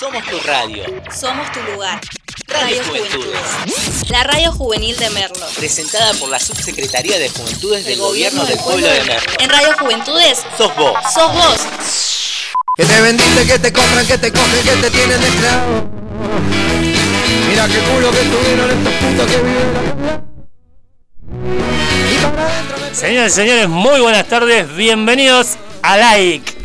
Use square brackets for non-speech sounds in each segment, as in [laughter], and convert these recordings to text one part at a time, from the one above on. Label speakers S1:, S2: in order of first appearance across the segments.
S1: Somos tu radio.
S2: Somos tu lugar.
S1: Radio
S2: Radio
S1: Juventudes.
S2: Juventudes. La radio juvenil de Merlo.
S1: Presentada por la Subsecretaría de Juventudes del Gobierno del Pueblo de Merlo.
S2: En Radio Juventudes,
S1: Sos vos.
S2: sos vos.
S3: Que te bendice, que te compran, que te cogen, que te tienen esclavo. Mira qué culo que tuvieron estos putos que viven la- Y para adentro me-
S4: Señores y señores, muy buenas tardes, bienvenidos a Like.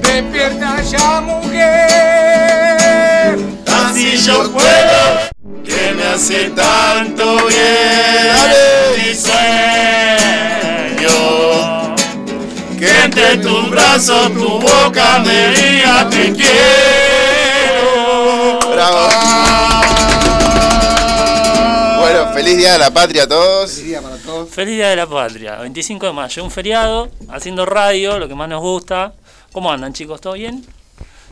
S5: Despierta ya mujer.
S6: Así yo puedo, que me hace tanto bien. Mi sueño, que entre tus brazos, tu boca me diga te quiero.
S7: Bravo. Bueno, feliz día de la patria a todos.
S4: Feliz Día de la Patria, 25 de mayo, un feriado, haciendo radio, lo que más nos gusta. ¿Cómo andan chicos? ¿Todo bien?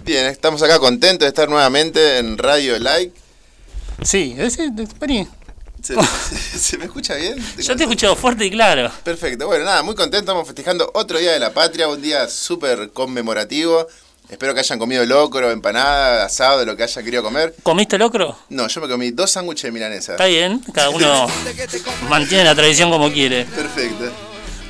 S7: Bien, estamos acá contentos de estar nuevamente en Radio Like.
S4: Sí, ese- vení. [laughs]
S7: ¿Se, se me escucha bien?
S4: Yo te he escuchado fuerte y claro.
S7: Perfecto. Bueno, nada, muy contentos. Estamos festejando otro día de la patria, un día súper conmemorativo. Espero que hayan comido locro, empanada, asado, lo que hayan querido comer.
S4: ¿Comiste locro?
S7: No, yo me comí dos sándwiches de milanesa.
S4: Está bien, cada uno mantiene la tradición como quiere.
S7: Perfecto.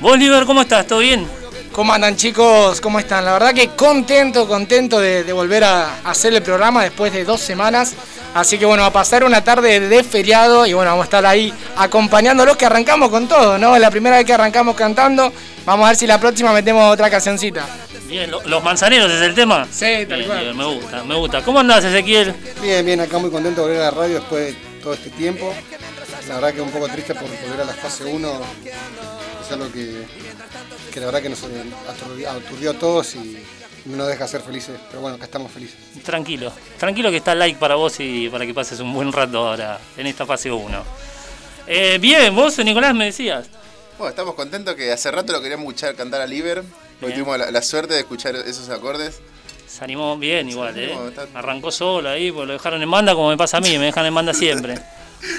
S4: ¿Vos, Liber, cómo estás? ¿Todo bien?
S5: ¿Cómo andan chicos? ¿Cómo están? La verdad que contento, contento de, de volver a hacer el programa después de dos semanas. Así que bueno, va a pasar una tarde de feriado y bueno, vamos a estar ahí acompañándolos que arrancamos con todo, ¿no? Es la primera vez que arrancamos cantando. Vamos a ver si la próxima metemos otra cancioncita.
S4: Bien, lo- los manzaneros es el tema.
S5: Sí, tal
S4: Bien,
S5: cual.
S4: Liber, me gusta, me gusta. ¿Cómo andás, Ezequiel?
S8: Bien, bien, acá muy contento de volver a la radio después de todo este tiempo. La verdad que un poco triste por volver a la fase 1, es algo que, que la verdad que nos aturdió, aturdió a todos y no nos deja ser felices, pero bueno, acá estamos felices.
S4: Tranquilo, tranquilo que está like para vos y para que pases un buen rato ahora en esta fase 1. bien, vos, Nicolás, me decías.
S7: Bueno, estamos contentos que hace rato lo queríamos escuchar cantar a Liber. Hoy
S4: Bien.
S7: tuvimos la- la suerte de escuchar esos acordes.
S4: Se animó bien igual, ¿eh?
S7: animó, está-
S4: Arrancó solo ahí, pues lo dejaron en banda como me pasa a mí, me dejan en banda siempre.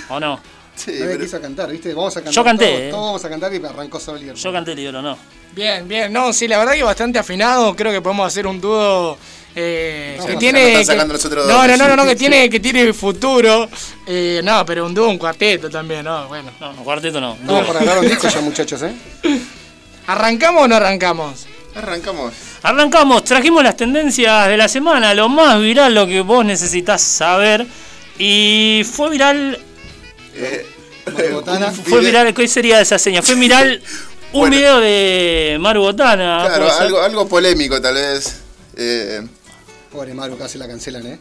S4: ¿O no?
S7: Sí,
S8: Nadie
S7: pero-
S8: quiso cantar, ¿viste? Vamos a cantar.
S4: Yo canté,
S8: todos,
S4: eh.
S8: todos vamos a cantar y arrancó solo el hierro.
S4: Yo canté el libro, no.
S5: Bien, bien, no, sí, la verdad que bastante afinado, creo que podemos hacer un dúo eh,
S8: No,
S5: que
S8: no,
S7: no
S5: tiene
S7: están
S5: que-
S7: sacando los otros
S5: no,
S7: dos.
S5: no, no, no,
S7: [laughs]
S5: no, que tiene que tiene futuro. Eh, no, pero un dúo, un cuarteto también, no, bueno.
S4: No, no, cuarteto no.
S8: Estamos para grabar un disco ya, muchachos, ¿eh?
S5: ¿Arrancamos o no arrancamos?
S7: Arrancamos.
S4: Arrancamos, trajimos las tendencias de la semana, lo más viral, lo que vos necesitas saber. Y fue viral,
S7: Eh,
S8: Botana.
S7: un
S4: fue
S7: video-
S4: viral, ¿qué sería esa seña?
S7: [laughs]
S4: Fue viral un
S7: Bueno.
S4: video de Maru Botana.
S7: Claro,
S4: Ah, ¿puede ser?
S7: algo, algo polémico tal vez. Eh,
S8: Pobre Maru, casi la cancelan, ¿eh?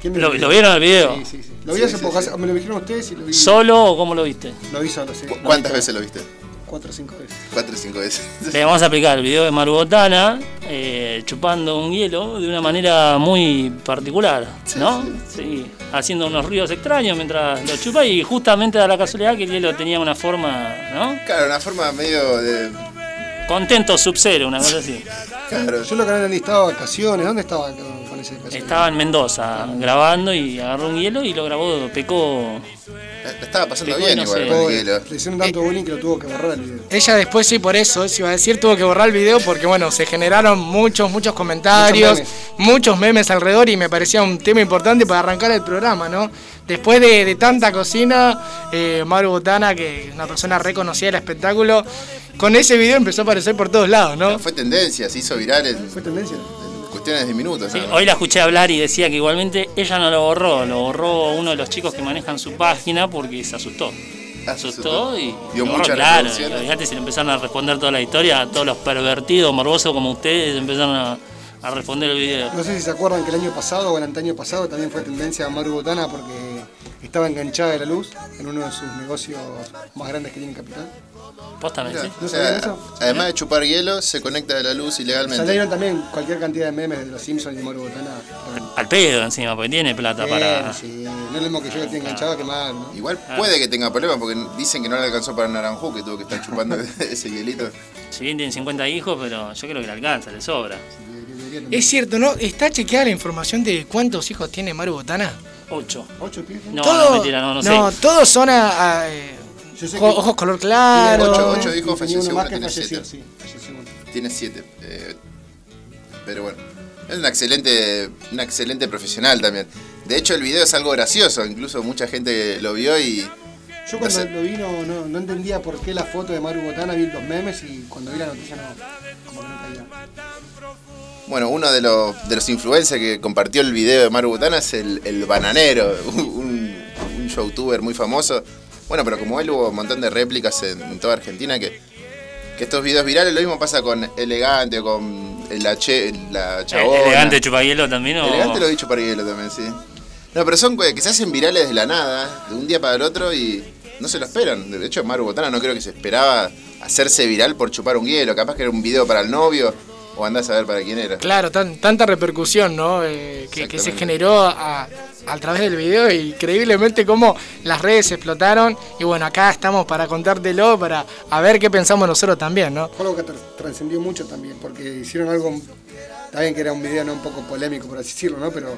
S8: ¿Quién me
S4: ¿Lo, lo vieron el video?
S8: Sí, sí, sí. Lo vi hace poco, hace- me lo dijeron ustedes y lo vi.
S4: ¿Solo o cómo lo viste?
S8: Lo vi solo, sí.
S7: ¿cu- ¿Cuántas veces lo viste?
S8: Cuatro o cinco veces.
S7: Cuatro o cinco veces.
S4: Le vamos a aplicar el video de Maru Botana eh, chupando un hielo de una manera muy particular, ¿no? Sí, haciendo unos ruidos extraños mientras lo chupa y justamente da la casualidad que el hielo tenía una forma, ¿no?
S7: Claro, una forma medio de.
S4: Contento sub-zero, una cosa así.
S7: Claro.
S8: Yo lo que no han estado vacaciones, ¿dónde estaba con con ese vacaciones?
S4: Estaba en Mendoza grabando y agarró un hielo y lo grabó, pecó.
S7: La la estaba pasando
S4: Picó y
S7: bien
S4: no
S7: igual
S4: sé.
S7: con el
S8: Pobre,
S7: hielo.
S8: Le hicieron tanto bullying que lo tuvo que borrar el video.
S5: Eh, Ella después sí, por eso, se iba a decir, tuvo que borrar el video porque, bueno, se generaron muchos, muchos comentarios,
S8: Muchos
S5: muchos memes, alrededor y me parecía un tema importante para arrancar el programa, ¿no? Después de, de tanta cocina, eh, Maru Botana, que es una persona reconocida del espectáculo, con ese video empezó a aparecer por todos lados, ¿no?
S7: Fue tendencia, se hizo viral en,
S8: Fue tendencia.
S7: en cuestiones de minutos.
S4: Sí,
S7: nada más.
S4: hoy la escuché hablar y decía que igualmente ella no lo borró, lo borró uno de los chicos que manejan su página porque se asustó.
S7: Ah, se
S4: asustó y
S7: Dio
S4: no,
S7: muchas
S4: claro,
S7: reproducciones.
S4: y fíjate si le empezaron a responder toda la historia, a todos los pervertidos, morbosos como ustedes empezaron a, a responder el video.
S8: No sé si se acuerdan que el año pasado o el antaño pasado también fue tendencia a Maru Botana porque estaba enganchada de la luz en uno de sus negocios más grandes que tiene en Capital.
S4: Posta me
S7: Mira,
S4: decís.
S8: ¿No
S7: o
S8: sabían
S7: sea,
S8: eso?
S7: además de chupar hielo, se conecta a la luz ilegalmente.
S8: Salieron también cualquier cantidad de memes de los Simpsons y de Maru Botana.
S4: Al pedo encima, porque tiene plata para.
S8: Bien, sí. No es lo mismo que yo que estoy enganchado que mal, ¿no?
S7: Ah. Igual
S5: Ah.
S7: puede que tenga problemas porque dicen que no le alcanzó para Naranjú, que tuvo que estar
S5: [laughs]
S7: chupando [laughs] ese hielito.
S4: Si bien tiene 50 hijos, pero yo creo que le alcanza, le sobra.
S5: Es cierto, ¿no? ¿Está chequeada la información de cuántos hijos tiene Maru Botana?
S4: 8.
S8: Ocho pies.
S4: No,
S5: Todo-
S4: no, mentira, no, no, sé.
S5: todos son a- a, eh,
S8: Yo sé
S5: co-
S8: que-
S5: ojos color claro.
S7: Ocho- ocho
S8: Tenía
S7: hijos, falleció
S8: uno más
S7: uno,
S8: que
S7: tenés
S8: falleció,
S7: siete.
S8: sí, falleció uno.
S7: Tiene siete. eh, pero bueno, es una excelente, una excelente profesional también. De hecho, el video es algo gracioso. Incluso mucha gente lo vio y
S8: Yo cuando
S7: No sé.
S8: lo vi no, no, no entendía por qué la foto de Maru Botana, vi los memes y cuando vi la noticia no, como que no caía.
S7: Bueno, uno de los, de los influencers que compartió el video de Maru Butana es el, el Bananero, [laughs] un, un youtuber muy famoso. Bueno, pero como él hubo un montón de réplicas en, en toda Argentina que, que estos videos virales, lo mismo pasa con Elegante o con la, che, la Chabona.
S4: elegante chupahielo también o.
S7: Elegante lo he dicho para hielo también, sí. No, pero son que que se hacen virales de la nada, de un día para el otro y no se lo esperan. De hecho, Maru Botana no creo que se esperaba hacerse viral por chupar un hielo. Capaz que era un video para el novio o andás a ver para quién era.
S5: Claro, tan- tanta repercusión, ¿no? Eh, que, que se
S7: Exactamente.
S5: generó a, a través del video y increíblemente cómo las redes se explotaron. Y bueno, acá estamos para contártelo, para a ver qué pensamos nosotros también, ¿no?
S8: Fue algo que tr- trascendió mucho también, porque hicieron algo, está bien que era un video ¿no? un poco polémico por así decirlo, ¿no? Pero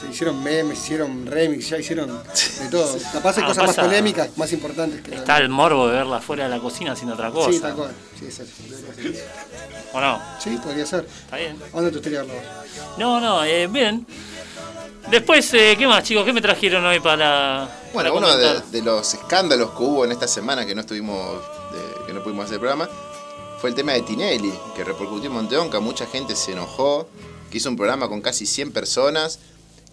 S8: se hicieron memes, hicieron remix, ya hicieron de todo. Capaz hay
S4: Ah,
S8: cosas más
S4: pasa.
S8: polémicas, más importantes que la-
S4: Está el morbo de verla fuera de la cocina haciendo otra cosa.
S8: Sí, tal cual. Sí, es eso. Debería ser.
S4: ¿O no?
S8: Sí, podría ser.
S4: Está bien.
S8: ¿A dónde te gustaría verlo? vos?
S4: No, no, eh, bien. Después, eh, ¿qué más, chicos? ¿Qué me trajeron hoy para. para
S7: Bueno, uno de,
S4: comentar?
S7: de los escándalos que hubo en esta semana que no estuvimos, de- que no pudimos hacer el programa, fue el tema de Tinelli, que repercutió en Monteonca. Mucha gente se enojó, que hizo un programa con casi 100 personas,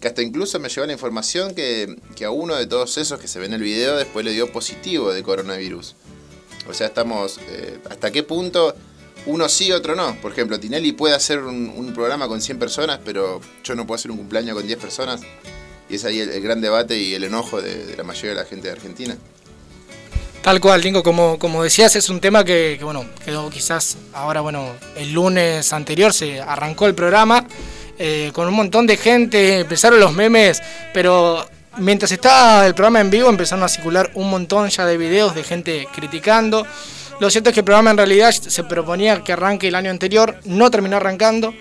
S7: que hasta incluso me llegó la información que, que a uno de todos esos que se ve en el video después le dio positivo de coronavirus. O sea, estamos. eh, ¿Hasta qué punto uno sí, otro no? Por ejemplo, Tinelli puede hacer un, un programa con 100 personas, pero yo no puedo hacer un cumpleaños con 10 personas. Y es ahí el, el gran debate y el enojo de, de la mayoría de la gente de Argentina.
S5: Tal cual, Lingo, como, como decías, es un tema que, que, bueno, quedó quizás ahora, bueno, el lunes anterior se arrancó el programa eh, con un montón de gente, empezaron los memes, pero mientras estaba el programa en vivo empezaron a circular un montón ya de videos de gente criticando. Lo cierto es que el programa en realidad se proponía que arranque el año anterior, no terminó arrancando.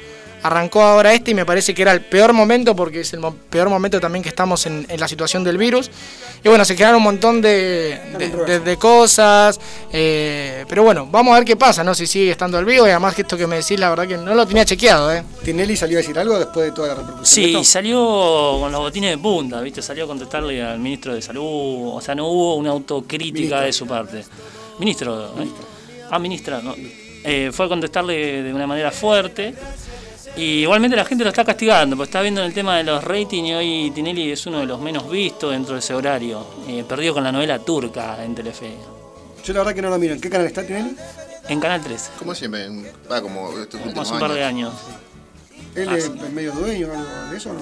S5: Arrancó ahora este y me parece que era el peor momento porque es el mo- peor momento también que estamos en, en la situación del virus. Y bueno, se crearon un montón de, de- de- de cosas. eh, pero bueno, vamos a ver qué pasa, ¿no? Si sigue estando al vivo y además que esto que me decís, la verdad que no lo tenía chequeado, ¿eh?
S8: ¿Tinelli salió a decir algo después de toda la repercusión? de
S4: Sí,
S8: esto?
S4: salió con los botines de punta, ¿viste? Salió a contestarle al ministro de Salud. O sea, no hubo una autocrítica de su parte. Ministro, ¿eh? Ah, ministra, no. Eh, fue a contestarle de una manera fuerte. Y igualmente la gente lo está castigando, porque está viendo en el tema de los ratings y hoy Tinelli es uno de los menos vistos dentro de ese horario. Eh, perdido con la novela turca en Telefe.
S8: Yo la verdad que no lo miro. ¿En qué canal está Tinelli?
S4: En Canal 13,
S7: Como siempre, en- ah, como estos últimos
S4: hace un par de
S7: años.
S4: años.
S8: ¿Él
S4: Ah,
S8: es
S4: sí.
S8: medio dueño o algo de eso o no?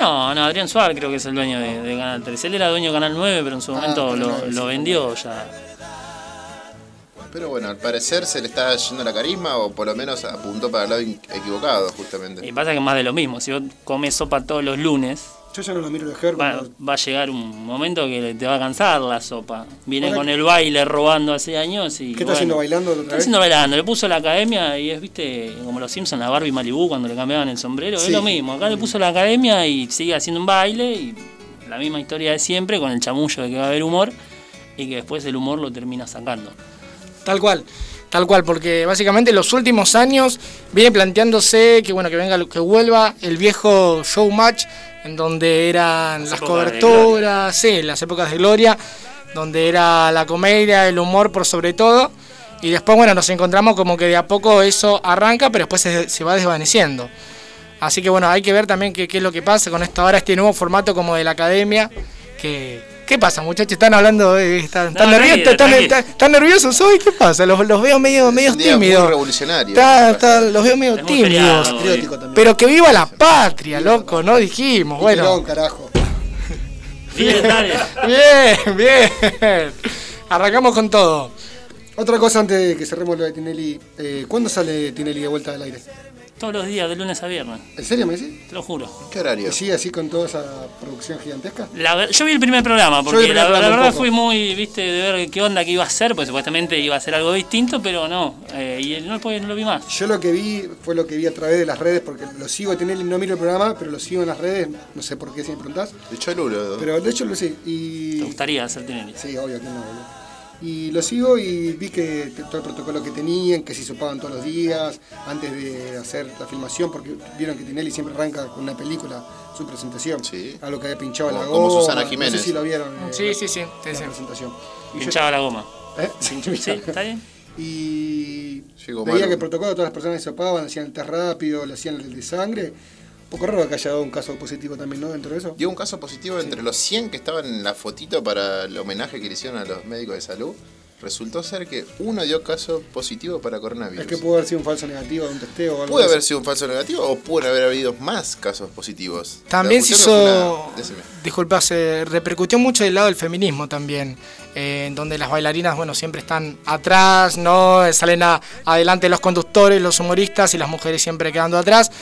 S4: No, no, Adrián Suárez creo que es el dueño de, de Canal 13. Él era dueño de Canal 9, pero en
S7: Ah,
S4: su momento
S8: Canal
S4: lo,
S8: 9,
S4: lo
S8: sí.
S4: vendió ya.
S7: Pero bueno, al parecer se le está yendo la carisma o por lo menos apuntó para el lado in- equivocado,
S4: Y
S7: justamente.
S4: pasa que es más de lo mismo. Si vos comes sopa todos los lunes,
S8: Yo ya no lo miro de Ger.
S4: va,
S8: cuando-
S4: va a llegar un momento que te va a cansar la sopa. Viene
S8: Ahora
S4: con
S8: que-
S4: el baile robando hace años y.
S8: ¿Qué está haciendo bailando la otra
S4: Está
S8: vez?
S4: haciendo bailando, le puso la academia y es, viste, como los Simpsons, la Barbie Malibu cuando le cambiaban el sombrero, es
S8: Sí.
S4: lo mismo. Acá le puso la academia y sigue haciendo un baile y la misma historia de siempre con el chamullo de que va a haber humor y que después el humor lo termina sacando.
S5: Tal cual, tal cual, porque básicamente los últimos años viene planteándose que bueno que venga, que vuelva el viejo showmatch, en donde eran las,
S4: épocas de
S5: coberturas, sí, las épocas de gloria, donde era la comedia, el humor por sobre todo, y después bueno nos encontramos como que de a poco eso arranca, pero después se, se va desvaneciendo. Así que bueno, hay que ver también qué, qué es lo que pasa con esto ahora, este nuevo formato como de la academia, que... ¿Qué pasa, muchachos? Están hablando, eh, están, están
S4: No,
S5: nerviosos,
S4: tranquilo,
S5: están-
S4: tranquilo.
S5: están- ¿Están nerviosos hoy? ¿Qué pasa? Los, los veo medio, medio
S7: un día muy
S5: tímidos.
S7: revolucionario.
S5: Está- está- los veo medio
S4: Es muy
S5: tímidos.
S4: feriado. eh.
S8: Patriótico también.
S5: Pero que viva la patria, loco, ¿no?
S8: Pilón,
S5: Dijimos, bueno.
S8: carajo.
S4: [laughs] Bien, dale.
S5: Bien, bien. Arrancamos con todo.
S8: Otra cosa antes de que cerremos lo de Tinelli. eh, ¿Cuándo sale Tinelli de vuelta al aire?
S4: Todos los días, de lunes a viernes,
S8: ¿En serio me decís?
S4: te lo juro.
S7: ¿Qué horario?
S8: ¿Que sigue así con toda esa producción gigantesca?
S4: La ver- yo vi el primer programa, porque
S8: Yo vi el primer
S4: la, la
S8: programa un
S4: verdad
S8: poco.
S4: fui muy, viste, de ver qué onda que iba a ser, pues supuestamente iba a ser algo distinto, pero no. Eh, y no, pues, no lo vi más.
S8: Yo lo que vi fue lo que vi a través de las redes, porque lo sigo a Tinelli, no miro el programa, pero lo sigo en las redes, no sé por qué si me preguntás.
S7: De Cholulo.
S8: Pero de hecho lo sé.
S4: Te
S8: Y.
S4: gustaría hacer Tinelli.
S8: Sí, obvio que no, boludo. Y lo sigo y vi que t- todo el protocolo que tenían, que se hisopaban todos los días, antes de hacer la filmación, porque vieron que Tinelli siempre arranca con una película, su presentación.
S7: Sí.
S8: A lo que había pinchado la
S7: Como-
S8: goma.
S7: como Susana
S8: No
S7: Jiménez.
S8: sé si lo vieron. eh,
S5: Sí,
S8: la-
S5: sí, sí, sí,
S8: la
S5: sí.
S8: presentación. Y yo-
S4: Pinchaba la goma.
S8: ¿Eh? [laughs]
S4: Sí, ¿está bien?
S8: y
S7: Llegó
S8: veía
S7: Maru.
S8: que el protocolo todas las personas que sopaban, hacían el test rápido, le hacían el de sangre. Un poco raro que haya dado un caso positivo también, ¿no? Dentro de eso.
S7: Dio un caso positivo entre los 100 que estaban en la fotito para el homenaje que le hicieron a los médicos de salud. Resultó ser que uno dio caso positivo para coronavirus.
S8: Es que pudo haber sido un falso negativo de un testeo o algo
S7: ¿Puede
S8: así.
S7: haber sido un falso negativo o pueden haber habido más casos positivos?
S5: También
S7: La
S5: se
S7: cuestión es
S5: hizo.
S7: una- decime.
S5: Disculpa, se repercutió mucho del lado del feminismo también. eh, en donde las bailarinas, bueno, siempre están atrás, ¿no? Eh, Salen a- adelante los conductores, los humoristas y las mujeres siempre quedando atrás.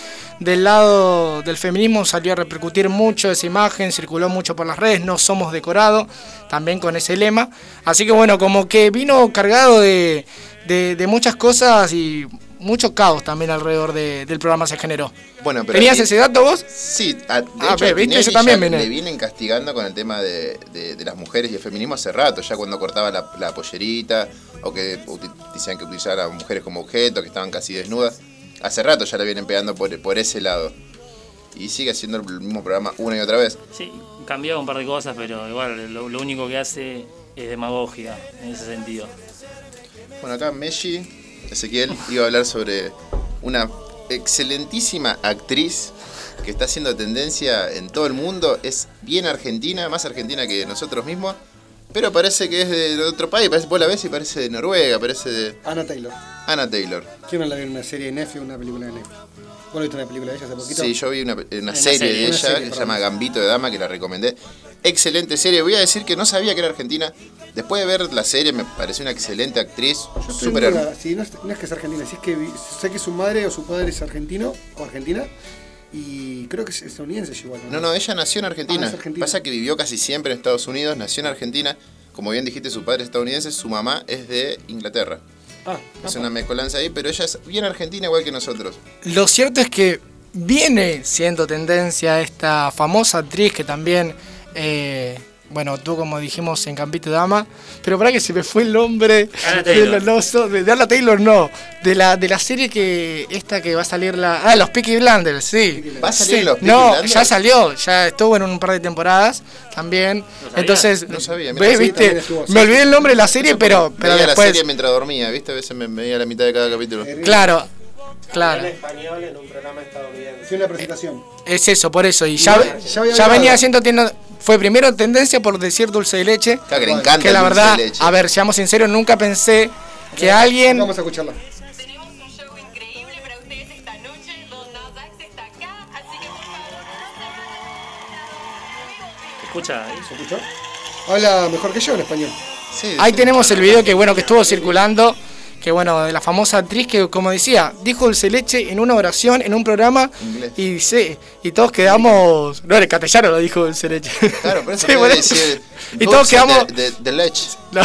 S5: Del lado del feminismo salió a repercutir mucho esa imagen, circuló mucho por las redes, no somos decorado, también con ese lema. Así que bueno, como que vino cargado de, de- de muchas cosas y mucho caos también alrededor de- del programa se generó.
S7: Bueno, pero
S5: ¿Tenías
S7: aquí-
S5: ese dato vos?
S7: Sí, a, de
S5: Ah,
S7: hecho,
S5: ve,
S7: a
S5: viste,
S7: Tinelli
S5: yo también
S7: ya
S5: vine.
S7: le vienen castigando con el tema de, de- de las mujeres y el feminismo hace rato, ya cuando cortaba la, la pollerita o que uti- decían que utilizaban a las mujeres como objeto, que estaban casi desnudas. Hace rato ya le vienen pegando por, por ese lado. Y sigue haciendo el mismo programa una y otra vez.
S4: Sí, cambiaba un par de cosas, pero igual lo, lo único que hace es demagogia en ese sentido.
S7: Bueno, acá Messi, Ezequiel, iba a hablar sobre una excelentísima actriz que está haciendo tendencia en todo el mundo. Es bien argentina, más argentina que nosotros mismos. Pero parece que es de otro país. Parece, vos la ves y parece de Noruega, parece de
S8: Anna Taylor.
S7: Anna Taylor.
S8: ¿Quién no la vio en una serie de Netflix o una película de Netflix? ¿Vos viste una película de ella hace poquito?
S7: Sí, yo vi una, una serie de
S8: una serie,
S7: ella que se
S8: perdón.
S7: llama Gambito de Dama, que la recomendé. Excelente serie. Voy a decir que no sabía que era argentina. Después de ver la serie, me pareció una excelente actriz.
S8: Yo estoy en
S7: Súper
S8: duda, si no, es, no es que es argentina, si es que vi- sé que su madre o su padre es argentino o argentina y creo que es estadounidense igual.
S7: No, no, ella nació en Argentina.
S8: Ah, es argentina.
S7: Pasa que vivió casi siempre en Estados Unidos, nació en Argentina. Como bien dijiste, su padre es estadounidense, su mamá es de Inglaterra.
S8: Ah,
S7: Es una mezcolanza ahí, pero ella es bien argentina igual que nosotros.
S5: Lo cierto es que viene siendo tendencia esta famosa actriz que también, eh, bueno, tú como dijimos en Campito Dama, pero para que se me fue el nombre
S4: Anna
S5: del
S4: Taylor.
S5: oso, de, de Anna Taylor, no, de la, de la serie que esta que va a salir la. Ah, los Peaky Blinders, sí.
S7: ¿Va a salir
S5: Sí.
S7: los Peaky
S5: No,
S7: Blinders?
S5: ya salió, ya estuvo en un par de temporadas también.
S4: sabía?
S5: Entonces,
S7: No sabía, mira,
S5: ¿ves,
S7: sí,
S5: viste?
S8: también estuvo, sí.
S5: Me olvidé el nombre de la serie, pero, pero
S7: veía
S5: después.
S7: la serie mientras dormía, ¿viste? A veces me me veía a la mitad de cada capítulo.
S5: Claro, claro.
S9: español en un programa estadounidense.
S8: Fue una presentación.
S5: Es eso, por eso. Y ya,
S8: ya- ya había
S5: ya venía
S8: hablado.
S5: siendo. tiendo- Fue primero tendencia por decir dulce de leche.
S7: Claro, que le encanta
S5: Que
S7: el
S5: la
S7: dulce
S5: verdad,
S7: de leche.
S5: a ver, seamos sinceros, nunca pensé que alguien.
S8: Vamos a escucharla.
S10: Tenemos un show increíble para ustedes esta noche. Donna Dax está acá, así que por favor no se vayan.
S4: Escucha, ¿eh?
S8: ¿Se escuchó? Habla mejor que yo en español.
S7: Sí,
S5: Ahí
S7: sí.
S5: tenemos el video que bueno que estuvo circulando, que bueno, de la famosa actriz que como decía, dijo dulce leche en una oración, en un programa,
S7: Inglés.
S5: y dice, y todos quedamos. No, en el castellano lo dijo dulce leche.
S7: Claro, por eso
S5: [laughs] Sí,
S7: te
S5: por eso.
S7: decir.
S5: Y todos
S7: dulce
S5: quedamos.
S7: De, de- de leche.
S5: No.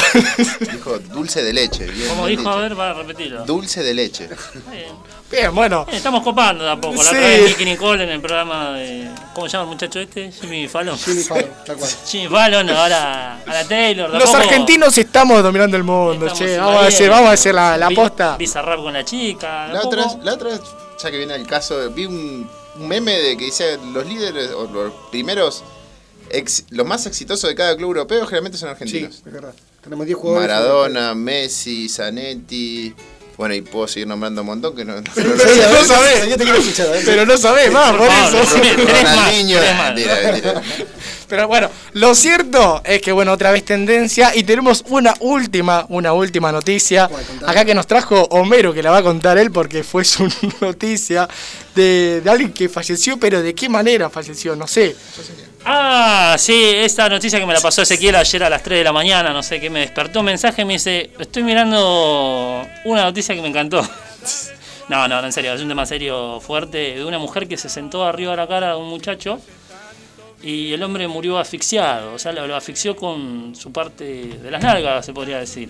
S7: Dijo dulce de leche. bien,
S4: Como
S7: bien
S4: dijo, a
S7: dicho.
S4: ver, para repetirlo.
S7: Dulce de leche.
S4: Está bien.
S5: Bien, bueno.
S4: Eh, Estamos copando tampoco. La
S5: Sí.
S4: otra vez Nicky Nicole en el programa de. ¿Cómo se llama el muchacho este? Jimmy Fallon.
S8: Jimmy Fallon, tal cual.
S4: [laughs] Jimmy Fallon, ahora a la Taylor.
S5: Los
S4: tampoco-
S5: argentinos estamos dominando el mundo,
S4: Estamos
S5: che.
S4: en
S5: Vamos a
S4: la
S5: decir,
S4: vida.
S5: vamos a decir la, la
S4: Vi-
S5: posta.
S4: Bizarrap con la chica.
S7: La otra,
S4: tampoco.
S7: vez- la otra vez, ya que viene el caso, vi un, un meme de que dice los líderes o los primeros, ex- los más exitosos de cada club europeo generalmente son
S8: Sí,
S7: argentinos.
S8: es verdad. Tenemos 10 jugadores.
S7: Maradona, Messi, Zanetti. Bueno, y puedo seguir nombrando un montón que no. no- no-
S5: Pero
S8: a ver,
S5: no sabés.
S8: yo te quiero escuchar, a ver.
S5: Pero no sabés más, por
S4: Por favor,
S5: eso.
S4: tres- tres más,
S7: Ronaldinho.
S4: tres más.
S7: Mentira, mentira.
S5: Pero bueno, lo cierto es que bueno, otra vez tendencia y tenemos una última, una última noticia.
S8: Bueno, contame.
S5: Acá que nos trajo Homero, que la va a contar él porque fue su [laughs] noticia de, de alguien que falleció, pero de qué manera falleció, no sé.
S4: Ah, sí, esta noticia que me la pasó Ezequiel ayer a las 3 de la mañana, no sé qué, me despertó un mensaje y me dice, estoy mirando una noticia que me encantó. [laughs] No, no, no, en serio, es un tema serio fuerte de una mujer que se sentó arriba de la cara de un muchacho y el hombre murió asfixiado, o sea, lo, lo asfixió con su parte de las nalgas, se podría decir.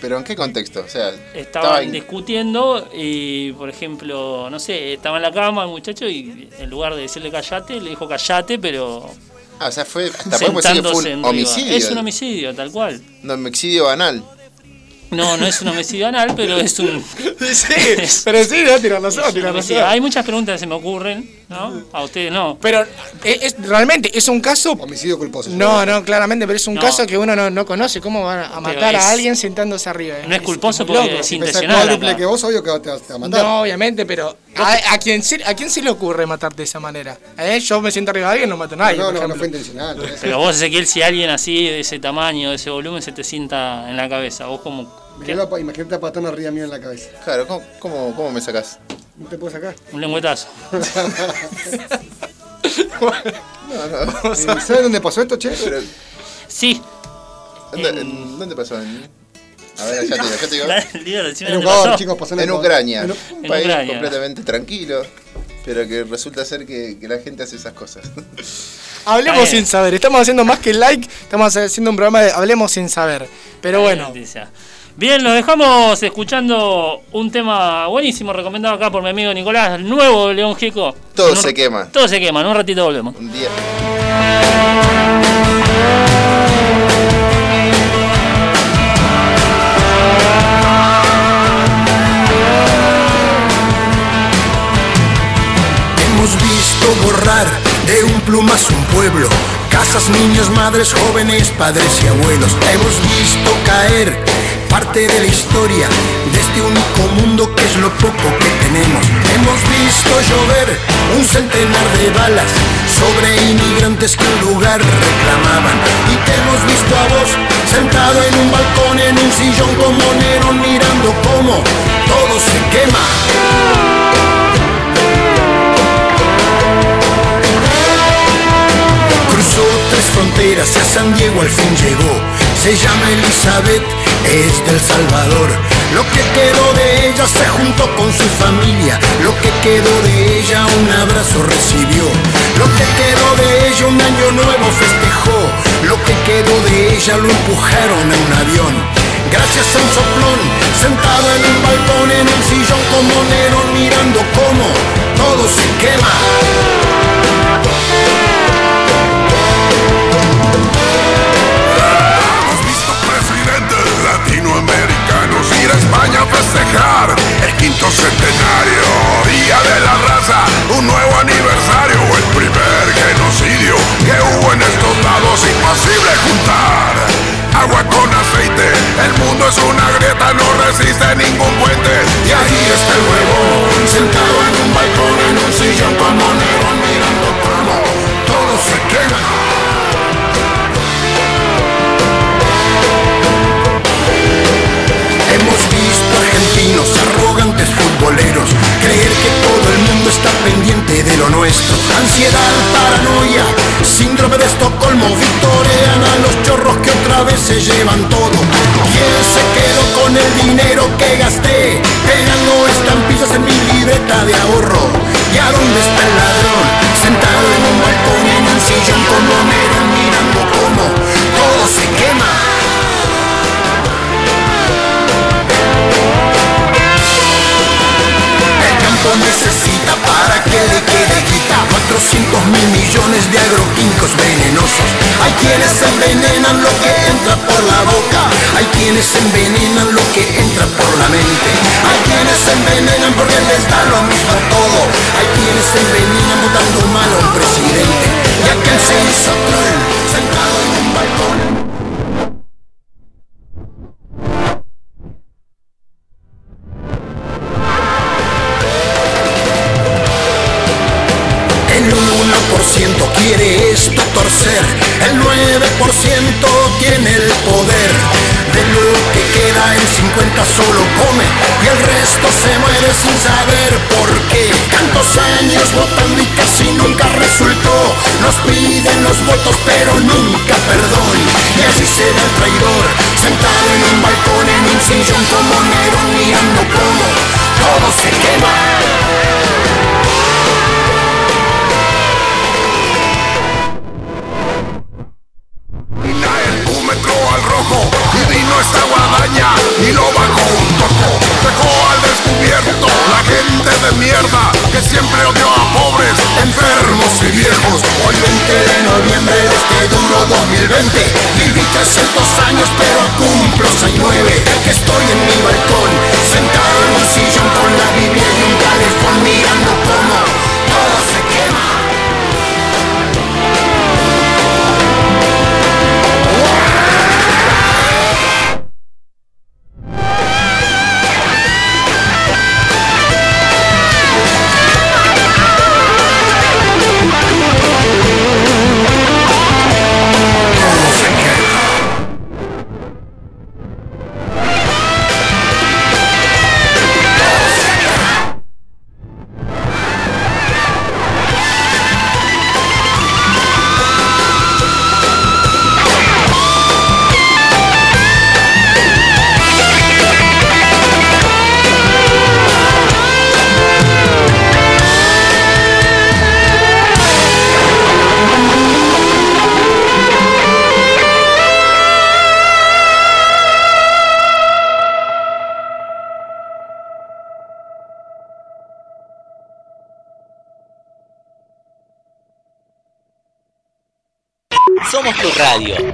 S7: Pero en qué contexto? O sea, estaba
S4: Estaban
S7: en-
S4: discutiendo y, por ejemplo, no sé, estaba en la cama el muchacho y en lugar de decirle callate, le dijo callate, pero
S7: Ah, o sea, fue. Hasta podemos decir que fue
S4: sentándose en
S7: un
S4: Riva.
S7: homicidio.
S4: Es un homicidio, tal cual.
S7: Un homicidio banal.
S4: No, no es
S7: [laughs]
S4: un homicidio anal, pero es un.
S5: Sí, pero sí, no, tiene razón,
S4: es un
S5: tiene
S4: homicidio.
S5: razón.
S4: Hay muchas preguntas que se me ocurren, ¿no? A ustedes no.
S5: Pero eh, es, es- realmente es un caso.
S8: Homicidio culposo.
S5: No, no, claramente, pero es un
S4: No.
S5: caso que uno no, no conoce. ¿Cómo van a matar
S4: es-
S5: a alguien sentándose arriba?
S4: No es culposo
S5: muy
S4: porque
S5: loco.
S4: es
S8: Si pensás
S4: intencional.
S8: cuádruple
S4: acá.
S8: que vos, obvio que te, te va a matar.
S5: No, obviamente, pero ¿a, a quién, se- ¿a quién se le ocurre matarte de esa manera? ¿Eh? Yo me siento arriba de alguien, no mato a nadie.
S8: no,
S5: por
S8: no, no
S5: ejemplo.
S8: fue intencional. por eso.
S4: Pero vos, Ezequiel, si alguien así, de ese tamaño, de ese volumen, se te sienta en la cabeza. Vos, como.
S8: Mirá la pa- Imagínate a Patón arriba mío en la cabeza.
S7: Claro, ¿cómo, cómo, cómo me sacás?
S8: ¿No te puedo
S7: [laughs]
S8: sacar?
S4: Un lengüetazo.
S8: Eh, ¿Sabes dónde pasó esto, che?
S7: Pero,
S4: Sí.
S7: ¿dónde,
S4: En-
S7: en- dónde pasó? En- A ver, ya te digo, ya
S4: [laughs]
S7: te digo.
S4: Líder, decime
S8: En
S4: dónde
S8: Ecuador,
S4: pasó.
S8: chicos, pasó en
S7: En
S8: Ecuador.
S7: Ucrania,
S8: En U-
S7: un
S4: En
S7: país
S4: Ucrania.
S7: completamente tranquilo, pero que resulta ser que, que la gente hace esas cosas. [laughs]
S5: Hablemos
S4: Está bien.
S5: sin saber. Estamos haciendo más que like, estamos haciendo un programa de Hablemos sin saber. Pero bueno,
S4: Noticia. Bien, nos dejamos escuchando un tema buenísimo recomendado acá por mi amigo Nicolás, el nuevo de León Gico.
S7: Todo
S4: En un-
S7: se quema.
S4: Todo se quema, en un ratito volvemos.
S7: Un día.
S11: Hemos visto borrar de un plumazo un pueblo, casas, niños, madres, jóvenes, padres y abuelos. Hemos visto caer parte de la historia de este único mundo que es lo poco que tenemos. Hemos visto llover un centenar de balas sobre inmigrantes que un lugar reclamaban. Y te hemos visto a vos sentado en un balcón, en un sillón con monero, mirando cómo todo se quema. Cruzó tres fronteras y a San Diego al fin llegó. Se llama Elizabeth, es del Salvador. Lo que quedó de ella se juntó con su familia. Lo que quedó de ella un abrazo recibió. Lo que quedó de ella un año nuevo festejó. Lo que quedó de ella lo empujaron a un avión. Gracias a un soplón, sentado en un balcón, en un sillón como Nero, mirando cómo todo se quema.
S12: Hemos visto presidentes latinoamericanos ir a España a festejar el quinto centenario, Día de la Raza, un nuevo aniversario, el primer genocidio que hubo en estos lados, imposible juntar. Agua con aceite, el mundo es una grieta, no resiste ningún puente. Y ahí está el huevo, sentado en un balcón, en un sillón como Nero, mirando cómo todo se quema.
S11: Hemos visto argentinos arrogantes futboleros creer que todo el mundo está pendiente de lo nuestro. Ansiedad, paranoia, síndrome de Estocolmo, victorean a los chorros que otra vez se llevan todo. ¿Quién se quedó con el dinero que gasté? Pegando estampillas en mi libreta de ahorro. ¿Y a dónde está el ladrón? Sentado en un balcón, en un sillón como mero, mirando cómo todo se quema. El campo necesita para que le quede quita 400 mil millones de agroquímicos venenosos. Hay quienes envenenan lo que entra por la boca. Hay quienes envenenan lo que entra por la mente. Hay quienes envenenan porque les da lo mismo todo. Hay quienes envenenan votando mal a un presidente. Y aquel se hizo cruel, sentado en un balcón. El 1% quiere esto torcer, el 9% tiene el poder. De lo que queda el 50 solo come y el resto se muere sin saber por qué. Tantos años votando y casi nunca resultó. Nos piden los votos pero nunca perdón. Y así será el traidor, sentado en un balcón, en un sillón como Nero, mirando cómo todo se quema.
S12: Mira el búmetro al rojo y vino esta guadaña y lo bajó un toco. Dejó al descubierto la gente de miedo. mierda que siempre odió a pobres, enfermos y viejos. Hoy 20 de noviembre de este duro 2020, viví 300 años pero cumplo 69, que estoy en mi balcón, sentado en un sillón con la Biblia y un calefón mirando cómo todo se quema.
S1: Somos tu radio.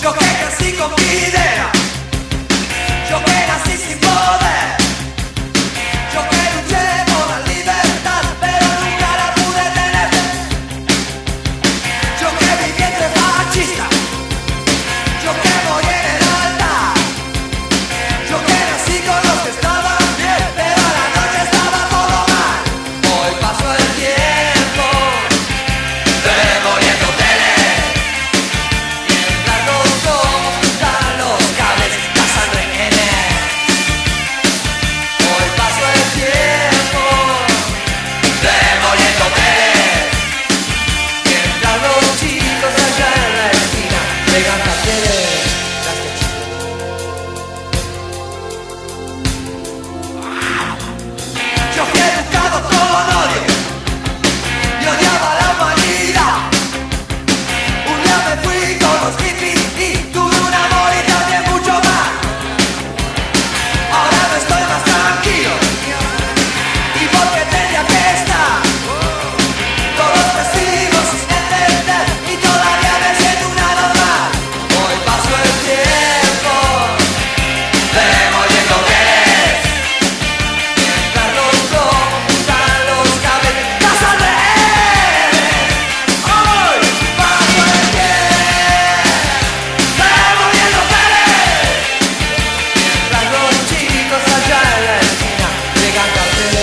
S13: Yo que crecí con mi idea, yo que nací sin poder, yo que luché por la libertad, pero nunca la pude tener. Yo que viví entre fascistas, yo que morí en el altar, yo que nací con los que estaban bien, pero a la noche estaba todo mal. Hoy pasó el tiempo, demoliendo teles. Los dos, los cables, la sangre en él. Hoy pasó el tiempo, demoliendo paredes. Mientras los chicos allá en la esquina pegan carteles. Yo que he buscado todo el odio y odiaba la humanidad. Un día me fui con los hippies y tuve un amor y también mucho más. Ahora no estoy más tranquilo. ¿Y por qué tenía que estar? Todos vestidos sin entender y todavía me siento una normal. Hoy paso el tiempo demoliendo paredes. Mientras los dos juntan los cabellos, las alrededores. Hoy paso el tiempo demoliendo paredes. Mientras los chicos allá en la esquina llegan carteles.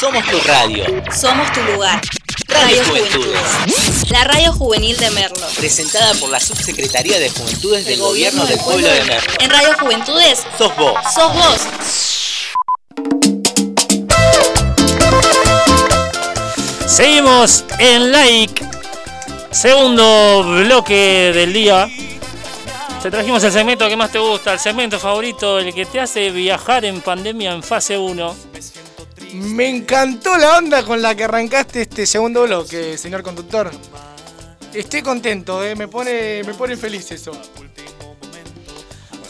S1: Somos tu radio.
S2: Somos tu lugar.
S1: Radio Juventudes.
S2: La radio juvenil de Merlo.
S1: Presentada por la Subsecretaría de Juventudes del Gobierno del Pueblo de Merlo.
S2: En Radio Juventudes
S1: Sos vos.
S2: sos vos.
S4: Seguimos en like. Segundo bloque del día. Te trajimos el segmento que más te gusta, el segmento favorito, el que te hace viajar en pandemia en fase 1.
S5: Me encantó la onda con la que arrancaste este segundo bloque, señor conductor. Estoy contento, eh, me, pone, me pone feliz eso.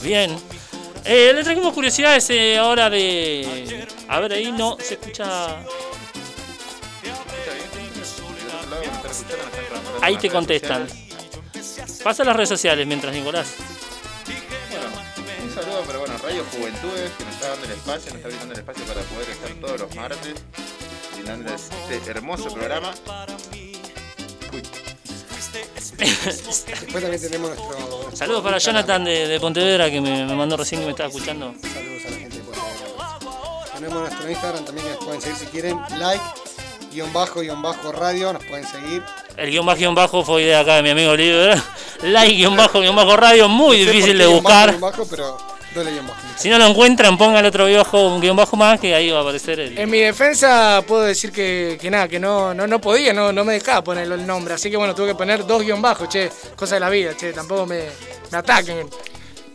S4: Bien. Eh, le trajimos curiosidades eh, ahora de. A ver, ahí no se escucha. Ahí te contestan. Pasa a las redes sociales mientras, Nicolás.
S7: Un saludo, pero bueno, Radio Juventudes, que nos está dando el espacio, nos está brindando el espacio para poder estar todos los martes brindando este hermoso programa.
S4: [laughs]
S8: Después también tenemos nuestro.
S4: Saludos para Jonathan de, de Pontevedra que me, me mandó recién que me estaba escuchando.
S8: Saludos a la gente de Puebla. tenemos nuestro Instagram también que nos pueden seguir si quieren. Like, guión bajo, guión bajo radio, nos pueden seguir.
S4: El guión bajo, guión bajo fue idea acá de mi amigo Oliver. [laughs] Like, guión bajo, guión bajo radio, muy
S8: No sé por
S4: difícil
S8: qué
S4: de
S8: guión bajo,
S4: buscar.
S8: guión bajo, pero dale guión bajo.
S4: Si no lo encuentran, pongan otro guión bajo, un guión bajo más, que ahí va a aparecer el...
S5: En mi defensa puedo decir que, que nada, que no, no, no podía, no, no me dejaba poner el nombre. Así que bueno, tuve que poner dos guión bajos, che, cosa de la vida, che, tampoco me, me ataquen.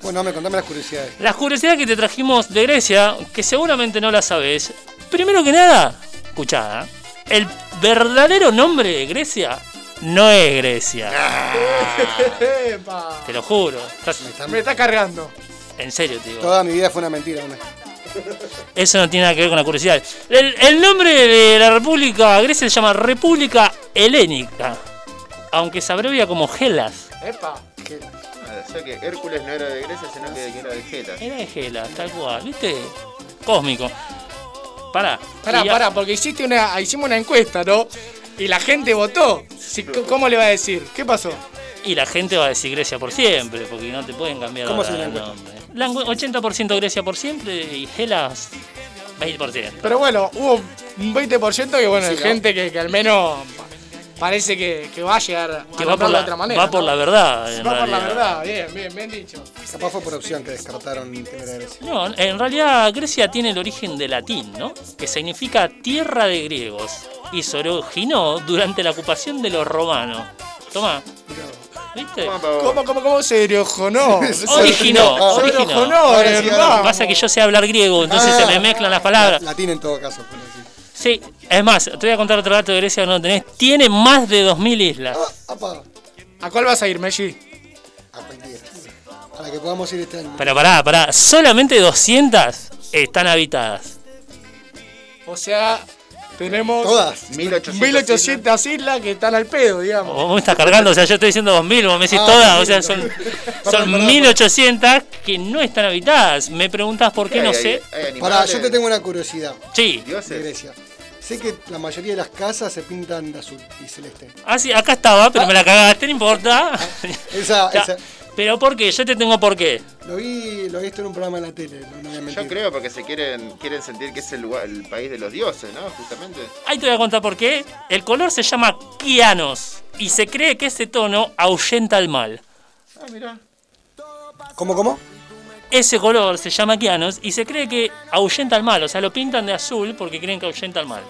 S8: Bueno, me contame las curiosidades.
S4: Las curiosidades que te trajimos de Grecia, que seguramente no las sabes. Primero que nada, escuchada, el verdadero nombre de Grecia no es
S5: [laughs]
S4: Grecia. Te lo juro. Estás-
S5: Me está cargando.
S4: En serio, te digo.
S8: Toda mi vida fue una mentira. ¿no?
S4: Eso no tiene nada que ver con la curiosidad. El, el nombre de la República Grecia se llama República Helénica. Aunque se abrevia como Helas.
S5: Epa.
S7: Ah, O sea que Hércules no era de Grecia, sino que que era de Geta.
S4: Era de Helas, tal cual, ¿viste? Cósmico. Pará.
S5: Pará,
S4: Y a-
S5: pará, porque hiciste una, hicimos una encuesta, ¿no? Y la gente votó. Si- ¿Cómo le va a decir? ¿Qué pasó?
S4: Y la gente va a decir Grecia por siempre, porque no te pueden cambiar
S5: ¿Cómo
S4: ahora
S5: se la
S4: el
S5: encuesta?
S4: nombre. La encue- 80% Grecia por siempre y Helas 20%.
S5: Pero bueno, hubo un 20% que bueno,
S4: Sí,
S5: de
S4: ¿no?
S5: gente que, que al menos parece que, que va a llegar a
S4: Que va por
S5: votarlo
S4: la,
S5: de otra manera.
S4: va por
S5: ¿no?
S4: la verdad. en
S5: Va por la
S4: realidad.
S5: verdad, bien, bien, bien dicho.
S8: Capaz fue por opción que descartaron primera vez.
S4: No, en realidad Grecia tiene el origen de latín, ¿no? Que significa tierra de griegos. Y se originó durante la ocupación de los romanos. Tomá. ¿Viste?
S5: ¿Cómo, cómo, cómo se
S8: Oh,
S4: [laughs]
S8: [laughs]
S5: eriojonó?
S4: Originó,
S5: Se
S4: originó.
S5: eriojonó,
S4: Lo que
S5: hermano.
S4: pasa es que yo sé hablar griego, entonces se me mezclan las palabras.
S8: Ah. Latín en todo caso. pero sí.
S4: Sí, es más, te voy a contar otro dato de Grecia que no tenés. Tiene más de 2.000 islas.
S5: Ah, ¿A cuál vas a ir, Messi?
S8: Para que podamos ir este año.
S4: Pero pará, pará, solamente 200 están habitadas.
S5: O sea, tenemos.
S8: Todas.
S5: 1800, islas que están al pedo, digamos.
S4: Vos me estás cargando, o sea, yo estoy diciendo 2.000, vos me decís
S5: Ah,
S4: todas,
S5: sí,
S4: o sea,
S5: sí.
S4: son,
S5: Perdón,
S4: son
S5: perdón.
S4: 1.800 que no están habitadas. Me preguntás por qué, no sé.
S8: Pará, yo te tengo una curiosidad.
S4: Sí.
S8: De Grecia. Sé que la mayoría de las casas se pintan de azul y celeste.
S4: Ah, sí, acá estaba, pero me la cagaste, no importa.
S8: [laughs] Esa,
S4: Ya,
S8: esa.
S4: Pero ¿por qué? Yo te tengo por qué.
S8: Lo vi, lo vi esto en un programa de la tele, no, no voy a mentir.
S7: Yo creo porque se quieren, quieren sentir que es el lugar, el país de los dioses, ¿no? Justamente.
S4: Ahí te voy a contar por qué. El color se llama kianos y se cree que ese tono ahuyenta al mal.
S7: Ah, mirá.
S8: ¿Cómo, cómo?
S4: Ese color se llama kianos y se cree que ahuyenta al mal. O sea, lo pintan de azul porque creen que ahuyenta al mal.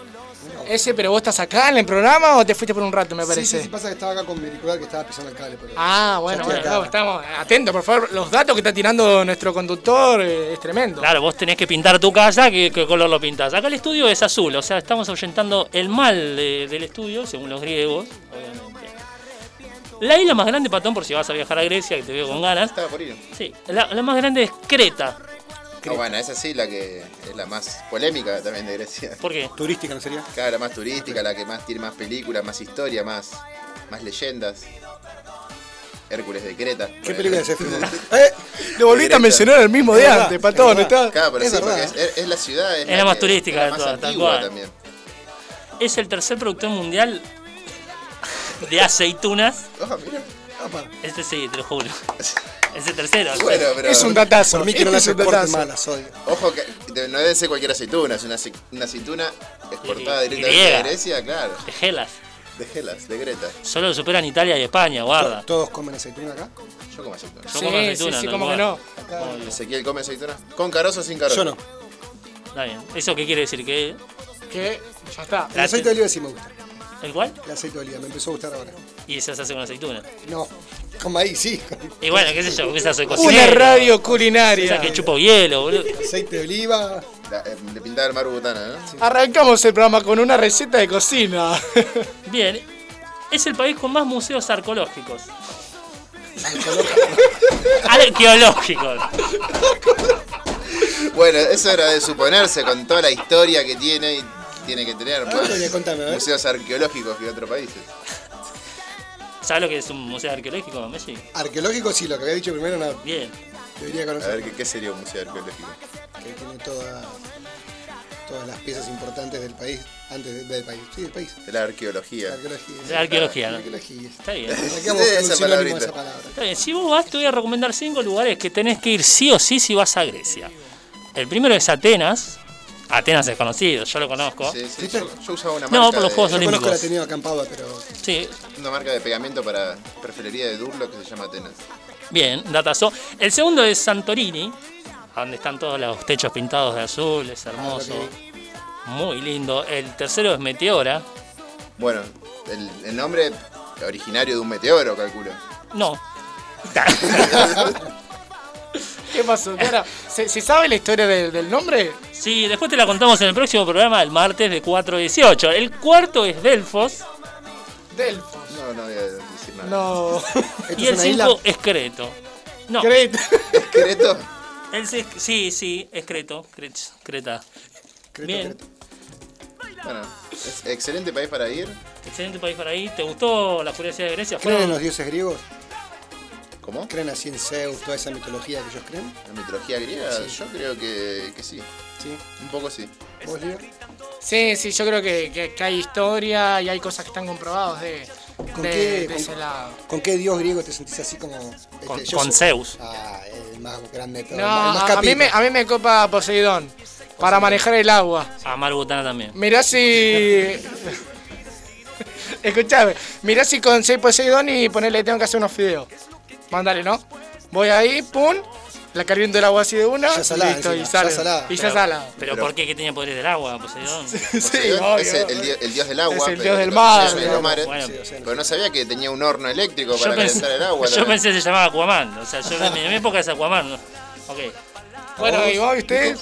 S5: Ese, pero vos estás acá en el programa o te fuiste por un rato, me
S8: Sí,
S5: parece.
S8: sí, sí, pasa que estaba acá con mi auricular que estaba pisando el cable. pero-
S5: Ah, bueno,
S8: Ya
S5: bueno,
S8: estoy
S5: no,
S8: acá.
S5: estamos atentos, por favor. Los datos que está tirando nuestro conductor eh, es tremendo.
S4: Claro, vos tenés que pintar tu casa, ¿qué, qué color lo pintas? Acá el estudio es azul, o sea, estamos ahuyentando el mal de- del estudio, según los griegos, obviamente. La isla más grande, Patón, por si vas a viajar a Grecia, que te veo con ganas.
S7: Estaba por ir.
S4: Sí, la, la más grande es Creta.
S7: Ah, bueno, esa sí la que es la más polémica también de Grecia.
S4: ¿Por qué?
S8: Turística, ¿no sería?
S7: Claro, la más turística, la que más tiene más películas, más historia, más, más leyendas. Hércules de Creta.
S8: ¿Qué película es esa?
S7: [laughs]
S5: Eh, Lo volviste a mencionar el mismo día antes, patón. Está...
S7: Claro, pero sí, porque es, es- es la ciudad.
S4: Es la más
S7: que-
S4: turística
S7: es
S4: de
S7: la
S4: todas,
S7: más
S4: tal
S7: antigua
S4: cual.
S7: también.
S4: Es el tercer productor mundial de aceitunas.
S7: Ah, mira.
S4: Este sí, te lo juro. Es el tercero.
S7: Bueno, pero- Es un
S5: datazo.
S8: Por mí que no
S7: Este
S8: la
S7: es un
S8: soporte
S7: datazo.
S8: malas, odio.
S7: Ojo que de- no debe ser cualquier aceituna, es una, ace- una aceituna exportada
S4: Y-
S7: directamente
S4: griega.
S7: de Grecia, claro.
S4: De Gelas.
S7: De Gelas, de Greta.
S4: Solo lo superan Italia y España, guarda.
S8: ¿Todos comen aceituna acá?
S7: Yo como aceituna.
S4: Yo Sí, como aceituna, sí, sí, tal cómo que cual. no. Acá-
S7: Ezequiel come aceituna. ¿Con carozo o sin carozo?
S8: Yo no.
S4: Está bien. ¿Eso qué quiere decir? Que
S5: Que ya está.
S8: El aceite de oliva sí me gusta.
S4: ¿El cuál?
S8: El aceite de oliva, me empezó a gustar ahora.
S4: Y eso se hace con aceituna.
S8: No, con maíz, sí.
S4: Y bueno, qué sé yo, quizás soy
S5: Una
S4: cocinero.
S5: radio culinaria.
S4: Esa que chupo hielo, boludo.
S8: Aceite de oliva.
S7: eh, le pintaba el mar butana, ¿no?
S5: Arrancamos el programa con una receta de [laughs] cocina.
S4: Bien. Es el país con más museos arqueológicos. Arqueológicos.
S7: Bueno, eso era de suponerse con toda la historia que tiene y tiene que tener más
S8: Ah, Antonio, contame, a ver.
S7: museos arqueológicos que otros países.
S4: ¿Sabes lo que es un museo arqueológico, Messi?
S8: Arqueológico sí, lo que había dicho primero no.
S4: Bien.
S8: Debería
S7: A
S8: conocer.
S7: ver, ¿qué, qué sería un museo arqueológico?
S8: Que tiene toda- todas las piezas importantes del país, antes de- del país. Sí, del país.
S7: De la arqueología.
S8: Arqueología.
S4: La arqueología, ¿no?
S8: Arqueología.
S4: Está bien.
S8: Acá vamos a buscar un
S7: Esa
S8: sinónimo de
S7: palabrita.
S8: esa palabra.
S4: Está bien, Si vos vas, te voy a recomendar cinco lugares que tenés que ir sí o sí si vas a Grecia. El primero es Atenas, Atenas es conocido, yo lo conozco.
S7: Sí, sí, Yo, yo usaba una marca
S4: No, por los
S7: de-
S4: Juegos
S8: Yo conozco la
S4: Olímpicos.
S8: tenía acampada, pero.
S4: Sí.
S7: Una marca de pegamento para prefelería de Durlock que se llama Atenas.
S4: Bien, datazo. El segundo es Santorini, donde están todos los techos pintados de azul, es hermoso. Muy lindo. El tercero es Meteora.
S7: Bueno, el, el nombre originario de un meteoro, calculo.
S4: No.
S5: ¿Qué pasó? Cara? ¿Se, se sabe la historia del, del nombre?
S4: Sí, después te la contamos en el próximo programa, el martes de 4 a 18. El cuarto es Delfos
S5: Delfos.
S7: No, no voy a decir nada.
S5: No.
S4: y el 5 es Creto. No.
S5: ¿Creto?
S7: ¿Creto?
S4: El seis- sí, sí, es Creto. Cret- Creta. Bien,
S7: Bueno, es excelente país para ir.
S4: excelente país para ir. ¿Te gustó la curiosidad de Grecia?
S8: ¿Creen en
S4: Fueron-
S8: los dioses griegos?
S7: ¿Cómo?
S8: ¿Creen así en Zeus, toda esa mitología que ellos creen?
S7: La mitología griega,
S8: Sí.
S7: yo creo que, que sí.
S8: Sí.
S7: Un poco sí.
S8: ¿Vos, Leo?
S5: Sí, sí, yo creo que, que- que hay historia y hay cosas que están comprobadas de,
S8: ¿Con,
S5: de-
S8: qué,
S5: de
S8: con-
S5: ese lado.
S8: con qué dios griego te sentís así como. este,
S4: Con-
S8: yo
S4: con
S8: soy-
S4: Zeus.
S8: Ah, el más grande de todos.
S5: No, ah.
S8: el más
S5: a, a mí me, a mí me copa Poseidón para manejar el agua.
S4: Amar Botana también.
S5: Mirá si. [laughs] Escuchame, mirá si con 6 Poseidón y ponele, tengo que hacer unos fideos. Mándale, ¿no? Voy ahí, pum, la caliento el agua así de una,
S8: Ya salada
S5: listo,
S8: encima,
S5: y sale.
S8: ya salada.
S5: Y ya
S4: Pero-
S5: salada.
S4: Pero, ¿por qué que tenía poderes del agua, pues, ¿eh? Poseidón?
S7: Poseidón es el, el di- el dios del agua.
S4: Es el
S7: pero-
S4: dios del
S7: pero- es
S4: mar,
S7: el dios de
S4: digamos.
S7: los mares.
S4: Bueno.
S7: pero no sabía que tenía un horno eléctrico
S4: yo
S7: para
S4: pensé,
S7: calentar el agua.
S4: [laughs] yo
S7: también.
S4: pensé que se llamaba Aquaman. O sea, yo en mi, en mi época es Aquaman. ¿no? Ok.
S5: Bueno, ¿y vos, viste?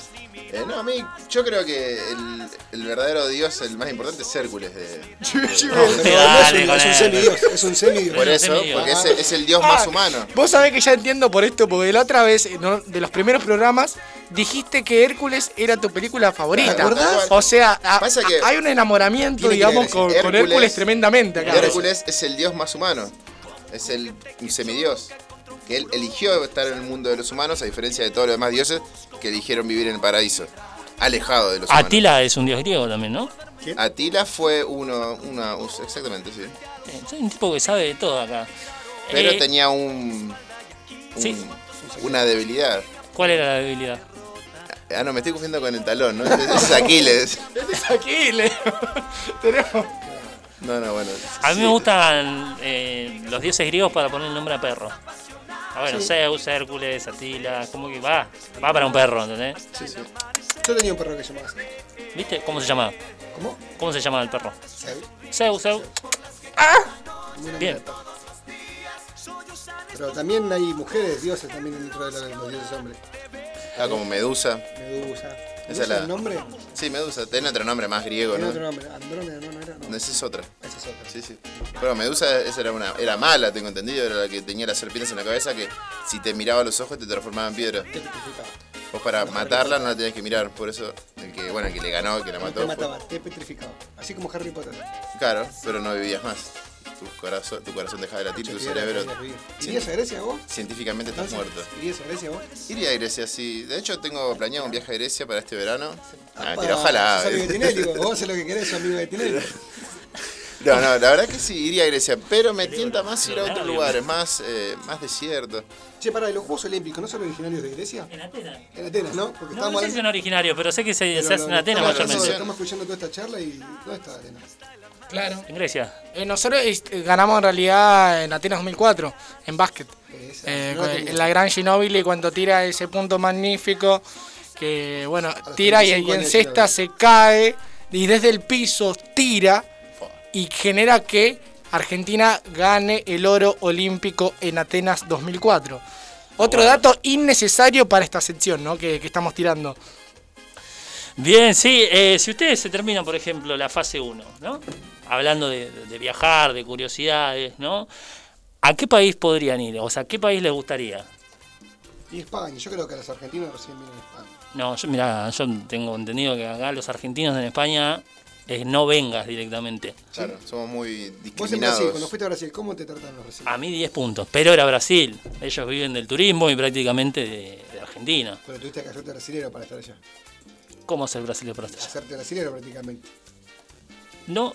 S7: Eh, no, a mí, yo creo que el, el verdadero dios, el más importante, es Hércules. de-
S8: Pero no es, un, es un semidios, es un semidios. Ah.
S7: Por eso, porque es, es el dios más humano.
S5: Ah, Vos sabés que ya entiendo por esto, porque la otra vez, en uno de los primeros programas, dijiste que Hércules era tu película favorita.
S7: Claro, ¿te acordás?
S5: O sea, a-
S7: Pasa que-
S5: hay un
S7: Tiene
S5: enamoramiento,
S7: que
S5: digamos,
S7: ver,
S5: con con Hércules, tremendamente acá.
S7: Hércules es el dios más humano. Es el un semidios. Que él eligió estar en el mundo de los humanos, a diferencia de todos los demás dioses que eligieron vivir en el paraíso, alejado de los humanos.
S4: Atila es un dios griego también, ¿no?
S7: Atila fue uno, una, exactamente, sí.
S4: Eh, Soy un tipo que sabe de todo acá.
S7: Pero
S4: Eh,
S7: tenía un, un-
S4: Sí.
S7: una debilidad.
S4: ¿Cuál era la debilidad?
S7: Ah, no, me estoy confundiendo con el talón, ¿no? Es Aquiles.
S5: Este es Aquiles. Tenemos.
S7: No, no, bueno.
S4: A mí
S7: sí.
S4: me gustan eh, los dioses griegos para poner el nombre a perro. A ver,
S8: Sí.
S4: Zeus, Hércules, Atila, ¿cómo que va? Va para un perro, ¿entendés?
S7: Sí, sí.
S8: Yo tenía un perro que se llamaba así.
S4: ¿Viste? ¿Cómo se llama?
S8: ¿Cómo?
S4: ¿Cómo se llama el perro?
S8: Zeus.
S4: Zeus, Zeus.
S8: Una
S4: Bien.
S8: mierda. Pero también hay mujeres dioses también dentro de la- los dioses hombres.
S7: Ah, como Medusa.
S8: Medusa.
S7: Esa
S8: ¿Medusa
S7: es la-
S8: el nombre?
S7: Sí, Medusa. Tiene otro nombre más griego,
S8: Tiene
S7: ¿no?
S8: otro nombre. Andrómeda, no, no era. No.
S7: No, esa es otra.
S8: Esa es otra.
S7: Sí, sí. Pero Medusa esa era una era mala, tengo entendido, era la que tenía las serpientes en la cabeza que si te miraba a los ojos te transformaba en piedra.
S8: Te petrificaba.
S7: Vos para matarla no la tenías que mirar, por eso el que bueno, el que le ganó, el que la
S8: No
S7: mató.
S8: te
S7: fue-
S8: Ah, mataba, te petrificaba. Así como Harry Potter.
S7: Claro, pero no vivías más. Tu corazón, tu corazón deja de latir, tu
S8: Muchas piedras
S7: cerebro.
S8: podías vivir.
S7: Sí.
S8: ¿Irías a Grecia vos?
S7: Científicamente estás
S8: Entonces,
S7: muerto.
S8: ¿Irías a Grecia vos?
S7: Iría a Grecia, sí. De hecho, tengo planeado un viaje a Grecia para este verano. Ah,
S8: Apa,
S7: mentira, ojalá.
S8: sos amigo de Tinelli, vos, vos haces lo que querés, sos amigo de Tinelli.
S7: [laughs] No, no, la verdad que sí, iría a Grecia, pero me tienta más ir a otros lugares, más, eh, más desierto.
S8: Che, pará, ¿y los Juegos Olímpicos no son originarios de Grecia? En
S4: Atenas.
S8: En Atenas, ¿no? Porque
S4: No, no
S8: estábamos
S4: sé si son originarios, pero sé que se,
S8: pero
S4: se
S8: lo-
S4: hacen en
S8: lo-
S4: Atenas
S8: estamos hablando-
S4: mayormente.
S8: Estamos escuchando toda esta charla y ¿dónde está Atenas?
S5: Claro.
S4: En Grecia.
S5: Eh, nosotros eh, ganamos en realidad en Atenas 2004, en básquet. Eh,
S8: no
S5: con-
S8: la tenía.
S5: la gran Ginóbili cuando tira ese punto magnífico, que bueno, tira y,
S8: 35
S5: y en
S8: años
S5: cesta
S8: Ginóbili.
S5: se cae y desde el piso tira y genera que Argentina gane el oro olímpico en Atenas 2004. Otro dato innecesario para esta sección ¿no? que, que estamos tirando.
S4: Bien, sí, eh, si ustedes se terminan, por ejemplo, la fase 1, ¿no? Hablando de, de viajar, de curiosidades, ¿no? ¿A qué país podrían ir? O sea, ¿a qué país les gustaría?
S8: Y España, yo creo que a los argentinos recién vienen a España.
S4: No, yo, mira, yo tengo entendido que acá los argentinos en España eh, no vengas directamente.
S7: Claro, somos
S8: Vos
S7: muy
S8: en Brasil, cuando
S7: discriminados.
S8: fuiste a Brasil, ¿cómo te trataron los brasileños?
S4: A mí 10 puntos, pero era Brasil. Ellos viven del turismo y prácticamente de, de Argentina.
S8: Pero tuviste que hacerte brasilero para estar allá.
S4: ¿Cómo hacer Brasil para estar allá?
S8: Hacerte brasilero prácticamente.
S4: [laughs] No.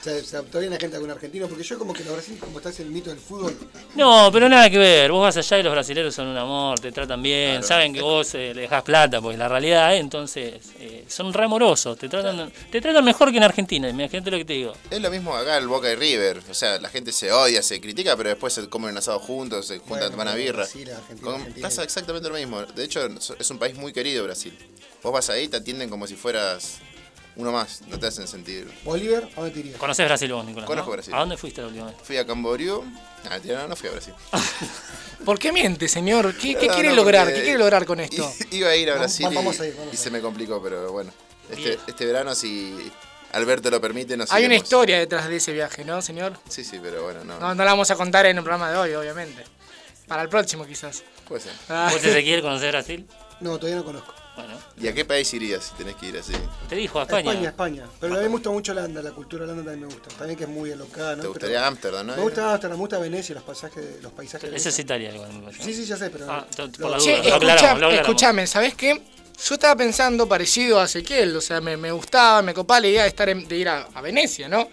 S8: ¿Se, se adaptó bien la gente a algún argentino? Porque yo como que los brasileños, como estás en el mito del fútbol,
S4: No, pero nada que ver. Vos vas allá y los brasileños son un amor, te tratan bien, saben que vos eh, le dejás plata, porque la realidad es, entonces, eh, son re amorosos, te tratan, te tratan mejor que en Argentina, imagínate lo que te digo.
S7: Es lo mismo acá el Boca y River. O sea, la gente se odia, se critica, pero después se comen un asado juntos, se juntan a tomar una
S8: pero
S7: birra.
S8: Brasil, Argentina,
S7: Con-
S8: Argentina.
S7: pasa exactamente lo mismo. De hecho, es un país muy querido Brasil. Vos vas ahí, te atienden como si fueras uno más. No te hacen sentir.
S8: Bolívar, ¿a dónde te irías?
S4: Conocés Brasil vos, Nicolás.
S7: Conozco
S4: ¿no?
S7: Brasil.
S4: ¿A dónde fuiste la última vez?
S7: Fui a Camboriú. Ah, mentira, no, no fui a Brasil.
S5: ¿Por qué miente, señor? ¿Qué, qué
S7: No,
S5: quiere
S7: no,
S5: lograr?
S7: porque-
S5: ¿Qué quiere lograr con esto?
S7: [laughs] Iba a ir a
S5: Vamos-
S7: Brasil
S5: vamos
S7: y,
S5: a ir,
S7: y se me complicó, pero bueno. Este, este verano, si Alberto lo permite, nos
S5: Hay una
S7: iremos.
S5: historia detrás de ese viaje, ¿no, señor?
S7: Sí, sí, pero bueno, no.
S5: No, no la vamos a contar en el programa de hoy, obviamente. Para el próximo, quizás.
S7: Puede ser.
S5: Ah.
S4: ¿Vos,
S5: [laughs]
S4: Ezequiel, conocés Brasil?
S8: No, todavía no conozco.
S4: Bueno.
S7: ¿Y a qué país irías si tenés que ir así?
S4: Te dijo, a
S7: España.
S8: España, España. Pero a mí me gusta mucho Holanda, la cultura holanda también me gusta. También que es muy alocada, ¿no?
S7: Te
S8: Pero
S7: gustaría Ámsterdam, ¿no?
S8: Me gusta Ámsterdam, me gusta Venecia, los pasajes, los paisajes. de
S4: Eso es
S8: Venecia.
S4: Italia igual. me parece.
S8: Sí, sí, ya sé, pero.
S4: Ah, to-
S8: lo-
S4: por la duda,
S5: Che,
S4: lo aclaramos, lo
S5: escucha-
S4: aclaramos.
S5: escuchame, ¿sabés qué? Yo estaba pensando parecido a Ezequiel, o sea, me, me gustaba, me copaba la idea de, estar en- de ir a, a Venecia, ¿no?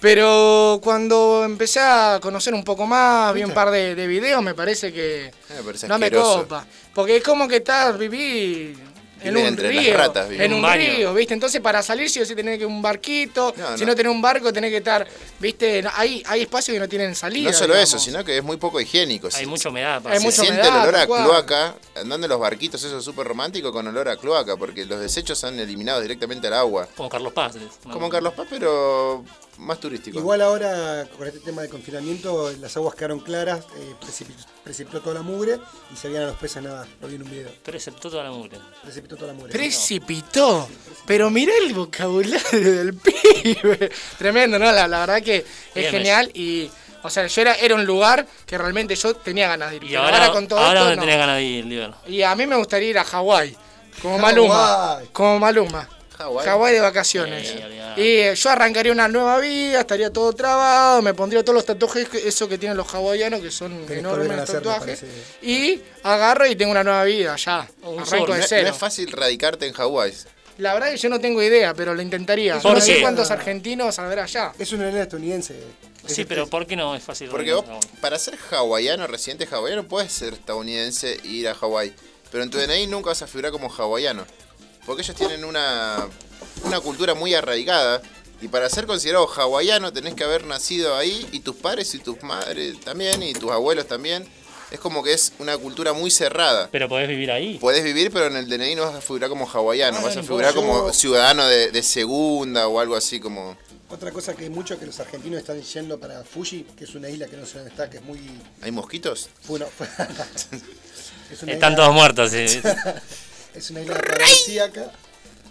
S5: Pero cuando empecé a conocer un poco más, vi un
S7: ¿Viste?
S5: par de, de videos, me parece que
S7: Ah, me parece
S5: no me
S7: asqueroso.
S5: copa. Porque es como que estás, viví en
S7: Viven
S5: un
S7: entre las
S5: río,
S7: ratas, viven.
S5: en
S7: Un
S5: un
S7: baño.
S5: río, ¿viste? Entonces para salir sí o sí tenés que un barquito,
S7: No,
S5: si
S7: no.
S5: no tenés un barco tenés que estar, ¿viste? No, Hay, hay espacios que no tienen salida.
S7: No solo
S5: digamos.
S7: eso, sino que es muy poco higiénico.
S4: Hay mucha humedad.
S5: Hay
S7: se
S5: mucha
S7: siente
S5: humedad,
S7: el olor a
S5: tal cual.
S7: cloaca, andando en los barquitos, eso es súper romántico con olor a cloaca, porque los desechos se han eliminado directamente al agua.
S4: Como Carlos Paz.
S7: Como Carlos Paz, pero más turístico.
S8: Igual ahora, con este tema de confinamiento, las aguas quedaron claras, eh, precipitó, precipitó toda la mugre y se veían a los peces nada. Lo vi en un video.
S4: Preceptó toda la mugre.
S8: Precipitó toda la mugre.
S5: Precipitó. Pero mirá el vocabulario [laughs] del pibe. Tremendo, ¿no? La, la verdad que es
S4: Bien,
S5: genial y. O sea, yo era, era un lugar que realmente yo tenía ganas de ir.
S4: Y
S5: Pero
S4: ahora,
S5: con todo
S4: ahora
S5: esto,
S4: dónde
S5: no.
S4: tenés ganas de ir, Liber.
S5: Y a mí me gustaría ir a Hawái. Como Maluma.
S8: Hawái.
S5: Como Maluma.
S7: Hawái.
S5: Hawái de vacaciones. y eh, yo arrancaría una nueva vida, estaría todo trabado, me pondría todos los tatuajes, que- eso que tienen los hawaianos, que son
S8: Tenés que
S5: enormes
S8: volver a
S5: los
S8: hacerlo,
S5: tatuajes.
S8: parece.
S5: Y agarro y tengo una nueva vida, ya. Arranco
S7: No-
S5: de
S7: no
S5: cero.
S7: es fácil radicarte en Hawái.
S5: La verdad que yo no tengo idea, pero lo intentaría.
S7: ¿Por
S5: no sé
S7: qué?
S5: cuántos argentinos al ver allá.
S8: Es una arena estadounidense.
S4: Sí, pero ¿por qué no es fácil?
S7: Porque vos, para ser hawaiano, residente hawaiano, puedes ser estadounidense e ir a Hawái. Pero en tu DNI nunca vas a figurar como hawaiano. Porque ellos tienen una, una cultura muy arraigada. Y para ser considerado hawaiano tenés que haber nacido ahí. Y tus padres y tus madres también. Y tus abuelos también. Es como que es una cultura muy cerrada.
S4: Pero podés vivir ahí.
S7: Puedes vivir, pero en el DNI no vas a figurar como hawaiano.
S8: Ah,
S7: vas a
S8: no,
S7: figurar
S8: yo-
S7: como ciudadano de, de segunda o algo así como...
S8: Otra cosa que hay mucho que los argentinos están yendo para Fuji, que es una isla que no sé dónde está, que es muy.
S7: ¿Hay mosquitos?
S8: Bueno, [laughs] es una
S4: Están
S8: isla-
S4: todos muertos, sí.
S8: [laughs] es una isla paradisíaca.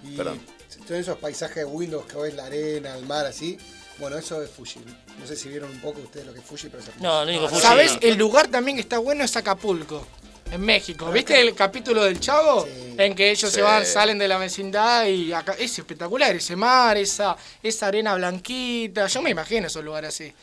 S8: Y
S7: Perdón.
S8: todos esos paisajes de Windows que ves la arena, el mar, así. Bueno, eso es Fuji. No sé si vieron un poco ustedes lo que es Fuji, pero es
S4: No, lo único Fuji-
S5: ¿Sabes? El lugar también que está bueno es Acapulco, en México. ¿Viste el capítulo del Chavo? En que ellos
S8: Ah, Sí.
S5: se van, salen de la vecindad y acá. Es espectacular ese mar, esa, esa arena blanquita. Yo me imagino esos lugares así.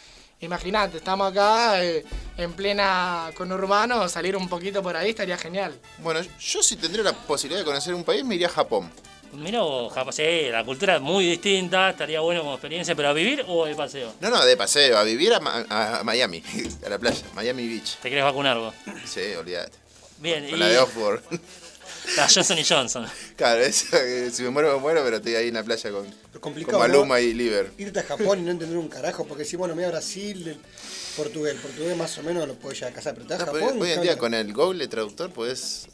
S5: Imagínate, estamos acá eh, en plena conurbano, salir un poquito por ahí estaría genial.
S7: Bueno, yo si tendría la posibilidad de conocer un país, me iría a Japón.
S4: Mira vos, Japón, sí, la cultura es muy distinta, estaría bueno como experiencia, pero a vivir o de paseo.
S7: No, no, de paseo, a vivir a, Ma- a Miami, [laughs] a la playa, Miami Beach.
S4: ¿Te querés vacunar vos?
S7: Sí, olvídate.
S4: Bien,
S7: Con
S4: y
S7: la de Oxford.
S4: la Johnson y Johnson.
S7: Claro, eso, [laughs] eh, si me muero, me muero, pero estoy ahí en la playa con,
S8: complicado,
S7: con Maluma
S8: ¿no?
S7: y Liver.
S8: Irte a Japón y no entender un carajo, porque si bueno, me voy a Brasil, el portugués, el portugués más o menos lo puedo llegar a casa, pero te vas a
S7: No,
S8: Japón.
S7: pero hoy en
S8: claro.
S7: día con el Google traductor podés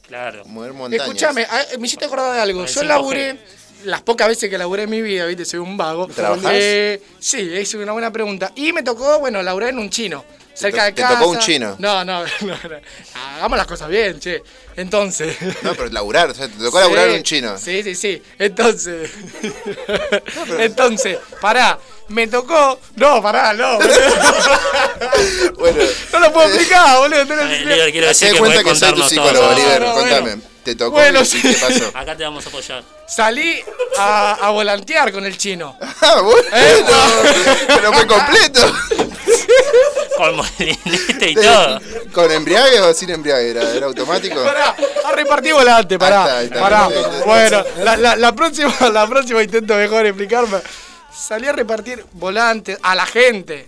S7: mover montañas.
S5: Escuchame, ah, me hiciste acordar de algo.
S7: Con el
S5: Yo
S7: 5G.
S5: laburé, las pocas veces que laburé en mi vida, viste, soy un vago.
S7: ¿Trabajás?
S5: Eh, sí, es una buena pregunta. Y me tocó, bueno, laburé en un chino. Cerca de
S7: te
S5: casa.
S7: tocó un chino?
S5: No, no, [laughs] no, no. Hagamos las cosas bien, che. Entonces.
S7: No, pero laburar, o sea, te tocó laburar
S5: Sí,
S7: un chino.
S5: Sí, sí, sí. Entonces. Entonces, pará. Me tocó. No,
S7: [laughs]
S5: pará, no.
S7: bueno.
S5: No lo puedo explicar, boludo. tenés-
S4: eh, quiero
S7: Hacé
S4: decir que
S7: cuenta
S4: podés
S7: que soy tu
S4: contarnos
S7: psicólogo,
S4: todo.
S7: Liver,
S4: No, no,
S7: contame. Te tocó
S5: Ah, Bueno,
S7: y
S5: sí.
S7: qué
S5: [laughs]
S7: pasó.
S4: Acá te vamos a apoyar.
S5: Salí a, a volantear con el chino.
S7: Ah, bueno. Pero fue completo. [laughs]
S4: Con molinete y todo.
S7: Eh, ¿Con embriague o sin embriague? ¿Era, era automático?
S5: Pará, a repartir volante, pará.
S7: Ahí está, ahí está.
S5: pará.
S7: Ahí está.
S5: Bueno, la, la- la próxima, la próxima intento mejor explicarme. [laughs] Salí a repartir volantes a la gente.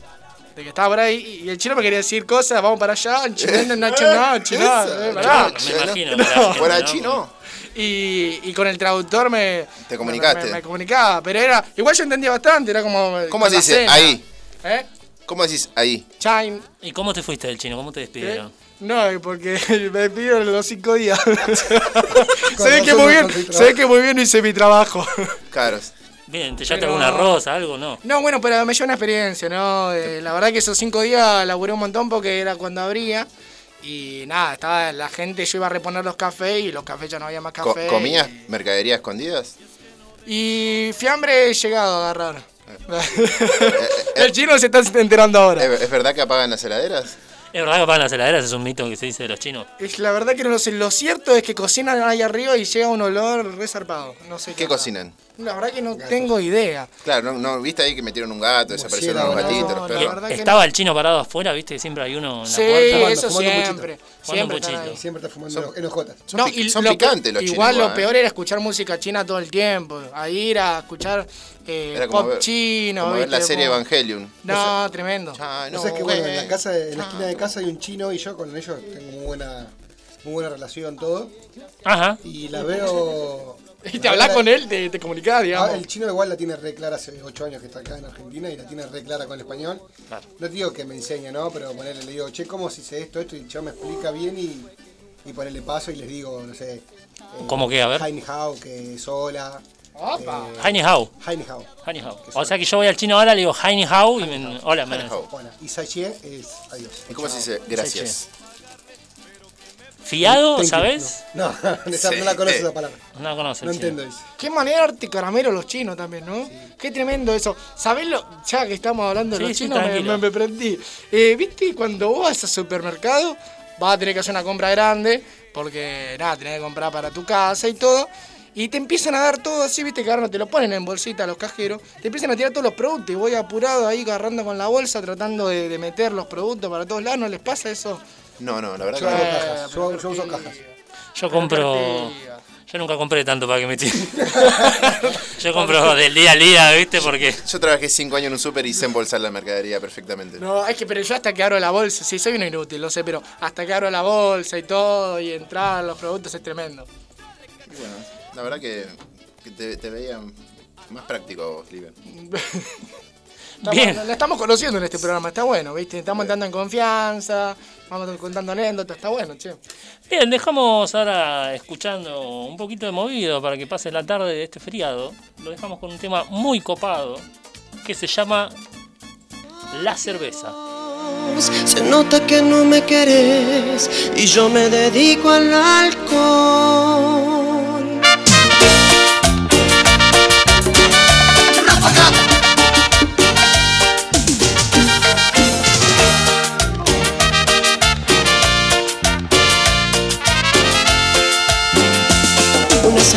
S5: De que estaba por ahí y el chino me quería decir cosas, vamos para allá, en chileno, en nacho, no, chino,
S7: Esa,
S5: eh, pará.
S7: yo me imagino, para
S5: No.
S7: Guarachi, ¿no?
S5: Y, y con el traductor me.
S7: Te comunicaste.
S5: Me, me- me comunicaba, pero era. Igual yo entendía bastante, era como.
S7: ¿Cómo
S5: con
S7: se
S5: la
S7: dice
S5: cena.
S7: ahí?
S5: ¿Eh?
S7: ¿Cómo decís ahí?
S5: Chime.
S4: ¿Y cómo te fuiste del chino? ¿Cómo te despidieron?
S5: No, porque [laughs] me pidieron los cinco días. [laughs] se ve que
S4: razón
S5: muy
S4: no
S5: bien,
S4: conseguí
S5: se ve que muy bien no hice mi trabajo. [laughs]
S7: Claro.
S4: Bien, ¿te echaste
S5: Pero-
S4: alguna rosa, algo? No.
S5: No, bueno, pero me llevó una experiencia, ¿no? Eh, la verdad que esos cinco días laburé un montón porque era cuando abría. Y nada, estaba la gente, yo iba a reponer los cafés y los cafés ya no había más
S7: Co-
S5: café.
S7: ¿Comías mercadería escondidas?
S5: Y fiambre he llegado a [laughs] agarrar. El chino se está enterando ahora.
S7: Eh, ¿Es, es verdad que apagan las heladeras?
S4: Es verdad que apagan las heladeras, es un mito que se dice de los chinos.
S5: Es la verdad que no lo sé. Lo cierto es que cocinan ahí arriba y llega un olor resarpado. No sé qué.
S7: ¿Qué cocinan?
S5: La verdad que no tengo idea.
S7: Claro, ¿no, no viste ahí que metieron un gato, desaparecieron unos gatitos, los perros?
S4: Estaba el chino parado afuera, viste que siempre hay uno en la
S5: Sí,
S4: puerta.
S5: eso
S4: Fumando un
S5: siempre.
S4: puchito. Fumando
S5: Siempre
S4: un
S5: están
S4: puchito.
S5: ahí.
S8: Siempre está fumando enojotas.
S5: No, y
S7: son
S5: lo-
S7: picantes los chinos,
S5: Igual lo
S7: igual, ¿eh?
S5: peor era escuchar música china todo el tiempo. A ir a escuchar eh,
S7: Era como
S5: pop
S7: ver,
S5: chino.
S7: como ver la
S5: ¿viste?
S7: serie
S5: Como-
S7: Evangelion.
S5: No, tremendo.
S8: No sé, que bueno, en la, casa, en la esquina
S5: Ah.
S8: de casa hay un chino y yo con ellos tengo muy buena, muy buena relación, todo.
S7: ¿Ah?
S4: Ajá.
S8: Y la
S7: [laughs]
S8: veo.
S5: Y te
S8: la
S5: hablas
S8: veo-
S5: con él, te, te comunicás, digamos.
S8: Ah, el chino igual la tiene re clara hace 8 años que está acá en Argentina y la tiene re clara con el español. No te digo que me enseñe, ¿no? Pero ponerle, le digo, che, ¿cómo se dice esto? Esto y el chavo me explica bien y, y ponerle paso y les digo, no sé.
S4: ¿Cómo qué? A ver.
S8: Hein Hao, que es hola. eh,
S5: Opa.
S4: Heini Hao.
S8: Hein Hao.
S4: Heini Hao. O sea que yo voy al chino ahora, le digo Heini Hao y me, hola, me
S8: Hola. Y Sachie es adiós.
S7: ¿Y cómo se dice? Gracias.
S4: ¿Fiado,
S8: Thank you.
S4: sabes?
S8: No, [laughs] no, esa- no la conozco esa palabra.
S4: No la conoces.
S8: No entiendo eso.
S5: Qué manera de darte caramelo los chinos también, ¿no? Qué tremendo eso. ¿Sabés lo? Ya que estamos hablando
S4: Sí,
S5: de los
S4: sí,
S5: chinos, me-
S4: tranquilo.
S5: me, me prendí. Eh, ¿Viste? Cuando vos vas al supermercado, vas a tener que hacer una compra grande, porque nada, tenés que comprar para tu casa y todo. Y te empiezan a dar todo así, viste que ahora no te lo ponen en bolsita los cajeros. Te empiezan a tirar todos los productos y voy apurado ahí agarrando con la bolsa, tratando de, de meter los productos para todos lados. ¿No les pasa eso? eh,
S7: No, no, la verdad
S8: Yo
S7: que
S8: hago
S7: no.
S8: cajas. Yo, hago- yo uso cajas.
S4: Yo compro. Yo nunca compré tanto para que me tire.
S8: [laughs]
S4: yo compro del día al día, ¿viste? Porque.
S7: Yo trabajé cinco años en un súper y sé embolsar la mercadería perfectamente.
S5: No, es que pero yo hasta que abro la bolsa, sí, soy un inútil, lo sé, pero hasta que abro la bolsa y todo y entrar los productos es tremendo.
S7: Y bueno, la verdad que, que te, te veía más práctico a vos, Liber.
S5: Estamos-
S7: Bien.
S5: La estamos conociendo en este programa, está bueno, ¿viste? Estamos entrando en confianza, vamos contando anécdotas, está bueno, che.
S4: Bien, dejamos ahora escuchando un poquito de movido para que pase la tarde de este feriado. Lo dejamos con un tema muy copado que se llama La cerveza.
S14: Se nota que no me querés y yo me dedico al alcohol. Una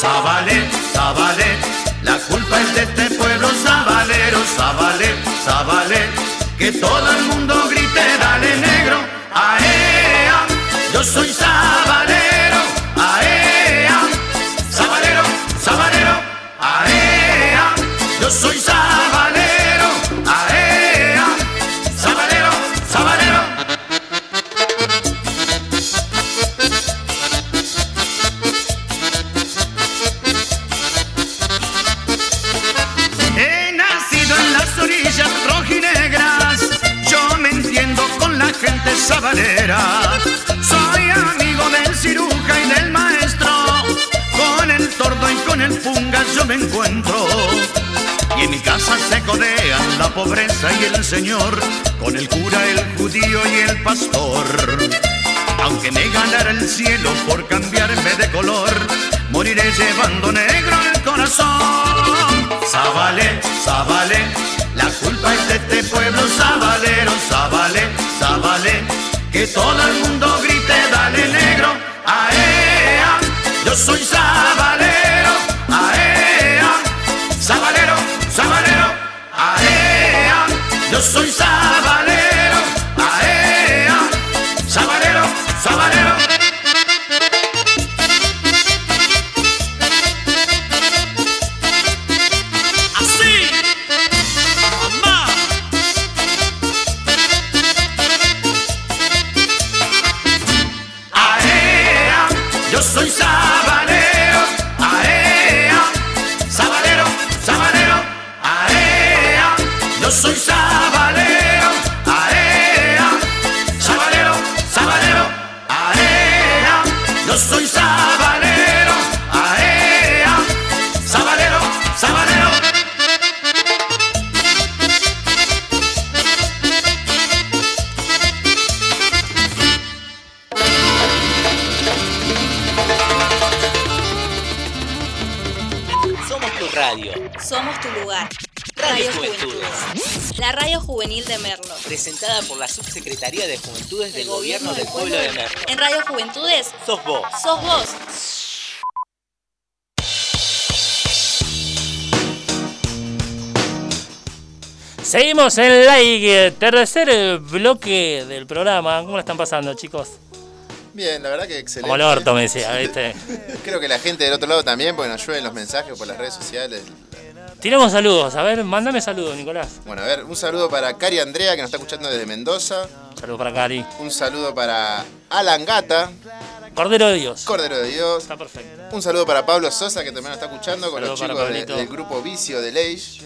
S15: Zabalé, Zabalé, la culpa es de este pueblo sabalero, Zabalé, Zabalé, que todo el mundo grite, dale negro, aea, yo soy sabalero, aea, sabalero, sabalero, aea, yo soy sabalero, aea, sabalero, sabalero. He nacido en las orillas rojinegras, yo me entiendo con la gente sabalera. Soy amigo del ciruja y del maestro, con el tordo y con el punga yo me encuentro. Y en mi casa se codean la pobreza y el señor, con el cura, el judío y el pastor. Aunque me ganara el cielo por cambiarme de color, moriré llevando negro el corazón. Zabalé, Zabalé, la culpa es de este pueblo sabalero, Zabalé, Zabalé, que todo el mundo grite, dale negro, aea, yo soy sabalero, aea, sabalero, sabalero, aea, yo soy sabalero, aea, sabalero, sabalero. Así, mamá. Aea, yo soy sabanero. Aea, ah, sabanero, ah, eh, sabanero. Aea, yo eh, soy sabanero. ah, eh,
S2: lugar.
S1: Radio Juventudes.
S2: La radio juvenil de Merlo.
S1: Presentada por la Subsecretaría de Juventudes del Gobierno del Pueblo de Merlo.
S2: En Radio Juventudes,
S1: Sos vos.
S2: sos vos.
S4: Seguimos en like, tercer bloque del programa. ¿Cómo la están pasando, chicos?
S7: Bien, la verdad que excelente.
S4: Como el orto, me decía, ¿viste?
S7: Creo que la gente del otro lado también, porque nos llueven los mensajes por las redes sociales.
S4: Tiramos saludos, a ver, mándame saludos, Nicolás.
S7: Bueno, a ver, un saludo para Cari Andrea, que nos está escuchando desde Mendoza.
S4: Saludos para Cari.
S7: Un saludo para Alan Gata.
S4: Cordero de Dios.
S7: Cordero de Dios.
S4: Está perfecto.
S7: Un saludo para Pablo Sosa, que también nos está escuchando, con los
S4: Saludo
S7: chicos
S4: para
S7: de-
S4: Pablito.
S7: del grupo Vicio de Leish.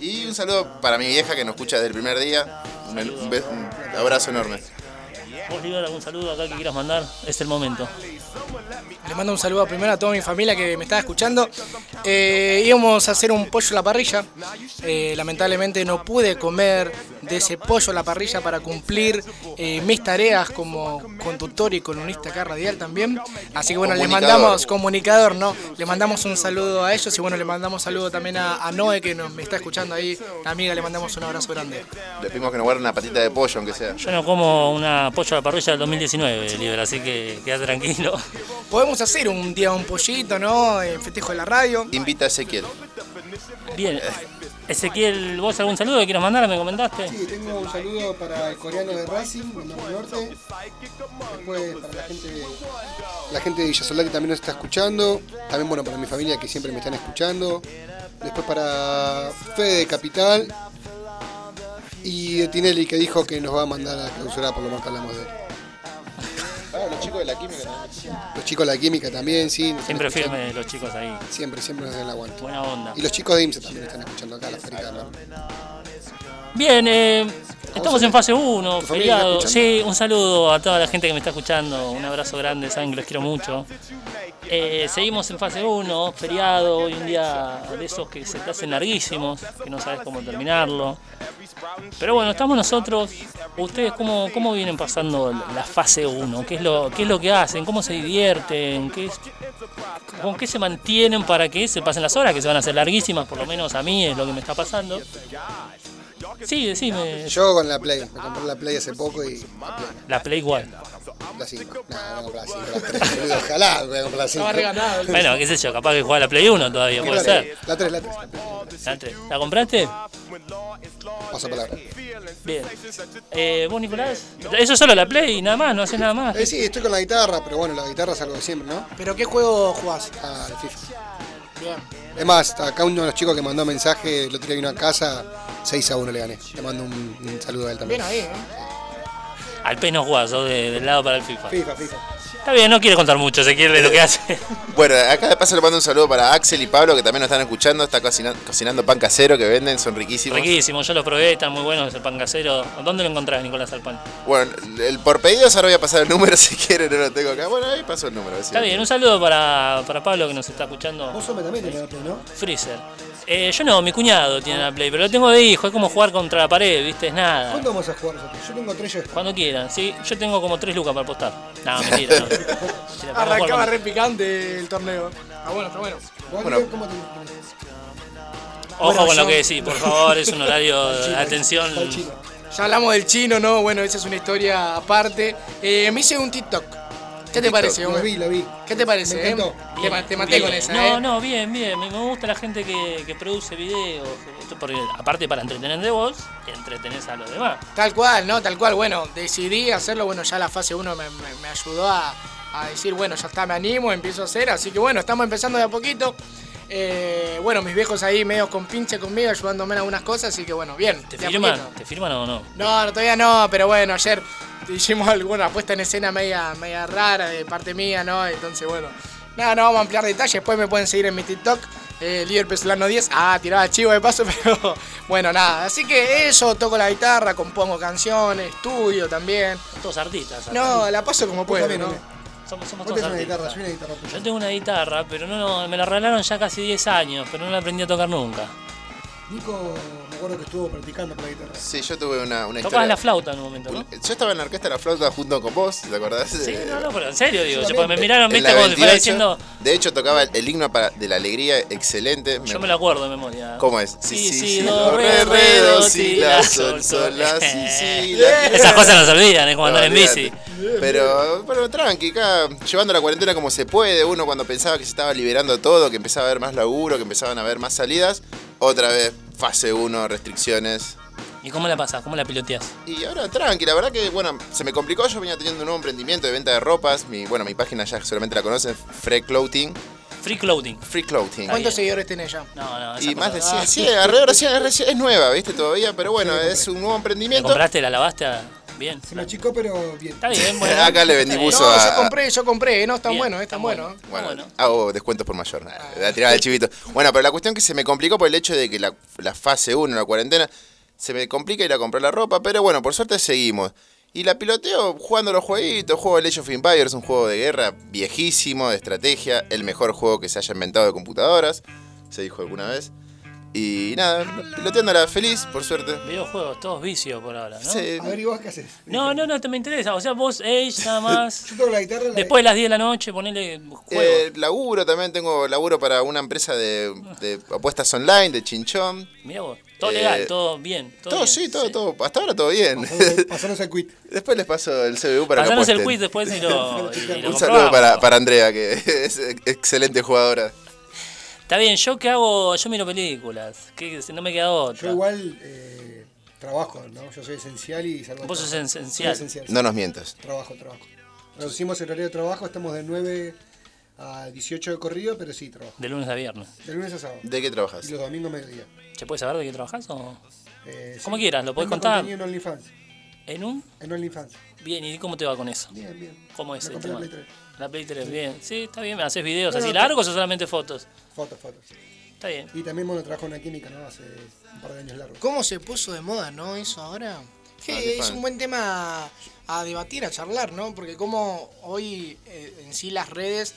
S7: Y un saludo para mi vieja, que nos escucha desde el primer día. Un, un be- un abrazo enorme.
S4: ¿Vos, Nicolás, algún saludo acá que quieras mandar? Es el momento.
S5: Le mando un saludo primero a toda mi familia que me estaba escuchando. Eh, íbamos a hacer un pollo a la parrilla. Eh, lamentablemente no pude comer de ese pollo a la parrilla para cumplir eh, mis tareas como conductor y columnista acá radial también. Así que bueno, les
S16: Comunicador.
S5: mandamos comunicador, ¿no? Les mandamos un saludo a ellos y bueno, le mandamos saludo también a, a Noé que nos, me está escuchando ahí. La amiga, le mandamos un abrazo grande.
S7: Le pedimos que nos guarde una patita de pollo, aunque sea.
S4: Yo no como una pollo a la parrilla del 2019, Libre, así que quédate tranquilo.
S5: Podemos hacer un día un pollito, ¿no? En festejo de la radio.
S7: Invita a Ezequiel.
S4: Bien. Ezequiel, ¿vos algún saludo que quieras mandar? ¿Me comentaste?
S8: Sí, tengo un saludo para el coreano de Racing, del Norte Norte. Después para la gente, la gente de Villa Solar que también nos está escuchando. También, bueno, para mi familia que siempre me están escuchando. Después para Fede de Capital. Y de Tinelli que dijo que nos va a mandar a clausurar por lo más que hablamos de él.
S7: los chicos de la química
S8: Los chicos de la química también, sí. nos están
S4: Siempre
S8: escuchando.
S4: firme los chicos ahí.
S8: Siempre, siempre nos hacen el aguante.
S4: Buena onda.
S8: Y los chicos de IMSE también están escuchando acá, la Federica del Norte.
S4: Bien, eh, estamos en fase 1,
S8: ¿Tu familia
S4: feriado.
S8: está
S4: Sí, un saludo a toda la gente que me está escuchando. Un abrazo grande, saben que los quiero mucho. Eh, seguimos en fase 1, feriado, hoy un día de esos que se te hacen larguísimos, que no sabes cómo terminarlo. Pero bueno, estamos nosotros. ¿Ustedes cómo, cómo vienen pasando la fase 1? ¿Qué es, lo, ¿Qué es lo que hacen? ¿Cómo se divierten? ¿Qué es- ¿Con qué se mantienen para que se pasen las horas? Que se van a hacer larguísimas, por lo menos a mí es lo que me está pasando. Sí, decime.
S8: Eh, Yo con la Play, me compré la Play hace poco y la Play.
S4: La Play igual.
S8: La 5. No, no voy a comprar la 5. La 3, [laughs] boludo. Ojalá voy a comprar la 5.
S4: Bueno, qué sé yo, capaz que juega la Play 1 todavía, puede ser.
S8: La 3, la 3.
S4: La tres. ¿La compraste?
S8: Paso palabra.
S4: Bien. Eh, ¿Vos, Nicolás? Eso es solo la Play y nada más, no haces nada más.
S8: Eh, sí, estoy con la guitarra, pero bueno, la guitarra es algo de siempre, ¿no?
S5: ¿Pero qué juego jugás?
S8: Ah, el FIFA.
S5: Bien.
S8: Es más, acá uno de los chicos que mandó mensaje, el otro día vino a casa, 6 a 1 le gané. Le mando un, un saludo a él también.
S5: Bien ahí, ¿eh?
S4: Al PES no jugás, sos de- del lado para el FIFA.
S8: FIFA, FIFA.
S4: Está bien, no quiere contar mucho, se quiere de lo que hace.
S7: [laughs] Bueno, acá de paso le mando un saludo para Axel y Pablo, que también nos están escuchando. Está cocina- cocinando pan casero que venden, son riquísimos.
S4: Riquísimo, yo lo probé, está muy bueno ese pan casero. ¿Dónde lo encontrás, Nicolás, al pan?
S7: Bueno, el por pedidos ahora voy a pasar el número [laughs] si quieren, no lo tengo acá. Bueno, ahí paso el número. a ver si
S4: Está
S7: lo
S4: bien,
S7: tienen.
S4: un saludo para, para Pablo que nos está escuchando.
S8: Vos sos también tenés la Play, ¿no?
S4: Freezer. Eh, yo no, mi cuñado tiene la Play, pero lo tengo de hijo, es como jugar contra la pared, ¿viste? Es nada.
S8: ¿Cuándo vamos a jugar nosotros? Yo tengo 3 yo.
S4: Cuando quieran, sí. Yo tengo como tres lucas para apostar. No,
S8: [laughs]
S4: mentira. no. Mentira, para no jugar
S5: Arrancaba
S4: con-
S5: re picante el torneo. Está bueno, está bueno.
S7: Bueno.
S8: ¿Cómo te
S4: Ojo
S5: Bueno,
S4: con
S5: yo-
S4: lo que decís, por favor, es
S8: [laughs]
S4: un horario de atención.
S5: Ya hablamos del chino, ¿no? Bueno, esa es una historia aparte. Eh, me hice un TikTok. ¿Qué te
S8: TikTok,
S5: parece,
S8: lo
S5: hombre?
S8: vi, lo vi.
S5: ¿Qué te parece,
S8: Me
S5: eh?
S8: encantó.
S5: Te, ma- te maté con
S4: Bien.
S5: esa,
S4: No,
S5: ¿eh?
S4: no, bien, bien. Me me gusta la gente que, que produce videos. Esto porque, aparte para entretenerte vos, entretenés a los demás.
S5: Tal cual, ¿no? Tal cual. Bueno, decidí hacerlo. Bueno, ya la fase 1 me, me- me ayudó a, a decir, bueno, ya está, me animo, empiezo a hacer. Así que bueno, estamos empezando de a poquito. Eh, bueno, mis viejos ahí medio con pinche conmigo, ayudándome en algunas cosas. Así que bueno, bien.
S4: ¿Te
S5: de a poquito.
S4: firman? ¿Te firman o no?
S5: No, no, todavía no, pero bueno, ayer hicimos alguna puesta en escena media, media rara de parte mía, ¿no? Entonces, bueno. Nada, no vamos a ampliar detalles, después me pueden seguir en mi TikTok, eh, Líder Pesolano 10. Ah, tiraba chivo de paso, [laughs] pero bueno, nada. Así que eso, toco la guitarra, compongo canciones, estudio también.
S4: Todos artistas.
S5: No, la paso como puedo, ¿no?
S4: Somos, somos
S8: Vos
S4: todos
S8: tenés una
S4: artistas.
S8: guitarra, yo una guitarra.
S4: Yo tengo una guitarra, pero no, me la regalaron ya casi 10 años, pero no la aprendí a tocar nunca.
S8: Nico, me acuerdo que estuvo practicando con la guitarra.
S7: Sí, yo tuve una, una historia.
S4: Tocabas la flauta en un momento, ¿no?
S7: Yo estaba en la orquesta de la flauta junto con vos, ¿te acordás?
S4: Sí,
S7: Eh,
S4: no, no, pero en serio, digo. yo- porque me miraron,
S7: en
S4: viste,
S7: la
S4: como si fuera
S7: 28,
S4: diciendo.
S7: De hecho, tocaba el, el himno para- de la alegría, excelente.
S4: Yo me lo acuerdo de memoria.
S7: ¿Cómo es?
S4: Sí,
S7: Sí,
S4: sí,
S7: sí,
S4: do,
S7: do,
S4: re,
S7: re,
S4: re, do,
S7: si,
S4: si,
S7: la,
S4: la,
S7: sol,
S4: sol,
S7: sol, la,
S4: [laughs]
S7: si, si, la.
S4: Esas cosas no se olvidan, es como andar en bici.
S7: olvídate. Pero, pero tranqui, acá llevando la cuarentena como se puede, uno cuando pensaba que se estaba liberando todo, que empezaba a haber más laburo, que empezaban a haber más salidas, otra vez fase 1, restricciones.
S4: ¿Y cómo la pasás? ¿Cómo la piloteás?
S7: Y ahora tranqui, la verdad que bueno, se me complicó, yo venía teniendo un nuevo emprendimiento de venta de ropas, mi, bueno, mi página ya solamente la conocen, Free Clothing.
S4: Free Clothing.
S7: Free Clothing.
S5: ¿Cuántos seguidores tiene ya?
S4: No, no,
S7: Y más de 100,
S5: Ah,
S7: sí, alrededor de 100, es reci- es nueva, ¿viste? Todavía, pero bueno, es un nuevo
S4: ¿La
S7: emprendimiento.
S4: compraste? ¿La lavaste? Ah, Bien. Eh,
S8: Se me achicó, pero
S5: [laughs]
S8: bien.
S4: Está bien,
S7: bueno. Acá le vendí buzo
S5: No,
S7: a-
S5: yo compré, yo compré. ¿eh? No, están
S4: Bien,
S5: buenos, están buenos.
S7: Bueno, hago descuentos por mayor. nada, La tirada del chivito. Bueno, pero la cuestión que se me complicó por el hecho de que la, la fase 1, la cuarentena, se me complica ir a comprar la ropa, pero bueno, por suerte seguimos. Y la piloteo jugando los jueguitos, juego Age of Empires, un juego de guerra viejísimo, de estrategia, el mejor juego que se haya inventado de computadoras, se dijo alguna vez. Y nada, piloteándola feliz, por suerte.
S4: Videojuegos, todos vicios por ahora, ¿no?
S7: Sí. eh,
S8: A ver, ¿y vos qué haces?
S4: No, no, no, te me interesa. O sea, vos, Age, nada
S8: [laughs]
S4: más.
S8: Yo toco la guitarra. la-
S4: Después de las 10 de la noche, ponele juego.
S7: Eh, laburo también, tengo laburo para una empresa de, de apuestas online, de chinchón.
S4: Mirá vos. Todo
S7: eh,
S4: legal, todo bien. Todo,
S7: Todo, sí, todo, todo. Hasta ahora todo bien. [laughs]
S8: Pasanos el quit.
S7: Después les paso el CBU para
S4: Pasanos
S7: que
S4: el
S7: apuesten.
S4: quiz después
S8: [laughs]
S4: y lo, y lo
S7: Un saludo
S4: comprobamos.
S7: para, para Andrea, que [laughs] es ex- excelente jugadora.
S4: Está bien, yo qué hago, yo miro películas. Que no me queda
S8: Yo
S4: otra.
S8: igual eh, trabajo, ¿no? Yo soy esencial y salgo.
S4: Vos
S8: de
S4: sos
S8: trabajo.
S4: esencial.
S8: Soy sí.
S7: No nos mientas.
S8: Trabajo, trabajo. Reducimos el horario de trabajo, estamos de 9 a 18 de corrido, pero sí trabajo.
S4: De lunes a viernes.
S8: De lunes a sábado.
S7: ¿De qué trabajas?
S8: Y los domingos mediodía.
S4: ¿Se puede saber de qué trabajás o...?
S8: Eh,
S4: Como
S8: sí.
S4: quieras, lo podés
S8: Tengo
S4: contar.
S8: contenido en OnlyFans.
S4: ¿En un?
S8: En OnlyFans.
S4: Bien, ¿y cómo te va con eso?
S8: Bien, bien.
S4: ¿Cómo es
S8: Me
S4: el
S8: compré
S4: tema?
S8: la Play
S4: La Play 3, bien. Sí, está bien. ¿Haces videos
S8: No,
S4: así
S8: no,
S4: largos o solamente fotos?
S8: Fotos, fotos.
S4: Está bien.
S8: Y también bueno, trabajo en una química, ¿no? Hace un par de años largo.
S5: ¿Cómo se puso de moda, no? Eso ahora. Que es
S8: OnlyFans.
S5: un buen tema a debatir, a charlar, ¿no? Porque como hoy eh, en sí las redes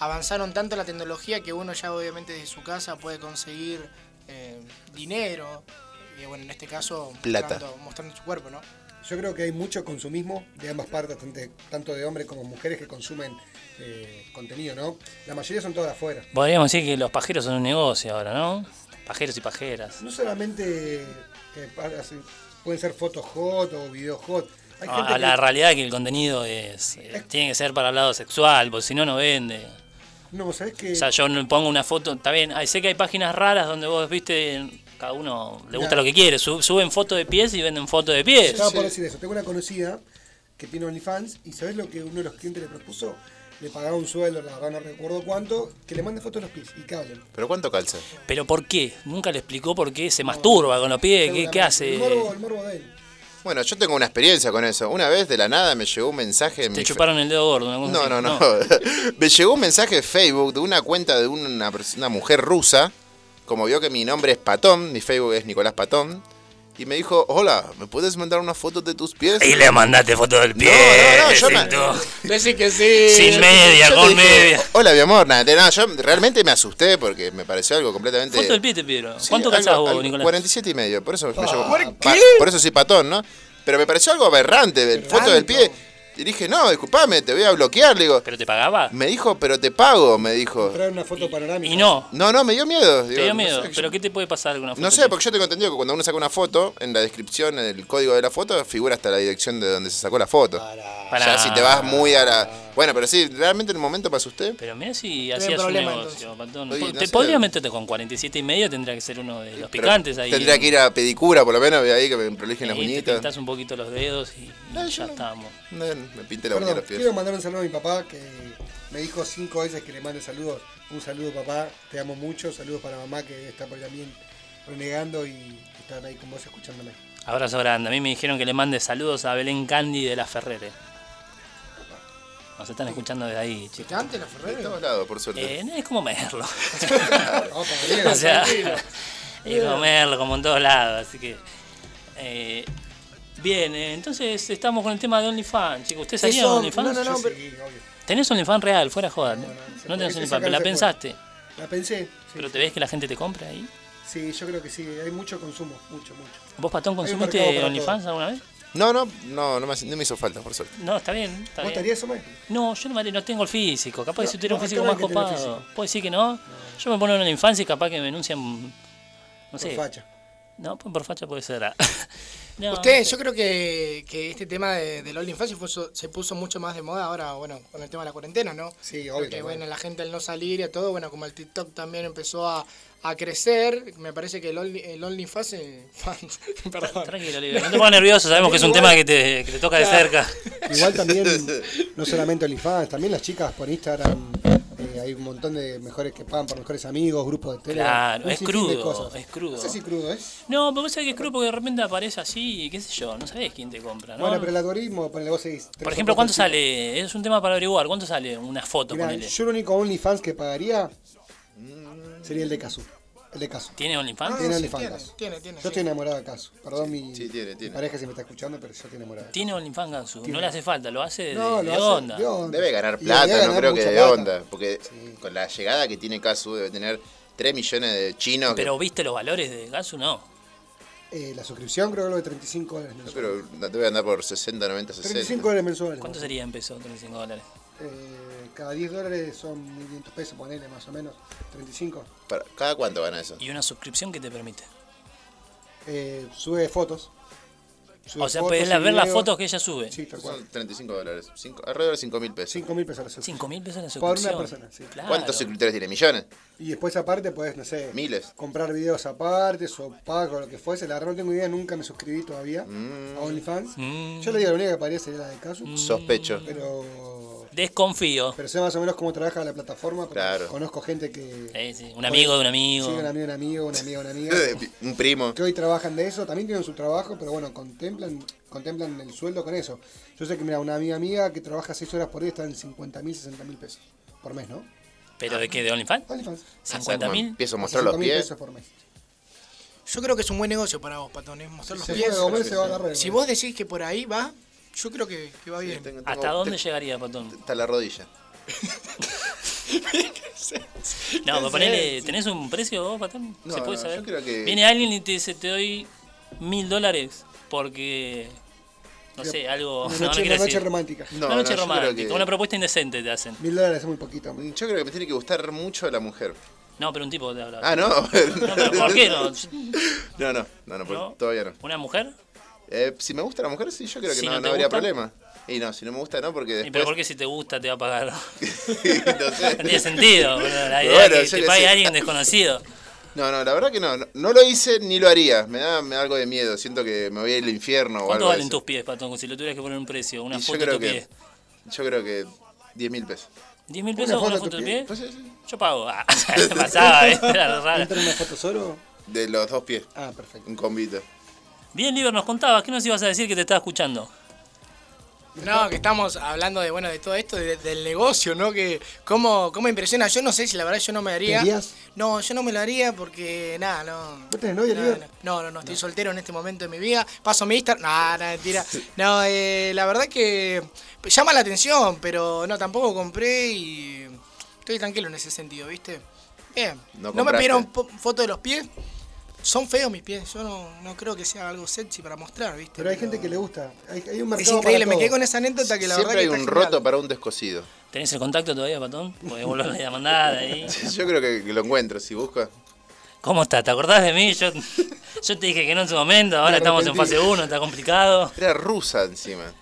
S5: avanzaron tanto la tecnología que uno ya obviamente desde su casa puede conseguir eh, dinero. Y bueno, en este caso
S7: Plata.
S5: mostrando, mostrando su cuerpo, ¿no?
S8: Yo creo que hay mucho consumismo de ambas partes, tanto de- tanto de hombres como mujeres que consumen eh, contenido, ¿no? La mayoría son todas afuera.
S4: Podríamos decir que los pajeros son un negocio ahora, ¿no? Pajeros y pajeras.
S8: No solamente eh, para- se- pueden ser fotos hot o videos hot. Hay gente
S4: A,
S8: que
S4: a Ah, la realidad que el contenido es, eh, tiene que ser para el lado sexual, porque si no, no vende.
S8: No, ¿sabes qué?
S4: O sea, yo no pongo una foto, está bien, ay, sé que hay páginas raras donde vos viste, cada uno le gusta
S8: Claro.
S4: lo que quiere, Su- suben fotos de pies y venden fotos de pies.
S8: Estaba por decir eso. Tengo una conocida que tiene OnlyFans y ¿sabes lo que uno de los clientes le propuso? Le pagaba un sueldo, la verdad no recuerdo cuánto, que le mande fotos de los pies y que hablen.
S7: ¿Pero cuánto calza?
S4: Pero ¿por qué? Nunca le explicó por qué se masturba con los pies, qué, qué
S8: El
S4: hace.
S8: morbo, el morbo de él.
S7: Bueno, yo tengo una experiencia con eso. Una vez de la nada me llegó un mensaje. en
S4: Te
S7: mi fe-
S4: chuparon el dedo gordo. una cosa
S7: No,
S4: así.
S7: no, no. [laughs] me llegó un mensaje de Facebook de una cuenta de una, pers- una mujer rusa. Como vio que mi nombre es Patón, mi Facebook es Nicolás Patón. Y me dijo, hola, ¿me puedes mandar una foto de tus pies?
S4: Y le mandaste foto del pie.
S7: No, no, no, yo
S4: sí,
S7: me-
S4: tú.
S5: [laughs] Decís que sí.
S4: Sin
S7: Yo
S4: media,
S7: te
S4: con
S7: dije,
S4: media.
S7: Hola, mi amor. Nada, nada, yo realmente me asusté porque me pareció algo completamente.
S4: Foto del pie te pidieron.
S7: Sí,
S4: ¿Cuánto
S7: algo-
S4: calzás vos,
S7: algo-
S4: Nicolás?
S7: 47 y medio, por eso me
S4: Ah,
S7: llevo-
S4: ¿por
S7: pa- por eso soy patón, ¿no? Pero me pareció algo aberrante, el foto del pie. Y dije, no, disculpame, te voy a bloquear. Le digo,
S4: ¿Pero te pagaba?
S7: Me dijo, pero te pago, me dijo.
S8: Trae una foto panorámica.
S4: Y no.
S7: No, no, me dio miedo.
S4: Te
S7: digo,
S4: dio
S7: no
S4: miedo.
S7: sé, yo-
S4: ¿Pero qué te puede pasar con una foto?
S7: No sé,
S4: tuya?
S7: porque yo tengo entendido que cuando uno saca una foto, en la descripción, en el código de la foto, figura hasta la dirección de donde se sacó la foto.
S4: Pará.
S7: Ya si te vas muy a la... Bueno, pero sí, realmente en el momento pasó usted.
S4: Pero mirá si hacías un
S7: problema,
S4: negocio, Patón.
S7: Oye,
S4: Po-
S7: no
S4: te
S7: sé.
S4: podrías meterte con 47 y medio, tendría que ser uno de los picantes ahí.
S7: Tendría que ir a pedicura, por lo menos, de ahí que me prolijen las
S4: Y te
S7: uñitas.
S4: pintás un poquito los dedos y, y ya estamos.
S7: No, me pinte la uña de
S8: Perdón,
S7: los pies.
S8: quiero mandar un saludo a mi papá que me dijo cinco veces que le mande saludos. Un saludo papá, te amo mucho. Saludos para mamá que está por ahí también renegando y estar ahí con vos escuchándome.
S4: Abrazo grande. A mí me dijeron que le mande saludos a Belén Candy de la Ferrere. Nos están escuchando desde ahí, chicos.
S5: ¿Está antes la Ferrari?
S7: De todos lados, por suerte.
S4: Eh, no es como Merlo. [laughs]
S7: Diego,
S4: o sea,
S7: tranquilo.
S4: es como Merlo, como en todos lados. Así que. eh, bien, eh, entonces estamos con el tema de OnlyFans, chicos. ¿Usted salía de
S5: Eso-
S4: OnlyFans?
S5: no, no, no, pero-
S4: ¿Tenés OnlyFans real? Fuera joder. No,
S8: se
S4: No tenés
S8: puede
S4: OnlyFans, pero
S8: sacar,
S4: la
S8: se puede.
S4: pensaste.
S8: La pensé.
S4: ¿Pero te ves que la gente te compra ahí?
S8: Sí, yo creo que sí, hay mucho consumo, mucho, mucho.
S4: ¿Vos, Patón,
S8: Hay un mercado
S4: consumiste
S8: para
S4: OnlyFans alguna vez?
S7: No, no, no, no me, hace- no me hizo falta, por suerte.
S4: No, está bien. Está
S8: ¿Vos
S4: bien.
S8: te harías, Omar?
S4: No, yo no, me haría- no tengo el físico. Capaz
S8: No,
S4: si tuviera un
S8: no,
S4: físico
S8: acá
S4: más
S8: no hay que tener
S4: copado.
S8: físico.
S4: Puede decir que no. Yo me pongo en la infancia y capaz que me denuncian. No sé.
S8: facha.
S4: No, por por facha puede ser. [laughs] ah. No,
S5: Usted, yo creo que, que este tema de, del OnlyFans se, puso- se puso mucho más de moda ahora, bueno, con el tema de la cuarentena, ¿no?
S8: Sí, obvio.
S5: Porque,
S8: obvio.
S5: bueno, la gente al no salir y a todo, bueno, como el TikTok también empezó a, a crecer, me parece que el, Only- el OnlyFans... eh, fans, [laughs] perdón.
S4: Tranquilo, Olivia, No te pongas nervioso, sabemos que es un tema que te, que te toca de
S5: Claro.
S4: cerca.
S8: Igual [laughs] también, no solamente OnlyFans, también las chicas por Instagram. eh, hay un montón de mejores que pagan por mejores amigos, grupos de tele.
S4: Claro,
S8: un
S4: es
S8: sinfín de
S4: crudo,
S8: cosas.
S4: es crudo.
S8: No sé si crudo es.
S4: No, pero vos sabés que es crudo porque de repente aparece así y qué sé yo, no sabés quién te compra, ¿no?
S8: Bueno, pero el algoritmo, ponele vos seguís. tres
S4: Por
S8: o
S4: ejemplo, ¿cuánto
S8: cuatro chicas.
S4: sale? Es un tema para averiguar. ¿Cuánto sale una foto?
S8: Mirá,
S4: ponele?
S8: yo el único OnlyFans que pagaría sería el de Casu. El de Casu.
S4: ¿Tiene OnlyFans?
S8: Tiene
S4: Ah, sí,
S8: OnlyFans.
S4: tiene,
S8: Casu.
S5: tiene, tiene,
S8: Yo estoy enamorado de Casu. Perdón, mi
S7: tiene, tiene.
S8: pareja si me está escuchando, pero yo estoy enamorado.
S4: Tiene OnlyFans Gansu. No
S8: Tiene.
S4: le hace falta, lo hace de,
S8: No, lo
S4: de
S8: hace
S4: onda.
S8: de onda.
S7: Debe ganar
S8: Y
S7: plata,
S8: debe ganar
S7: no creo que
S8: mucha
S7: de
S8: plata.
S7: onda. Porque con la llegada que tiene Casu debe tener 3 millones de chinos. que-
S4: Pero viste los valores de Gansu, no.
S8: Eh, la suscripción creo que lo de 35 dólares
S7: No,
S8: mensuales.
S7: pero no, debe andar por 60, 90,
S8: 35
S7: 60.
S8: dólares mensuales.
S4: ¿Cuánto sería en pesos 35 dólares?
S8: Eh, cada 10 dólares son 1.500 pesos, ponele más o menos. 35.
S7: Para- ¿Cada cuánto gana eso?
S4: Y una suscripción que te permite.
S8: Eh, sube fotos. Sube
S4: o sea,
S8: fotos,
S4: podés la-
S8: y
S4: ver las
S8: videos.
S4: fotos que ella sube.
S8: Sí, tal cual.
S7: Son 35 dólares. Cinco- alrededor de 5 mil pesos.
S8: 5 mil pesos la suscripción.
S4: 5 mil pesos la suscripción.
S8: Por una persona, sí.
S7: ¿Cuántos suscriptores tiene? ¿Millones?
S8: Y después aparte podés, no sé,
S7: Miles.
S8: comprar videos aparte, o pago, lo que fuese. La verdad no tengo idea, nunca me suscribí todavía
S7: Mm.
S8: a OnlyFans.
S4: Mm.
S8: Yo le digo, la única que aparece sería la de Casu.
S7: Sospecho.
S8: Pero,
S4: Desconfío.
S8: pero sé más o menos cómo trabaja la plataforma. pero
S7: Claro.
S8: Conozco gente que...
S4: Sí, sí, Un amigo de un amigo.
S8: Sí, un amigo de un amigo, un amigo de un
S7: [laughs]
S8: amigo.
S7: Un primo.
S8: que hoy trabajan de eso, también tienen su trabajo, pero bueno, contemplan, contemplan el sueldo con eso. Yo sé que, mira, una amiga mía que trabaja 6 horas por día está en 50 mil, 60 mil pesos por mes, ¿no?
S4: ¿Pero de qué? ¿De OnlyFans?
S8: OnlyFans.
S4: ¿50 mil?
S7: Ah. Empiezo a mostrar los
S8: 60.000
S7: pies.
S8: pesos por mes.
S5: Yo creo que es un buen negocio para vos, Patón, es mostrar los
S8: Sí,
S5: pies.
S8: Gomel se va a agarrar.
S5: Si vos decís que por ahí va, yo creo que, que va bien.
S7: tengo-
S4: ¿Hasta
S8: [laughs]
S7: tengo-
S4: dónde
S7: te-
S4: llegaría, Patón?
S7: Hasta la rodilla.
S4: No, pero
S7: sé.
S4: ponele, ¿tenés un precio vos, Patón?
S7: No,
S4: ¿Se puede
S7: no,
S4: saber?
S7: yo creo que-
S4: Viene alguien y te dice, te doy mil dólares porque... No sé, algo...
S8: Una
S4: [laughs] no, no
S8: noche-
S4: quiero
S8: una
S4: decir.
S8: noche romántica.
S7: No,
S4: una noche
S7: no, yo creo
S4: romántica,
S7: que-
S4: una propuesta indecente te hacen.
S8: Mil dólares es muy poquito. hombre.
S7: Yo creo que me tiene que gustar mucho la mujer.
S4: No, pero un tipo te habla.
S7: Ah, no.
S4: No,
S7: [laughs]
S4: pero ¿por qué no?
S7: No, no, no, no, pues,
S4: ¿No?
S7: todavía no.
S4: ¿Una mujer?
S7: Eh, si me gusta la mujer, sí, yo creo que
S4: Si
S7: no,
S4: no te
S7: no habría
S4: gusta.
S7: problema. Y no, si no me gusta, no, porque
S4: ¿Y
S7: después.
S4: pero por qué si te gusta te va a
S7: [laughs]
S4: pagar?
S7: no sé.
S4: [laughs] No tiene sentido, boludo, la
S7: Pero
S4: idea
S7: bueno, yo
S4: es que te
S7: qué
S4: pague
S7: sé.
S4: alguien desconocido.
S7: No, no, la verdad que no, no. no lo hice ni lo haría. Me da, me da algo de miedo. Siento que me voy al infierno o algo.
S4: ¿Cuánto
S7: de
S4: valen
S7: eso.
S4: tus pies, Patón? Si le tuvieras que poner un precio, una
S7: Y yo
S4: foto de
S7: creo
S4: tu
S7: que.
S4: pie.
S7: Yo creo que 10 mil
S4: [laughs]
S7: pesos.
S4: ¿10 mil
S8: ¿Una
S4: pesos por una
S8: foto
S4: foto
S8: de
S4: de
S8: tu
S4: tu pie? Yo pago. [laughs] Ah,
S7: [laughs]
S4: pasaba,
S5: [laughs]
S4: eh, era rara.
S8: ¿Entra una foto solo?
S7: De los dos pies.
S8: Ah, perfecto.
S7: Un combito.
S4: Bien, Liber, nos contabas, ¿qué nos ibas a decir que te estaba escuchando?
S5: No, que estamos hablando de bueno de todo esto, de- del negocio, ¿no? Que cómo, cómo impresiona. Yo no sé si la verdad yo no me
S8: ¿Te
S5: daría.
S8: harías?
S5: No, yo no me lo haría porque nada, no.
S8: ¿Vos tenés novia,
S5: No,
S8: Liber?
S5: No, no, no, estoy soltero en este momento de mi vida. Paso mi Instagram. No, no, mentira. No, eh, la verdad que llama la atención, pero no, tampoco compré y estoy tranquilo en ese sentido, ¿viste? Bien.
S7: No
S5: No, me
S7: compraste.
S5: pidieron po- foto de los pies. Son feos mis pies. Yo no, no creo que sea algo sexy para mostrar, ¿viste?
S8: Pero hay gente que le gusta. Hay, hay un
S5: Es
S8: mercado
S5: increíble,
S8: para
S5: me quedé
S8: todo.
S5: con esa anécdota que la
S7: Siempre
S5: verdad
S7: hay
S5: que
S7: un
S5: está
S7: roto
S5: genial.
S7: para un descosido.
S4: ¿Tenés el contacto todavía, Patón? Podés volverle a mandar ahí.
S7: [laughs] Yo creo que, que lo encuentro. Si buscas.
S4: ¿Cómo estás? ¿Te acordás de mí? Yo, yo te dije que no en su momento, ahora estamos en
S7: arrepentí.
S4: fase 1, está complicado.
S7: Era rusa encima.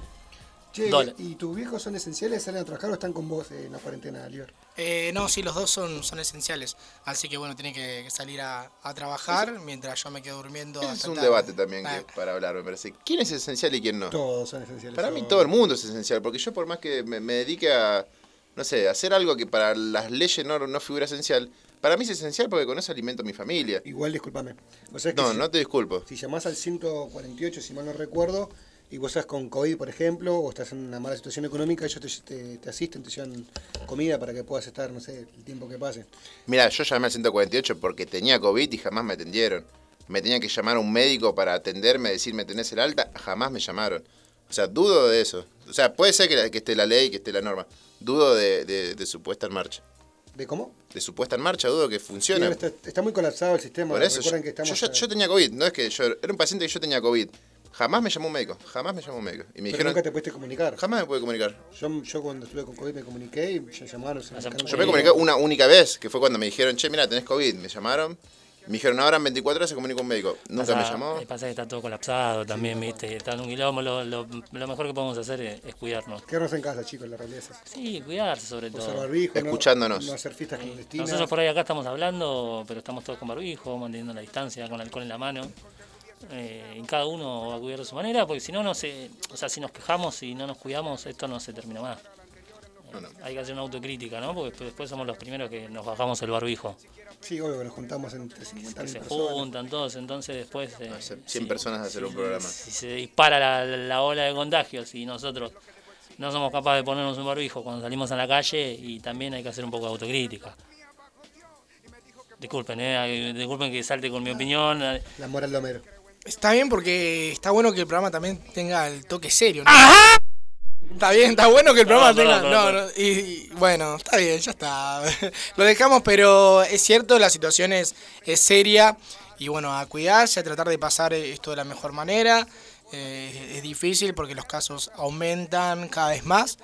S8: Che,
S4: Dólar.
S8: ¿y tus viejos son esenciales? ¿Salen a trabajar o están con vos en la cuarentena, Liber?
S5: Eh, no, sí, los dos son, son esenciales. Así que bueno, tienen que, que salir a, a trabajar mientras yo me quedo durmiendo.
S7: Ese es
S5: hasta
S7: un
S5: tarde.
S7: debate también que-
S5: Ah,
S7: para hablar, me parece. ¿Quién es esencial y quién no?
S8: Todos son esenciales.
S7: Para mí
S8: Son-
S7: todo el mundo es esencial, porque yo por más que me, me dedique a, no sé, a hacer algo que para las leyes no, no figura esencial, para mí es esencial porque con eso alimento a mi familia.
S8: Igual, discúlpame. O sea, es que
S7: No,
S8: si-
S7: no te disculpo.
S8: Si llamás al 148, si mal no recuerdo, y vos estás con COVID, por ejemplo, o estás en una mala situación económica, ellos te, te- te asisten, te llevan comida para que puedas estar, no sé, el tiempo que pase.
S7: Mira, yo llamé al 148 porque tenía COVID y jamás me atendieron. Me tenía que llamar a un médico para atenderme, decirme tenés el alta, jamás me llamaron. O sea, dudo de eso. O sea, puede ser que, la- que esté la ley, que esté la norma. Dudo de, de- de su puesta en marcha.
S8: ¿De cómo?
S7: De su puesta en marcha, dudo que funcione.
S8: Sí, está, está muy colapsado el sistema.
S7: Por eso, yo,
S8: Recuerden que estamos.
S7: yo-
S8: a-
S7: yo tenía COVID, no es que yo, era un paciente que yo tenía COVID. Jamás me llamó un médico, jamás me llamó un médico. Y me
S8: pero
S7: dijeron,
S8: nunca te pudiste comunicar.
S7: jamás me pude comunicar.
S8: Yo, yo cuando estuve con COVID me comuniqué y se llamaron. se comunicaron
S7: Yo me comuniqué una única vez, que fue cuando me dijeron, che, mira, tenés COVID. Me llamaron, me dijeron, ahora en 24 horas se comunica un médico. Nunca me
S4: Pasa-
S7: llamó.
S4: eh, Pasa que está todo colapsado también, viste. Está en un quilombo. Lo, lo- lo mejor que podemos hacer es, es cuidarnos.
S8: Quedarnos en casa, chicos, la realidad es esa.
S4: Sí, cuidarse sobre todo.
S8: Usar barbijo, no-
S7: Escuchándonos.
S8: No, hacer fiestas clandestinas.
S4: Nosotros por ahí acá estamos hablando, pero estamos todos con barbijo, manteniendo la distancia, con alcohol en la mano. Eh, y cada uno va a cuidar de su manera, porque si no, no se, o sea, si nos quejamos y no nos cuidamos, esto no se termina más.
S7: No, no.
S4: Hay que hacer una autocrítica, ¿no? Porque después- después somos los primeros que nos bajamos el barbijo.
S8: Sí, obvio que nos juntamos entre 50
S4: Que se
S8: personas.
S4: juntan todos, entonces después... eh,
S7: 100 personas a hacer un programa.
S4: Si se dispara la, la ola de contagios y nosotros no somos capaces de ponernos un barbijo cuando salimos a la calle y también hay que hacer un poco de autocrítica. Disculpen, eh, disculpen que salte con mi opinión. eh,
S8: La moral de Homero.
S5: Está bien porque está bueno que el programa también tenga el toque serio. ¿no? Está bien, está bueno que el programa
S4: Perdón,
S5: tenga.
S4: perdón,
S5: no,
S4: perdón.
S5: no, y, y, bueno, está bien, ya está. [laughs] Lo dejamos, pero es cierto, la situación es, es seria. Y bueno, a cuidarse, a tratar de pasar esto de la mejor manera. Eh, es difícil porque los casos aumentan cada vez más.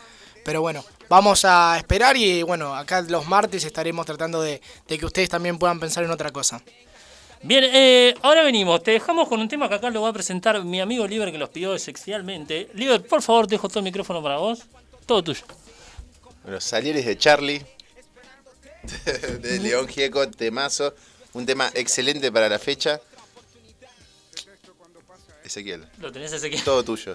S5: Pero bueno, vamos a esperar y bueno, acá los martes estaremos tratando de, de que ustedes también puedan pensar en otra cosa.
S4: Bien, eh, ahora venimos. Te dejamos con un tema que acá lo va a presentar mi amigo Liber que los pidió esencialmente. Liber, por favor, te dejo todo el micrófono para vos. Todo tuyo.
S7: Los salieres de Charlie, [laughs] de León Gieco, temazo. Un tema excelente para la fecha. Ezequiel.
S4: Lo tenés Ezequiel.
S7: Todo tuyo.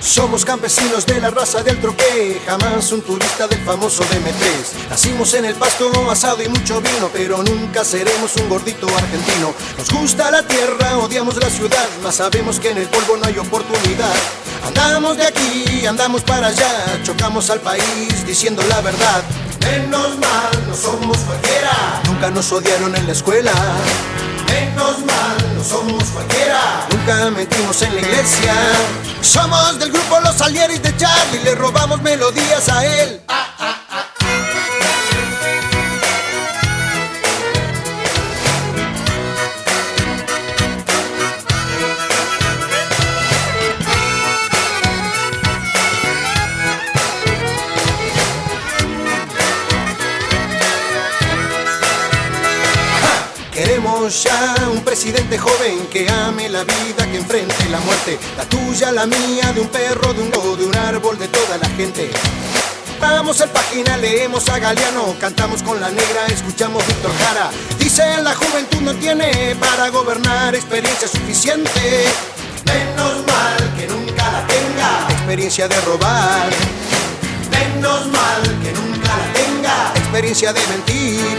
S16: Somos campesinos de la raza del troque, jamás un turista del famoso DM3. Nacimos en el pasto asado y mucho vino, pero nunca seremos un gordito argentino. Nos gusta la tierra, odiamos la ciudad, mas sabemos que en el polvo no hay oportunidad. Andamos de aquí, andamos para allá, chocamos al país diciendo la verdad. Menos mal, no somos cualquiera. Nunca nos odiaron en la escuela. Menos mal, no somos cualquiera. Nunca mentimos en la iglesia. Somos del grupo Los Salieris de Charlie, le robamos melodías a él. Queremos ya un presidente joven que ame la vida, que enfrente la muerte, la tuya, la mía, de un perro, de un go, de un árbol, de toda la gente. Vamos al página, leemos a Galeano, cantamos con la negra, escuchamos Víctor Jara. Dice la juventud no tiene para gobernar experiencia suficiente. Menos mal que nunca la tenga. Experiencia de robar. Menos mal que nunca la tenga. Experiencia de mentir.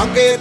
S16: Aunque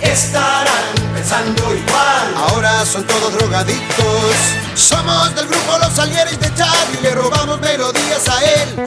S16: Estarán pensando igual, ahora son todos drogadictos. Somos del grupo Los Salieres de Charlie, le robamos melodías a él.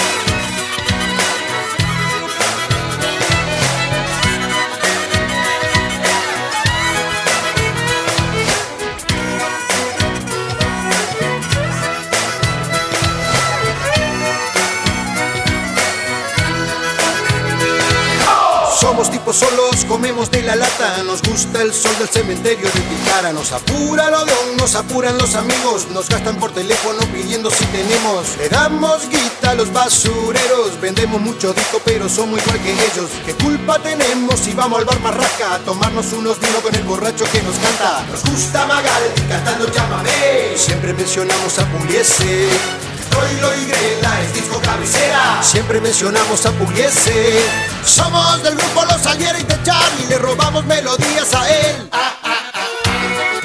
S16: Somos tipos solos, comemos de la lata, nos gusta el sol del cementerio de Ticara, nos apura el odión, nos apuran los amigos, nos gastan por teléfono pidiendo si tenemos, le damos guita a los basureros, vendemos mucho disco pero somos igual que ellos, ¿qué culpa tenemos si vamos al bar Marraca a tomarnos unos vino con el borracho que nos canta? Nos gusta Magal y cantando llámame, siempre mencionamos a Pugliese. Troilo y Grela es disco cabecera. Siempre mencionamos a Pugliese. Somos del grupo Los Alieres de Charlie, le robamos melodías a él. Ah, ah.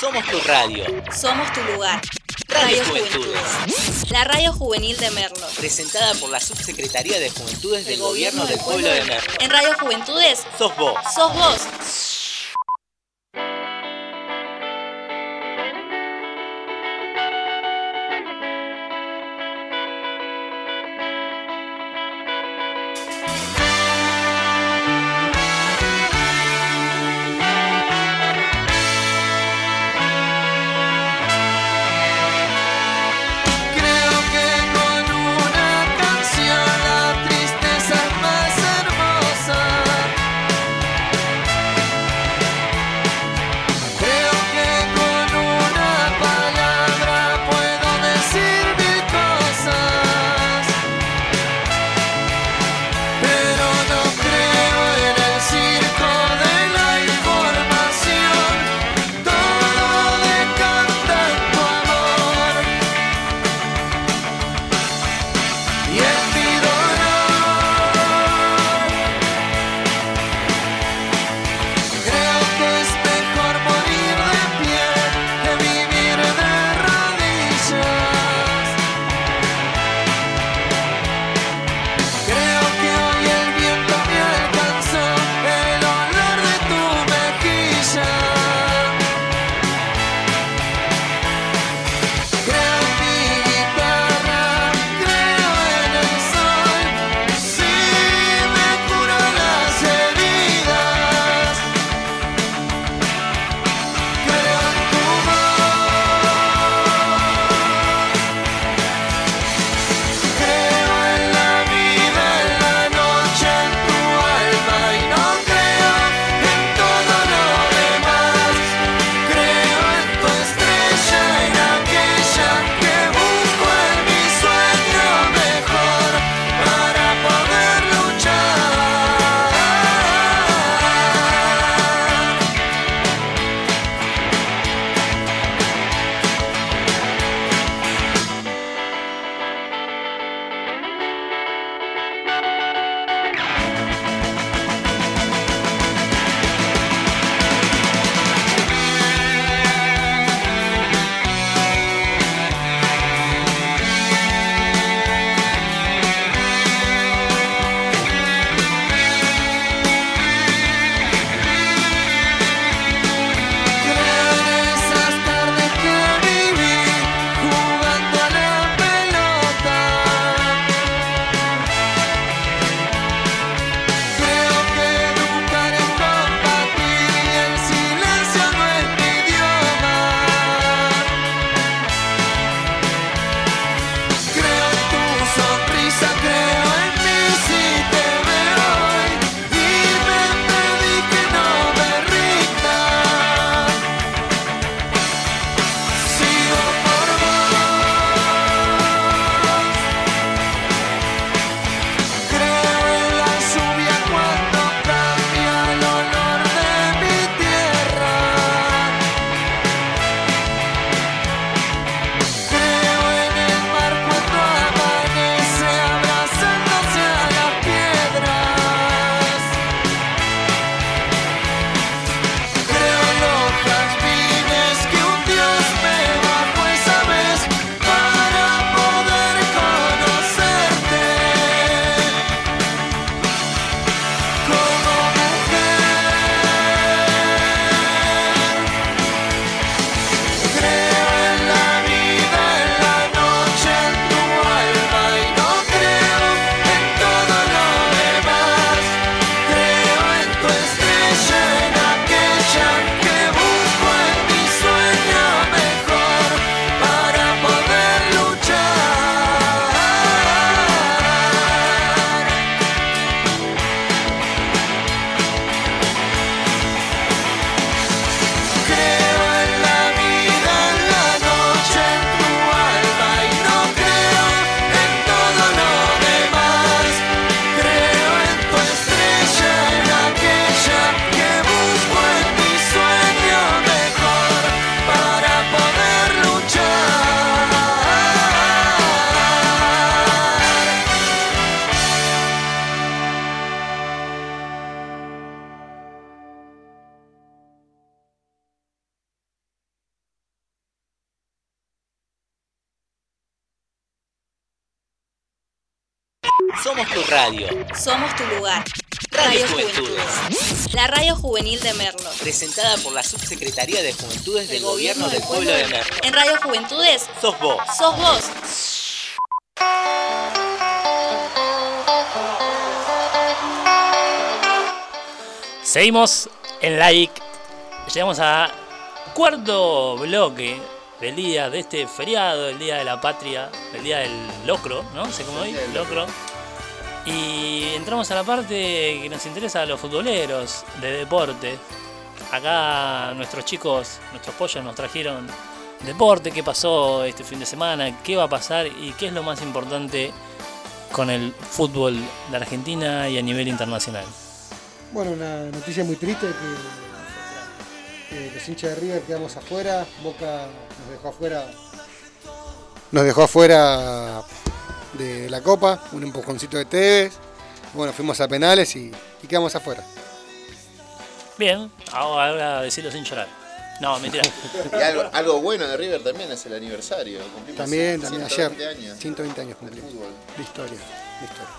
S1: Somos tu radio.
S2: Somos tu lugar.
S1: Radio Juventudes.
S2: La radio juvenil de Merlo.
S1: Presentada por la Subsecretaría de Juventudes del Gobierno del Pueblo de Merlo.
S2: En Radio Juventudes
S1: Sos vos.
S2: sos vos.
S13: Creo que con una canción la tristeza es más hermosa. pues
S1: Somos tu radio.
S2: Somos tu lugar.
S1: Radio
S2: Radio
S1: Juventudes.
S2: La radio juvenil de Merlo.
S1: Presentada por la Subsecretaría de Juventudes del Gobierno del Pueblo de Merlo.
S2: En Radio Juventudes
S1: Sos vos.
S2: sos vos.
S4: Seguimos en like. Llegamos a cuarto bloque del día de este feriado, el día de la patria, el día del locro, ¿no? Sé cómo hoy, locro. Y entramos a la parte que nos interesa a los futboleros de deporte. Acá nuestros chicos, nuestros pollos nos trajeron deporte, qué pasó este fin de semana, qué va a pasar y qué es lo más importante con el fútbol de Argentina y a nivel internacional.
S8: Bueno, una noticia muy triste que eh, los hinchas de River quedamos afuera, Boca nos dejó afuera Nos dejó afuera de la Copa, un empujoncito de Tevez. Bueno, fuimos a penales y, y quedamos afuera.
S4: Bien, ahora, ahora decirlo sin llorar. No,
S8: [laughs]
S4: mentira.
S7: Y algo, algo bueno de River también es el aniversario. cumplimos
S8: También, también
S7: 120
S8: ayer,
S7: años.
S8: 120 años cumplimos. De historia, de historia.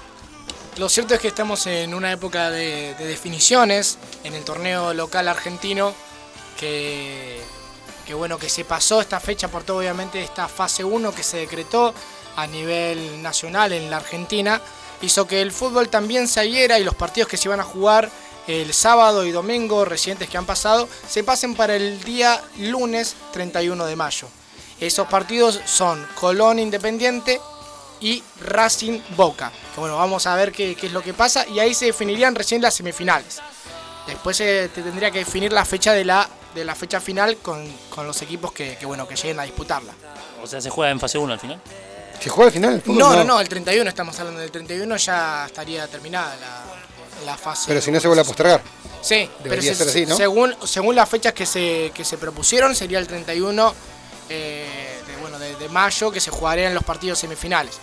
S5: Lo cierto es que estamos en una época de, de definiciones en el torneo local argentino que, que bueno que se pasó esta fecha por todo obviamente esta fase 1 que se decretó a nivel nacional en la Argentina hizo que el fútbol también se adhiera y los partidos que se iban a jugar el sábado y domingo recientes que han pasado se pasen para el día lunes 31 de mayo. Esos partidos son Colón Independiente, y Racing Boca. Que bueno, vamos a ver qué, qué es lo que pasa y ahí se definirían recién las semifinales. Después se te tendría que definir la fecha de la, de la fecha final con, con los equipos que, que, bueno que lleguen a disputarla.
S4: O sea, se juega en fase 1 al final.
S8: ¿Se juega al final? el fútbol?
S5: No, no, no, el 31 estamos hablando del 31 ya estaría terminada la, la fase.
S8: Pero si no se vuelve a postergar.
S5: Sí, pero
S8: Debería
S5: se-
S8: ser así, ¿no?
S5: según, según las fechas que se, que se propusieron, sería el 31 eh, de, bueno, de, de mayo que se jugarían los partidos semifinales.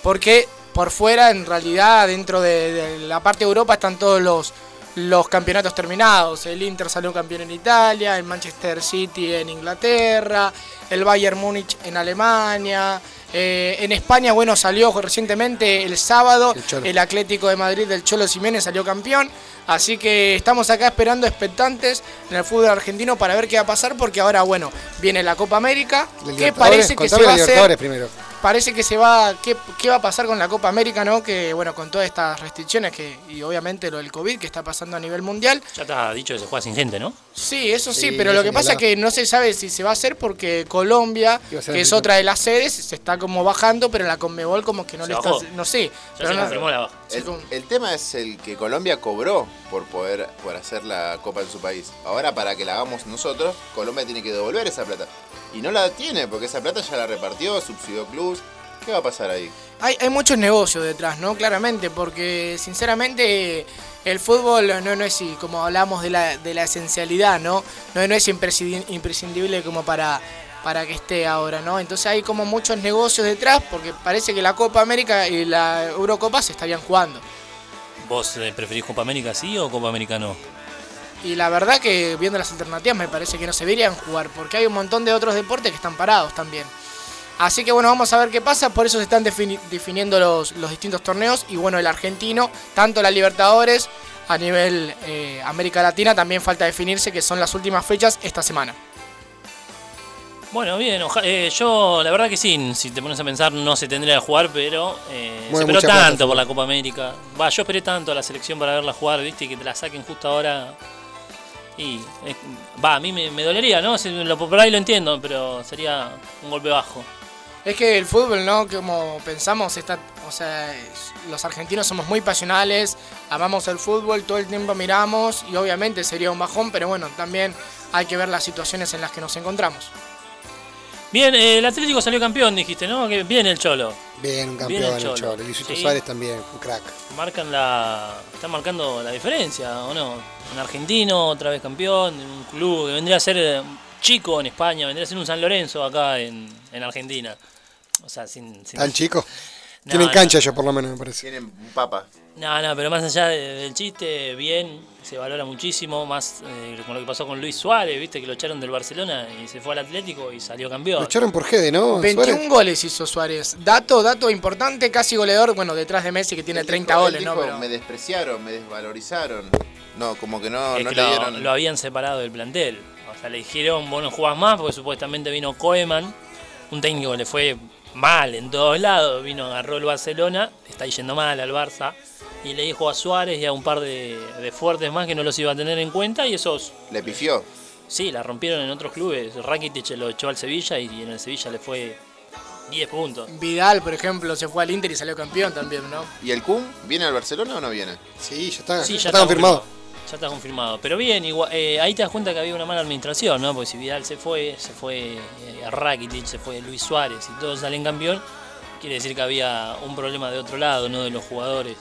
S5: Porque por fuera, en realidad, dentro de, de la parte de Europa están todos los, los campeonatos terminados. El Inter salió campeón en Italia, el Manchester City en Inglaterra, el Bayern Múnich en Alemania. eh, en España, bueno, salió recientemente el sábado
S8: El Cholo.
S5: el, Atlético de Madrid del Cholo Simeone salió campeón. Así que estamos acá esperando expectantes en el fútbol argentino para ver qué va a pasar porque ahora, bueno, viene la Copa América.
S8: La
S5: Que
S8: Libertadores,
S5: parece que se
S8: contame
S5: va a
S8: la Libertadores
S5: hacer
S8: primero.
S5: parece que se va. ¿qué, qué va a pasar con la Copa América, no? Que bueno, con todas estas restricciones que y obviamente lo del COVID que está pasando a nivel mundial.
S4: Ya está dicho que se juega sin gente, ¿no?
S5: Sí, eso sí,
S4: Sí,
S5: pero lo
S4: eso
S5: que
S4: ni
S5: pasa es
S4: hablar.
S5: que no se sabe si se va a hacer porque Colombia,
S4: Iba a ser
S5: que
S4: el
S5: es
S4: primer-
S5: otra de las sedes, se está como bajando, pero la Conmebol como que no
S7: Se
S5: le
S7: bajó.
S5: está. No sé. pero no-
S7: El, el tema es el que Colombia cobró por poder por hacer la copa en su país. Ahora para que la hagamos nosotros, Colombia tiene que devolver esa plata. Y no la tiene, porque esa plata ya la repartió, subsidió clubs. ¿Qué va a pasar ahí?
S5: Hay, hay muchos negocios detrás, ¿no? Claramente, porque sinceramente el fútbol no, no es, sí, como hablamos de la, de la esencialidad, ¿no? No, no es imprescindi- imprescindible como para, para que esté ahora, ¿no? Entonces hay como muchos negocios detrás, porque parece que la Copa América y la Eurocopa se estarían jugando.
S4: ¿Vos eh, preferís Copa América sí o Copa América no?
S5: Y la verdad que viendo las alternativas me parece que no se deberían jugar, porque hay un montón de otros deportes que están parados también. Así que bueno, vamos a ver qué pasa, por eso se están defini- definiendo los, los distintos torneos y bueno, el argentino, tanto la Libertadores a nivel eh, América Latina también falta definirse que son las últimas fechas esta semana.
S4: Bueno, bien, oja- eh, yo la verdad que sí, si te pones a pensar no se tendría que jugar, pero eh, se
S5: Mueve
S4: esperó
S5: mucha plata,
S4: tanto
S5: sí.
S4: por la Copa América. Va, yo esperé tanto a la selección para verla jugar, viste, y que te la saquen justo ahora. Y eh, va, a mí me, me dolería, ¿no? Si lo- por ahí lo entiendo, pero sería un golpe bajo.
S5: Es que el fútbol, ¿no? Como pensamos, está, o sea, es- los argentinos somos muy pasionales, amamos el fútbol, todo el tiempo miramos y obviamente sería un bajón, pero bueno, también hay que ver las situaciones en las que nos encontramos.
S4: Bien, eh, el Atlético salió campeón, dijiste, ¿no? Que bien el Cholo.
S8: Bien, un campeón, el Cholo. Y Luisito
S4: Sí.
S8: Suárez también, un crack.
S4: Marcan la. Están marcando la diferencia, ¿o no? Un argentino, otra vez campeón, un club que vendría a ser eh, chico en España, vendría a ser un San Lorenzo acá en, en Argentina. O sea, sin. sin-
S8: Tan chico. Tienen
S4: No,
S8: cancha ellos por lo menos, me parece.
S7: Tienen un papa.
S4: No, no, pero más allá de- del chiste, bien, se valora muchísimo, más eh, con lo que pasó con Luis Suárez, viste que lo echaron del Barcelona y se fue al Atlético y salió campeón.
S8: Lo echaron por Gede, ¿no?
S5: 21
S8: Suárez.
S5: goles hizo Suárez. Dato, dato importante, casi goleador, bueno, detrás de Messi que tiene 30
S7: Él
S5: goles,
S7: dijo,
S5: Ah, ¿no? Pero
S7: Me despreciaron, me desvalorizaron. No, como que
S4: Es
S7: no, no
S4: que
S7: le
S4: lo-
S7: dieron.
S4: lo habían separado del plantel. O sea, le dijeron, vos no jugás más porque supuestamente vino Koeman, un técnico que le fue mal en todos lados, vino, agarró el Barcelona, está yendo mal al Barça, y le dijo a Suárez y a un par de, de fuertes más que no los iba a tener en cuenta, y esos...
S7: Le pifió.
S4: Sí, la rompieron en otros clubes. Rakitic lo echó al Sevilla y en el Sevilla le fue 10 puntos.
S5: Vidal, por ejemplo, se fue al Inter y salió campeón también, ¿no?
S7: ¿Y el Kun viene al Barcelona o no viene?
S8: Sí, ya está.
S4: Sí, ya está Ya está confirmado. Pero bien, igua- eh, ahí te das cuenta que había una mala administración, ¿no? Porque si Vidal se fue, se fue eh, a Rakitic, se fue Luis Suárez y todos salen campeón, quiere decir que había un problema de otro lado, no de los jugadores.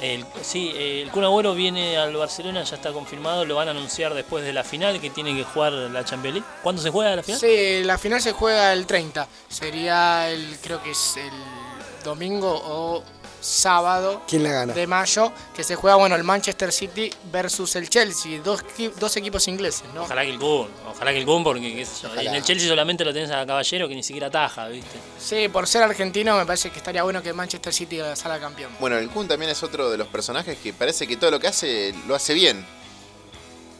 S4: El, sí, eh, el Kun Agüero viene al Barcelona, ya está confirmado, lo van a anunciar después de la final que tiene que jugar la Champions League. ¿Cuándo se juega la final?
S5: Sí, la final se juega el 30. Sería el, creo que es el domingo o sábado
S8: ¿Quién la gana?
S5: de mayo, que se juega, bueno, el Manchester City versus el Chelsea, dos, equi- dos equipos ingleses, ¿no?
S4: Ojalá que el Kun, ojalá que el Kun, porque qué sé yo, en el Chelsea solamente lo tenés a Caballero que ni siquiera ataja, ¿viste?
S5: Sí, por ser argentino me parece que estaría bueno que Manchester City salga campeón.
S7: Bueno, el Kun también es otro de los personajes que parece que todo lo que hace lo hace bien.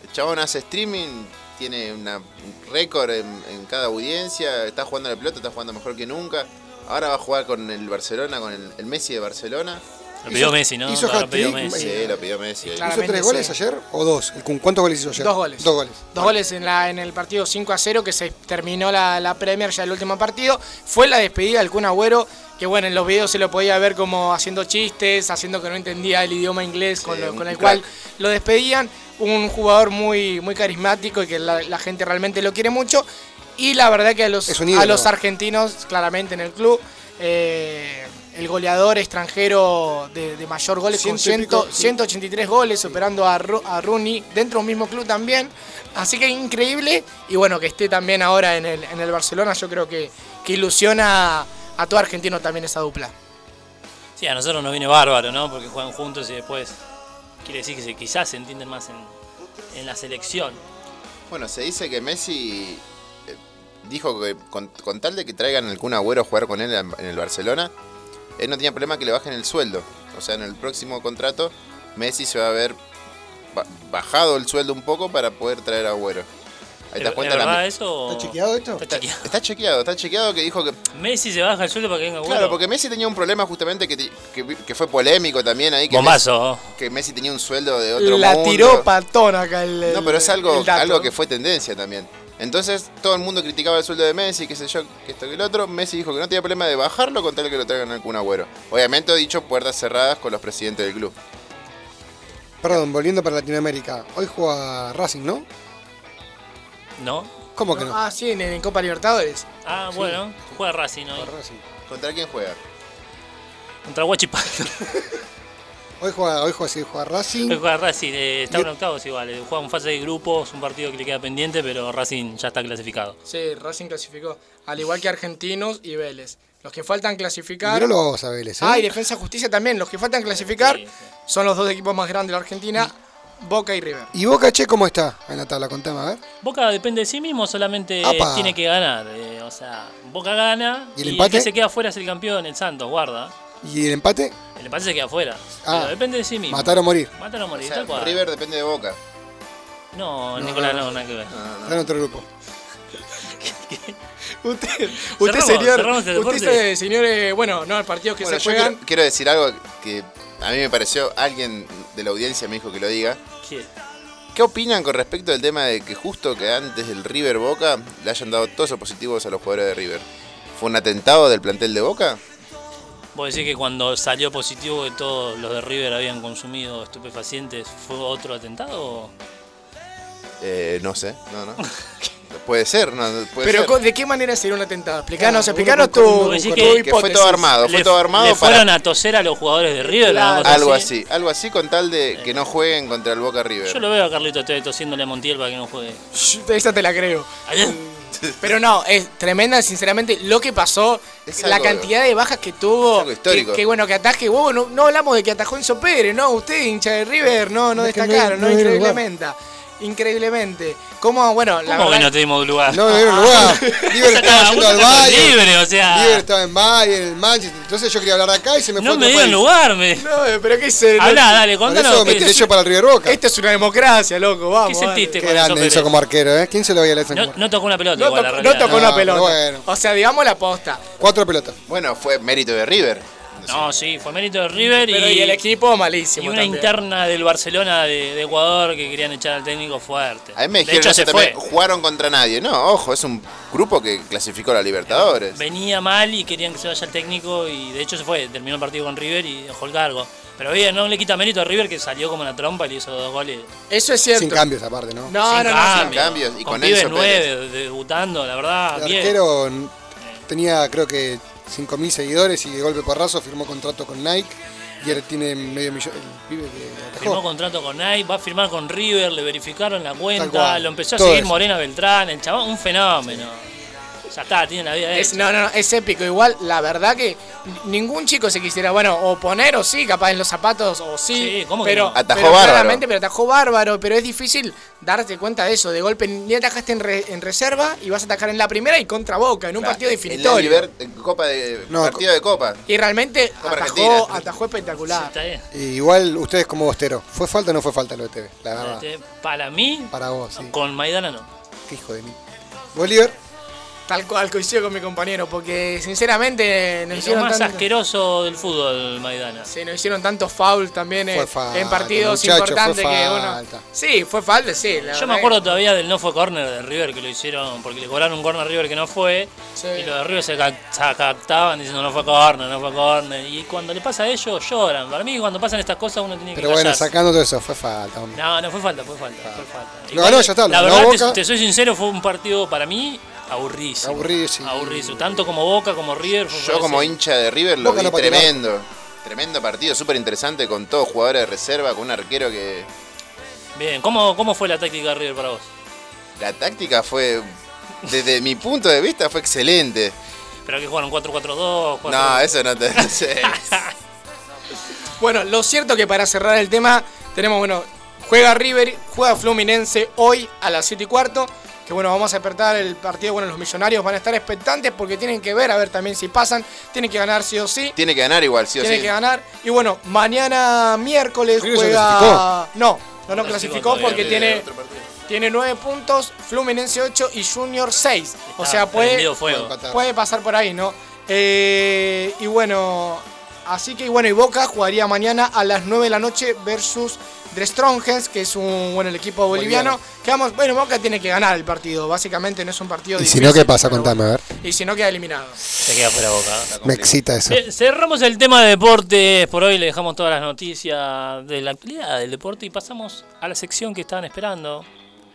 S7: El chabón hace streaming, tiene una- un récord en, en cada audiencia, está jugando la pelota, está jugando mejor que nunca. Ahora va a jugar con el Barcelona, con el, el Messi de Barcelona.
S4: Lo pidió Messi, ¿no?
S8: hizo
S4: Lo pidió
S8: hat-trick,
S4: Messi.
S7: Sí, lo pidió Messi.
S8: Eh,
S7: eh.
S8: ¿Hizo tres goles ayer o dos? ¿El Kun? ¿Cuántos goles hizo ayer?
S5: Dos goles.
S8: Dos goles.
S5: Dos goles en, la, en el partido 5 a 0 que se terminó la, la Premier ya el último partido. Fue la despedida del Kun Agüero, que bueno, en los videos se lo podía ver como haciendo chistes, haciendo que no entendía el idioma inglés con, lo-
S8: un
S5: con el
S8: crack.
S5: cual lo despedían. Un jugador muy, muy carismático y que la, la gente realmente lo quiere mucho. Y la verdad que a los,
S8: Es un ídolo.
S5: a los argentinos, claramente en el club, eh, el goleador extranjero de, de mayor goles con
S8: Ciento y pico,
S5: 100 183 goles, superando a, Ru- a Rooney dentro de un mismo club también. Así que increíble. Y bueno, que esté también ahora en el, en el Barcelona, yo creo que, que ilusiona a todo argentino también esa dupla.
S4: Sí, a nosotros nos viene bárbaro, ¿no? Porque juegan juntos y después quiere decir que se- quizás se entienden más en, en la selección.
S7: Bueno, se dice que Messi eh, dijo que con, con tal de que traigan al Kun Agüero a jugar con él en, en el Barcelona, él no tenía problema que le bajen el sueldo. O sea, en el próximo contrato, Messi se va a ver ba- bajado el sueldo un poco para poder traer a Agüero. Ahí te das
S4: Pero,
S7: cuenta
S4: ¿es
S7: la-
S4: verdad eso? ¿Está chequeado
S8: esto?
S4: Está chequeado.
S7: Está chequeado, está chequeado que dijo que...
S4: Messi se baja el sueldo para que venga
S7: Claro, porque Messi tenía un problema justamente que, te- que- que fue polémico también ahí. Que
S4: Bombazo.
S7: Messi, que Messi tenía un sueldo de otro
S5: La
S7: mundo.
S5: tiró patón acá el.
S7: No, pero es
S5: el-
S7: algo,
S5: el dato.
S7: algo que fue tendencia también. Entonces todo el mundo criticaba el sueldo de Messi, qué sé yo, que esto que el otro. Messi dijo que no tenía problema de bajarlo con tal que lo traigan al Kun Agüero. Obviamente he dicho puertas cerradas con los presidentes del club.
S8: Perdón, volviendo para Latinoamérica. Hoy juega Racing, ¿no?
S4: ¿No?
S8: ¿Cómo que no?
S5: Ah, sí, en, en Copa Libertadores.
S4: Ah,
S5: Sí.
S4: bueno, juega Racing hoy.
S7: ¿Contra quién juega?
S4: Contra Huachipato.
S8: [laughs] Hoy juega, hoy juega, sí, juega Racing.
S4: Hoy juega Racing, eh, está
S8: Y-
S4: en octavos igual. eh, Juega en fase de grupos, un partido que le queda pendiente, pero Racing ya está clasificado.
S5: Sí, Racing clasificó. Al igual que Argentinos y Vélez. Los que faltan clasificar.
S8: Primero lo vamos a Vélez, ¿eh?
S5: Ah, y Defensa Justicia también. Los que faltan clasificar son los dos equipos más grandes de la Argentina, Boca y River.
S8: ¿Y Boca Che cómo está en la tabla? Contame, a ver.
S4: Boca depende de sí mismo, solamente
S8: Apa.
S4: tiene que ganar. eh, o sea, Boca gana
S8: ¿Y
S4: y
S8: el
S4: el,
S8: empate?
S4: que se queda fuera es el campeón, el Santos, guarda.
S8: ¿Y el empate?
S4: El empate se queda fuera.
S8: Ah.
S4: Pero depende de sí mismo.
S8: Matar o morir.
S4: Matar o morir,
S7: O sea,
S4: tal cual.
S7: River depende de Boca.
S4: No,
S7: No,
S4: Nicolás,
S7: no,
S4: no,
S7: no.
S4: nada que ver.
S8: Está en otro grupo.
S5: Usted, usted
S7: Cerramos,
S5: señor,
S7: cerramos el
S5: usted,
S7: deporte.
S5: se- señor, eh, bueno, no, el partido que
S7: Bueno,
S5: se
S7: yo
S5: juegan.
S7: quiero, quiero decir algo que a mí me pareció, alguien de la audiencia me dijo que lo diga.
S4: ¿Qué?
S7: ¿Qué opinan con respecto del tema de que justo que antes del River Boca le hayan dado todos los positivos a los jugadores de River? ¿Fue un atentado del plantel de Boca?
S4: Vos decís que cuando salió positivo que todos los de River habían consumido estupefacientes, ¿fue otro atentado?
S7: Eh, no sé, no,
S5: [laughs]
S7: no. Puede ser, no, puede
S5: Pero
S7: ser.
S5: co- ¿de qué manera sería un atentado? Explicanos,
S8: Ah,
S5: explicanos
S8: uno con-
S5: tu,
S8: uno
S5: tu
S7: con- que- que fue
S5: hipótesis.
S7: todo armado, fue
S4: Le-
S7: todo armado
S4: le
S7: para-
S4: fueron a toser a los jugadores de River, una cosa
S7: algo así. algo así con tal de que no jueguen contra el Boca River.
S4: Yo lo veo a Carlito Tevez tosiéndole a Montiel para que no juegue.
S5: Esa te la creo. [laughs] Pero no, es tremenda, sinceramente, lo que pasó,
S7: Es
S5: la
S7: algo-
S5: cantidad de bajas que tuvo.
S7: histórico.
S5: Que, que bueno, que ataje huevo, no, no hablamos de que atajó Enzo Pérez, no, usted, hincha de River, no, no
S8: Es que no-
S5: destacaron, no,
S8: no dieron lugar.
S5: increíblemente. Increíblemente. ¿Cómo, bueno, la
S4: ¿Cómo que
S5: verdad-
S4: no te dimos lugar?
S8: No, no dieron lugar. River estaba
S4: Cada
S8: yendo
S4: uno
S8: al
S4: está
S8: Bayern.
S4: libre, o sea.
S8: River estaba en Bayern, en Manchester. Entonces yo quería hablar acá y se me fue
S4: No
S8: a
S4: me
S8: otro
S4: dieron
S8: país.
S4: lugar, me.
S5: No, pero qué se.
S4: Habla, dale,
S8: Por
S4: contanos.
S8: eso me
S4: ¿qué-
S8: tiré yo para el River Boca.
S5: Esto es una democracia, loco, vamos.
S4: ¿Qué sentiste
S8: Qué
S4: con Enzo
S8: grande
S4: Pérez?
S8: Enzo como arquero, ¿eh? ¿Quién se lo veía a Enzo
S4: No,
S8: como
S4: no tocó una pelota
S5: No
S4: igual, la
S5: tocó-
S4: realidad.
S5: no tocó una pelota.
S8: bueno.
S5: O sea, digamos la posta.
S8: Cuatro pelotas.
S7: Bueno, fue mérito de River.
S4: No, sí, fue mérito de River
S5: Pero y el equipo malísimo
S4: y una
S5: también.
S4: interna del Barcelona de, de Ecuador que querían echar al técnico fuerte.
S7: A mí me
S4: de
S7: dijeron
S4: hecho,
S7: eso
S4: se
S7: también,
S4: fue.
S7: jugaron contra nadie. No, ojo, es un grupo que clasificó a la Libertadores.
S4: Venía mal y querían que se vaya el técnico y de hecho se fue. Terminó el partido con River y dejó el cargo. Pero bien, no le quita mérito a River que salió como una trompa y le hizo dos goles.
S5: Eso es cierto.
S8: Sin cambios aparte, ¿no?
S5: No,
S4: sin
S5: no, no,
S4: cambios,
S8: sin cambios, y con
S4: pibes
S8: Enzo
S4: nueve debutando, la verdad,
S8: El
S4: bien.
S8: arquero n- tenía creo que 5.000 seguidores y de golpe porrazo firmó contrato con Nike y ahora tiene medio millón. El pibe que atajó.
S4: Firmó contrato con Nike, va a firmar con River, le verificaron la
S8: Tal
S4: cuenta,
S8: cual.
S4: lo empezó a
S8: Todo
S4: seguir
S8: eso.
S4: Morena Beltrán, el chabón, un fenómeno. Ya está, tiene la vida
S5: Es,
S4: hecha.
S5: no, no, no, es épico. Igual, la verdad que n- ningún chico se quisiera, bueno, o poner o sí, capaz en los zapatos o sí.
S4: Sí, ¿cómo que
S5: pero,
S4: no? Atajó
S5: pero
S7: bárbaro.
S5: claramente, pero atajó bárbaro. Pero es difícil darte cuenta de eso. De golpe, ni atajaste en, re- en reserva y vas a atacar en la primera y contra Boca, en un partido
S7: En la
S5: definitorio.
S7: Liber- en Copa de, partido de Copa.
S5: Y realmente
S7: Copa
S5: atajó,
S7: Argentina.
S5: atajó espectacular.
S8: Y igual ustedes como bostero, ¿fue falta o no fue falta lo de TV? La verdad.
S4: Este, Para mí,
S8: Para vos, sí.
S4: con Maidana no.
S8: Qué hijo de mí. Bolívar.
S5: Tal cual, coincido con mi compañero, porque sinceramente nos
S4: Es lo
S5: hicieron
S4: más
S5: tanto...
S4: asqueroso del fútbol, Maidana.
S5: Sí, nos hicieron tantos fouls también en,
S4: Fue falta,
S5: en partidos
S4: muchacho, fue
S5: importantes que
S8: Ah,
S5: uno.
S4: falta.
S5: Sí, fue falta, sí. la
S4: Yo me
S5: verdad que-
S4: acuerdo todavía del no fue corner de River que lo hicieron porque le cobraron un corner a River que no fue y los de River se ca- se captaban diciendo no fue corner, no fue corner y cuando le pasa a ellos lloran. Para mí cuando pasan estas cosas uno tiene que
S8: Pero bueno,
S4: callarse.
S8: sacando todo eso, fue falta. hombre.
S4: No, no fue falta, fue falta, fue falta.
S8: Lo
S4: Igual,
S8: ganó, ya está, lo
S4: La
S8: ganó
S4: verdad, te,
S8: Boca.
S4: te soy sincero, fue un partido para mí aburrísimo.
S8: Aburrísimo.
S4: Aburrísimo, tanto como Boca como River. fue-
S7: Yo como
S4: fue-
S7: hincha de River lo
S4: Boca
S7: vi
S4: no patinó.
S7: tremendo. Tremendo partido, súper interesante con todos jugadores de reserva, con un arquero que...
S4: Bien, ¿cómo, cómo fue la táctica de River para vos?
S7: La táctica fue, desde mi punto de vista, fue excelente.
S4: ¿Pero que jugaron 4-4-2?
S7: No, eso no
S4: [laughs]
S7: te... no sé.
S5: Bueno, lo cierto que para cerrar el tema, tenemos, bueno, juega River, juega Fluminense hoy a las 7 y cuarto. Que bueno, vamos a despertar el partido. Bueno, los millonarios van a estar expectantes porque tienen que ver, a ver también si pasan. Tienen que ganar sí o sí.
S7: Tiene que ganar igual, sí o
S5: tienen
S7: sí.
S5: que ganar. Y bueno, mañana miércoles
S7: River se
S5: juega.
S7: clasificó.
S5: No, no, no
S7: No
S5: clasificó
S7: clasificó
S5: porque
S7: todavía.
S5: tiene. Tiene 9 puntos, Fluminense 8 y Junior 6. O
S4: Está
S5: sea, puede,
S4: prendido fuego.
S5: puede pasar por ahí, ¿no? Eh, y bueno, así que y bueno, y Boca jugaría mañana a las 9 de la noche versus The Strongheads, que es un bueno el equipo boliviano. Que vamos, bueno, Boca tiene que ganar el partido, básicamente no es un partido
S8: Y si
S5: difícil.
S8: no, ¿qué pasa? Contame, a ver.
S5: Y si no queda eliminado.
S4: Se queda fuera Boca. ¿eh?
S8: Me excita eso.
S4: Bien, cerramos el tema de deportes. Por hoy le dejamos todas las noticias de la actualidad del deporte y pasamos a la sección que estaban esperando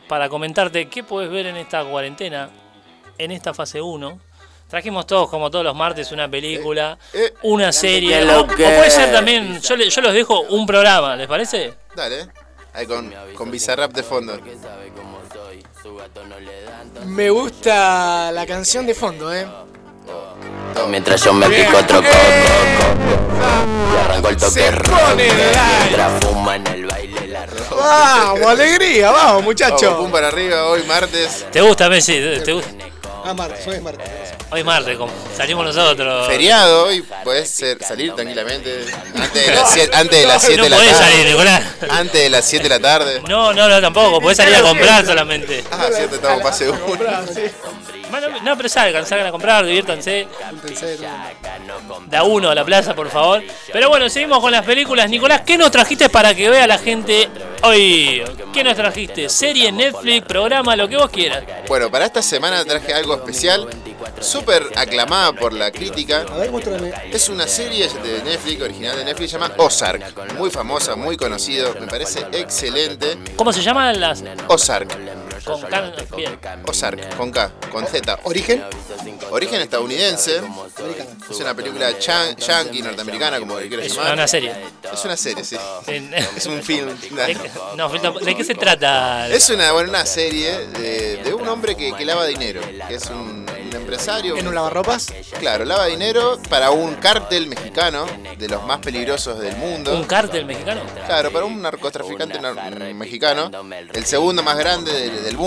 S4: para comentarte qué puedes ver en esta cuarentena, en esta fase 1. Trajimos todos, como todos los martes, una película, una
S17: Eh,
S5: Eh,
S4: serie.
S7: lo
S4: O, o puede ser también, yo, le- yo los dejo un programa, ¿les parece?
S7: Dale. Ahí con, con Bizarrap de fondo.
S5: Me gusta la canción de fondo, ¿eh?
S17: Mientras yo me pico otro coco, coco. Y arranco el toque rojo. Mientras fuma en el baile la ropa.
S5: ¡Vamos, alegría! ¡Vamos, muchachos!
S7: Vamos, pum para arriba, hoy martes.
S4: ¿Te gusta, Messi? ¿Te- te gusta?
S8: Ah, Martes, hoy es Martes.
S4: Hoy martes, como salimos nosotros.
S7: Feriado, hoy podés ser- salir tranquilamente. Antes de las 7 antes de las
S4: No,
S7: siete
S4: no
S7: de la
S4: podés
S7: tarde.
S4: salir, Nicolás.
S7: Antes de las 7 de la
S4: [laughs]
S7: tarde.
S4: No, no, no, tampoco. Podés salir a comprar solamente.
S7: Ah, cierto, estamos pase uno.
S4: Bueno, no, pero salgan, salgan a comprar, diviértanse. Da uno a la plaza, por favor. Pero bueno, seguimos con las películas. Nicolás, ¿qué nos trajiste para que vea la gente hoy? ¿Qué nos trajiste? Serie, Netflix, [laughs] programa, lo que vos quieras.
S7: Bueno, para esta semana traje algo especial, súper aclamada por la crítica. Es una serie de Netflix, original de Netflix, llamada Ozark. Muy famosa, muy conocido, me parece excelente.
S4: ¿Cómo se llaman las...?
S7: Ozark.
S4: Con can- Bien.
S7: Ozark, con K, con Z. ¿Origen? Origen estadounidense. Es una película chan- yankee, norteamericana, como le quieras
S4: Es
S7: llamar.
S4: una serie.
S7: Es una serie, sí.
S4: En- [laughs]
S7: Es un film.
S4: No, Fito, ¿de qué se trata?
S7: Es una, bueno, una serie de, de un hombre que, que lava dinero, que es un, un empresario.
S5: ¿En un lavarropas?
S7: Claro, lava dinero para un cártel mexicano, de los más peligrosos del mundo.
S4: ¿Un cártel mexicano?
S7: Claro, para un narcotraficante nar- mm, mexicano, el segundo más grande del, del mundo.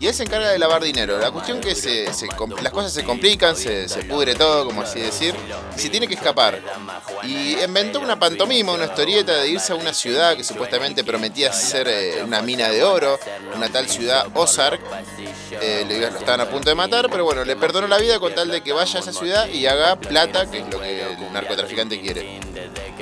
S7: Y él se encarga de lavar dinero. La cuestión que se, se com- las cosas se complican, se, se pudre todo, como así decir, y se tiene que escapar. Y inventó una pantomima, una historieta de irse a una ciudad que supuestamente prometía ser eh, una mina de oro, una tal ciudad Ozark. Eh, le iban- lo estaban a punto de matar, pero bueno, le perdonó la vida con tal de que vaya a esa ciudad y haga plata, que es lo que el narcotraficante quiere.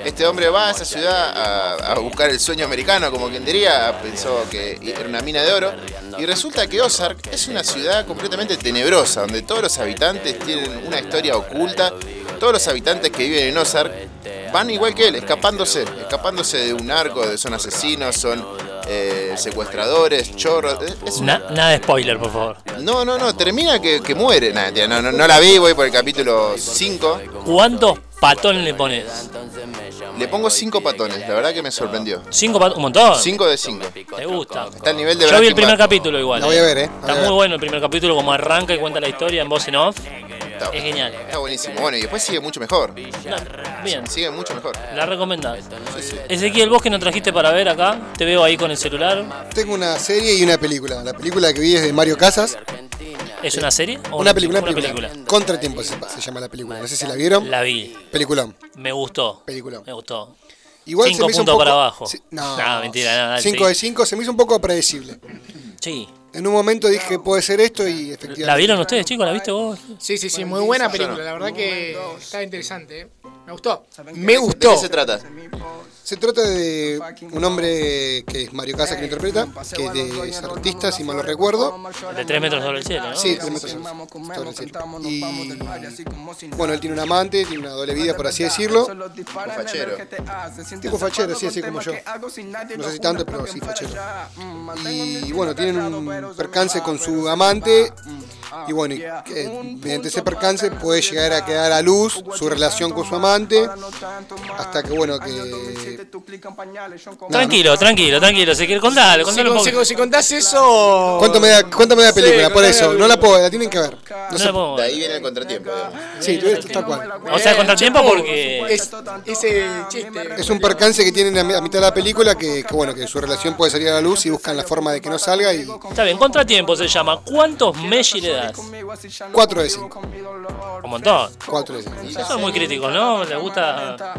S7: Este hombre va a esa ciudad a, a buscar el sueño americano, como quien diría, pensó que era una mina de oro, y resulta que Ozark es una ciudad completamente tenebrosa, donde todos los habitantes tienen una historia oculta, todos los habitantes que viven en Ozark van igual que él, escapándose, escapándose de un narco, de son asesinos, son eh, secuestradores, chorros, es- es una-
S4: Na- nada de spoiler, por favor.
S7: No, no, no, termina que, que muere, Nah, tía, no, no, no la vi, voy por el capítulo 5.
S4: ¿Cuántos patones le pones?
S7: Le pongo 5 patones, la verdad que me sorprendió.
S4: ¿Cinco patones? ¿Un montón?
S7: 5 de 5.
S4: Te gusta.
S7: Está al nivel de
S4: Yo vi el
S7: Breaking
S4: primer
S7: Bad.
S4: capítulo igual.
S7: La voy a ver, eh. La
S4: Está
S7: voy a
S4: muy
S7: ver.
S4: bueno el primer capítulo, como arranca y cuenta la historia en voz en off. Es genial.
S7: Está buenísimo. Bueno, y después sigue mucho mejor.
S4: Bien.
S7: Sigue mucho mejor.
S4: La recomendás. Ezequiel, vos que nos trajiste para ver acá, te veo ahí con el celular.
S8: Tengo una serie y una película. La película que vi es de Mario Casas.
S4: ¿Es una serie? o
S8: Una película,
S4: Una
S8: una película. Contratiempo se, se llama la película. No sé si la vieron.
S4: La vi.
S8: Peliculón.
S4: Me gustó.
S8: Peliculón.
S4: Me gustó.
S8: Igual
S4: Cinco
S8: se me hizo un
S4: puntos
S8: poco-
S4: para abajo.
S8: Sí, no.
S4: Nah, mentira, nada.
S8: 5 de 5 se me hizo un poco predecible.
S4: Sí.
S8: En un momento dije, puede ser esto y efectivamente.
S4: ¿La vieron ustedes, chicos? ¿La viste vos?
S5: Sí, sí, sí, muy buena película. La verdad que está interesante. ¿eh? Me gustó.
S8: Me
S7: gustó. ¿De qué se trata?
S8: Se trata de un hombre que es Mario Casas que lo interpreta, que es, de- es artista, si mal no recuerdo.
S4: De 3 metros sobre el cielo, ¿no?
S8: Sí, tres metros sobre- sobre el cielo. Y, bueno, él tiene un amante, tiene una doble vida, por así decirlo.
S7: Fachero.
S8: Ah, Tipo fachero, sí, así como yo. No sé si tanto, pero sí fachero. Y bueno, tienen un percance con su amante. Y bueno, y, eh, mediante ese percance puede llegar a quedar a luz su relación con su amante. Hasta que bueno, que.
S4: Tranquilo, tranquilo, tranquilo. Ezequiel, contalo, contalo un
S5: si,
S4: poco.
S5: si contás eso.
S8: ¿Cuánto me da, cuánto me da
S5: Sí,
S8: película? Por
S5: contame la
S8: eso, no
S5: película.
S8: la puedo, la tienen que ver.
S4: No la puedo
S7: De
S4: ver.
S7: ahí viene el contratiempo, digamos.
S8: Sí, tú eres tal cual.
S4: O sea, contratiempo porque.
S5: Es, ese chiste.
S8: Es un percance que tienen a mi- a mitad de la película que, que, bueno, que su relación puede salir a la luz y buscan la forma de que no salga y
S4: Está bien, contratiempo se llama. ¿Cuántos Messi le das?
S8: 4 de 5.
S4: Un montón.
S8: 4 de 5.
S4: Ustedes son muy críticos, ¿no? Les gusta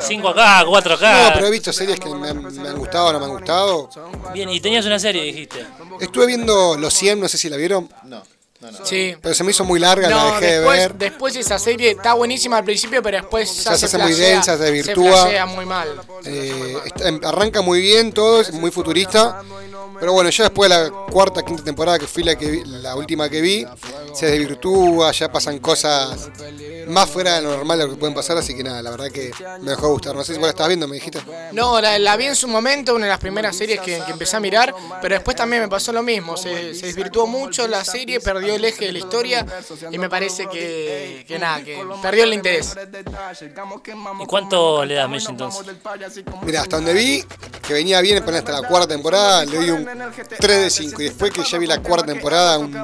S4: 5 acá, 4 acá.
S8: No, pero he visto series que me han, me han gustado o no me han gustado.
S4: Bien, y tenías una serie, dijiste.
S8: Estuve viendo Los 100, no sé si la vieron.
S7: No.
S5: Sí.
S8: Pero se me hizo muy larga, la
S5: No,
S8: dejé de
S5: después,
S8: ver.
S5: después esa serie está buenísima al principio, pero después ya
S8: Ya se hace muy
S5: flashea-
S8: densa, se desvirtúa.
S5: Se flashea muy mal.
S8: Eh, está- em- arranca muy bien todo, es muy futurista. Pero bueno, ya después de la cuarta, quinta temporada, que fui la, que vi- la última que vi, se desvirtúa, ya pasan cosas más fuera de lo normal de lo que pueden pasar. Así que nada, la verdad que me dejó de gustar. No sé si vos la estás viendo, me dijiste.
S5: No, la, la vi en su momento, una de las primeras series que, que empecé a mirar, pero después también me pasó lo mismo. Se, se desvirtuó mucho la serie, perdió el eje de la historia y me parece que, que nada, que perdió el interés.
S4: ¿Y cuánto le das Messi entonces?
S8: Mira, hasta donde vi, que venía bien pero hasta la cuarta temporada, le di un 3 de 5. Y después que ya vi la cuarta temporada, un,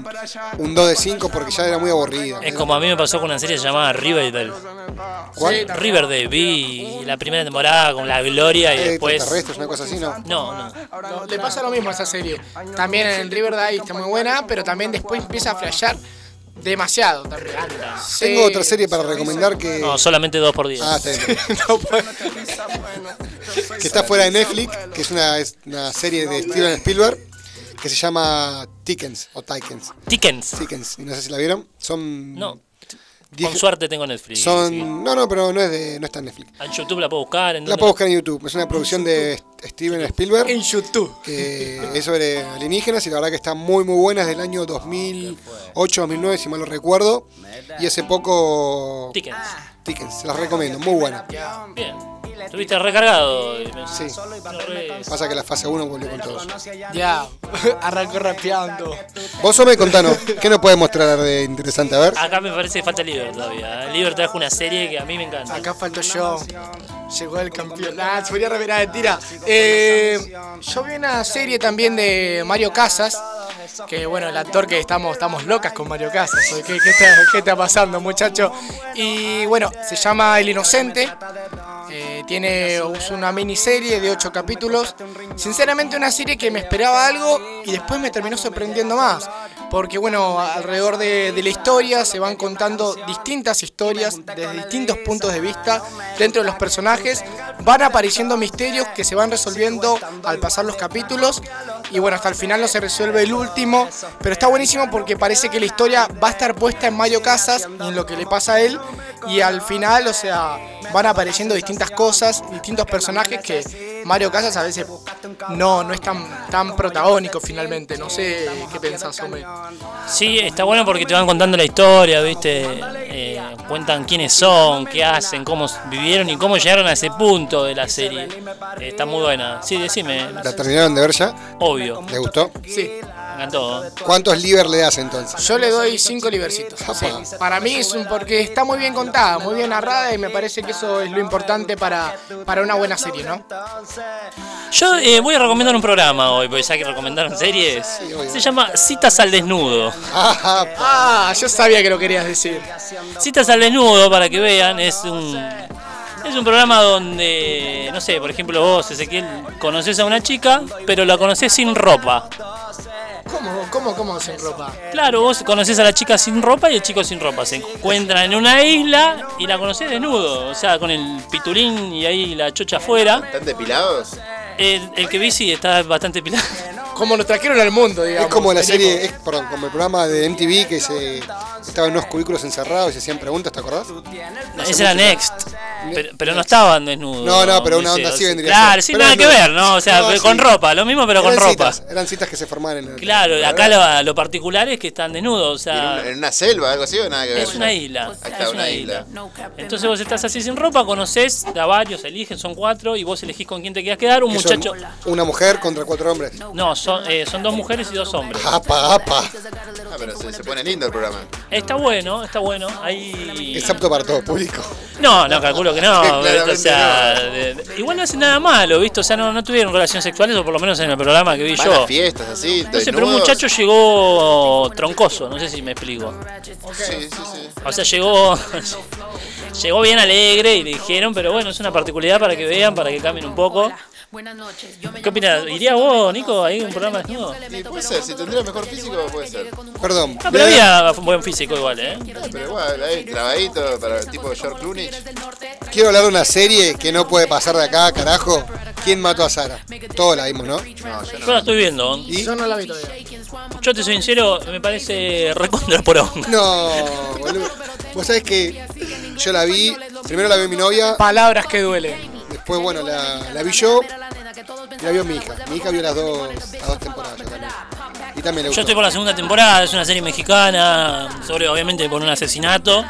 S8: un 2 de 5 porque ya era muy aburrida.
S4: Es como a mí me pasó con una serie llamada Riverdale.
S8: ¿Cuál?
S4: Riverdale, vi la primera temporada con la gloria y
S8: Eh,
S4: después.
S8: extraterrestres, una cosa así, ¿no?
S4: No, no.
S5: No, le pasa lo mismo a esa serie. También en Riverdale está muy buena, pero también después empieza a flashear demasiado. también. Sí.
S8: Tengo otra serie para recomendar que,
S4: No, pues. solamente dos por día.
S8: Ah, está
S5: [laughs]
S8: bien. que está fuera de Netflix, que es una, es una serie de Steven Spielberg, que se llama Tickens o Tykens.
S4: Tickens.
S8: Tickens, y no sé si la vieron. Son.
S4: No.
S8: diez-
S4: Con suerte tengo Netflix. así
S8: Son. No, no, pero no, es de, no está en Netflix.
S4: que- En YouTube la puedo buscar. ¿en
S8: La
S4: dónde?
S8: puedo buscar en YouTube. Es una producción de Steven Spielberg. En
S5: YouTube.
S8: Que es sobre alienígenas y la verdad que está muy, muy buena. Es del año 2008, 2009, si mal no recuerdo. Y hace poco.
S4: Tickens.
S8: Tickens, se las recomiendo. Muy buena.
S4: Bien. Estuviste recargado.
S8: Sí. Pasa que la fase 1 volvió con todos.
S5: Ya, [laughs] arrancó rapeando.
S8: Vos Ome, contanos, ¿qué nos puedes mostrar de interesante? A ver.
S4: Acá me parece que falta Liber todavía. ¿eh? Liber trajo una serie que a mí me encanta.
S5: Acá faltó yo. Llegó el campeón. Ah, se podía revelar, tira. Eh, yo vi una serie también de Mario Casas que bueno, el actor que estamos, estamos locas con Mario Casas. ¿Qué, qué está, qué está pasando, muchacho? Y bueno, se llama El Inocente. Eh, tiene es una miniserie de ocho capítulos. Sinceramente una serie que me esperaba algo y después me terminó sorprendiendo más. Porque bueno, alrededor de, de la historia se van contando distintas historias desde distintos puntos de vista. Dentro de los personajes van apareciendo misterios que se van resolviendo al pasar los capítulos. Y bueno, hasta el final no se resuelve el último. Pero está buenísimo porque parece que la historia va a estar puesta en Mayo Casas y en lo que le pasa a él. Y al final, o sea, van apareciendo distintas cosas, distintos personajes que Mario Casas a veces no, no es tan, tan protagónico finalmente. No sé qué pensás, Ome.
S4: Sí, está bueno porque te van contando la historia, ¿viste? Eh, cuentan quiénes son, qué hacen, cómo vivieron y cómo llegaron a ese punto de la serie. Eh, está muy buena. Sí, decime.
S8: ¿La terminaron de ver ya?
S4: Obvio.
S8: ¿Le gustó?
S5: Sí.
S4: Me encantó. ¿eh?
S8: ¿Cuántos liver le das entonces?
S5: Yo le doy cinco libercitos. sí. Para mí es un porque está muy bien contada, muy bien narrada y me parece que eso es lo importante para, para una buena serie,
S7: [laughs]
S5: ¿no?
S4: Yo eh, voy a recomendar un programa hoy, porque ya que recomendaron series, se llama Citas al Desnudo.
S5: Ah, yo sabía que lo querías decir.
S4: Citas al Desnudo, para que vean, es un, es un programa donde, no sé, por ejemplo vos, Ezequiel, conoces a una chica, pero la conoces sin ropa.
S5: ¿Cómo, cómo, cómo sin ropa?
S4: Claro, vos conoces a la chica sin ropa y el chico sin ropa. Se encuentran en una isla y la conoces desnudo, o sea, con el pitulín y ahí la chocha afuera.
S7: ¿Están depilados?
S4: El, el que vi sí está bastante pilado.
S5: Como nos trajeron al mundo, digamos.
S8: Es como la
S5: Tenemos-
S8: serie, es, perdón, como el programa de MTV que se estaba en unos cubículos encerrados y se hacían preguntas, ¿te acordás?
S4: [laughs] Ese era Next. Pero, pero no estaban desnudos.
S8: No, no, pero una onda
S4: Eliseo.
S8: así vendría. a
S4: Claro,
S8: ser.
S4: sí,
S8: Pero
S4: nada
S8: no,
S4: que ver, ¿no? O sea,
S8: no,
S4: con
S8: sí.
S4: ropa, lo mismo, pero con
S8: Eran
S4: ropa.
S8: citas, eran citas que se formaban en el.
S4: Claro, acá lo, lo particular es que están desnudos, o sea.
S7: ¿En una selva, algo así o nada que ver?
S4: Es una isla.
S7: Ahí
S4: es
S7: está, una isla.
S4: Entonces vos estás así sin ropa, conoces a varios, eligen, son cuatro, y vos elegís con quién te quieras quedar. Un
S8: que son
S4: muchacho.
S8: Una mujer contra cuatro hombres.
S4: No, son, eh, son dos mujeres y dos hombres.
S8: Apa, apa.
S7: Ah, pero se, se pone lindo el programa.
S4: Está bueno, está bueno. Ahí.
S8: Es apto para todo público.
S4: No, no, calculo que
S7: [laughs]
S4: no.
S8: Claramente
S4: o sea, de- de- igual no hacen nada malo, ¿viste? O sea, no, no tuvieron relaciones sexuales, o por lo menos en el programa que vi
S7: Van
S4: yo.
S7: a fiestas así,
S4: No sé, pero un
S7: desnudos.
S4: muchacho llegó troncoso, no sé si me explico.
S7: Sí, sí, sí.
S4: O sea, llegó [laughs] llegó bien alegre y le dijeron, pero bueno, es una particularidad para que vean, para que cambien un poco. ¿Qué opinas? ¿Irías vos, Nico, ahí un programa desnudo?
S7: Y puede ser, si tendría mejor físico, puede ser. Ah,
S8: Perdón.
S4: Ah, pero había un buen físico igual, ¿eh?
S7: Pero igual, ahí, trabadito, para el tipo de George Clooney.
S8: Quiero hablar de una serie que no puede pasar de acá, carajo. ¿Quién mató a Sara? Todos la vimos, ¿no?
S4: Yo la estoy viendo.
S5: Yo no la vi todavía.
S4: Yo te soy sincero, me parece recontra [laughs] porón.
S8: No, boludo. Vos sabés que yo la vi, primero la vio mi novia.
S5: Palabras que duelen.
S8: Después, bueno, la, la vi yo y la vio mi hija. Mi hija vio las dos, las dos temporadas. yo también. Y también le
S4: Yo
S8: gustó.
S4: estoy por la segunda temporada, es una serie mexicana, sobre obviamente por un asesinato.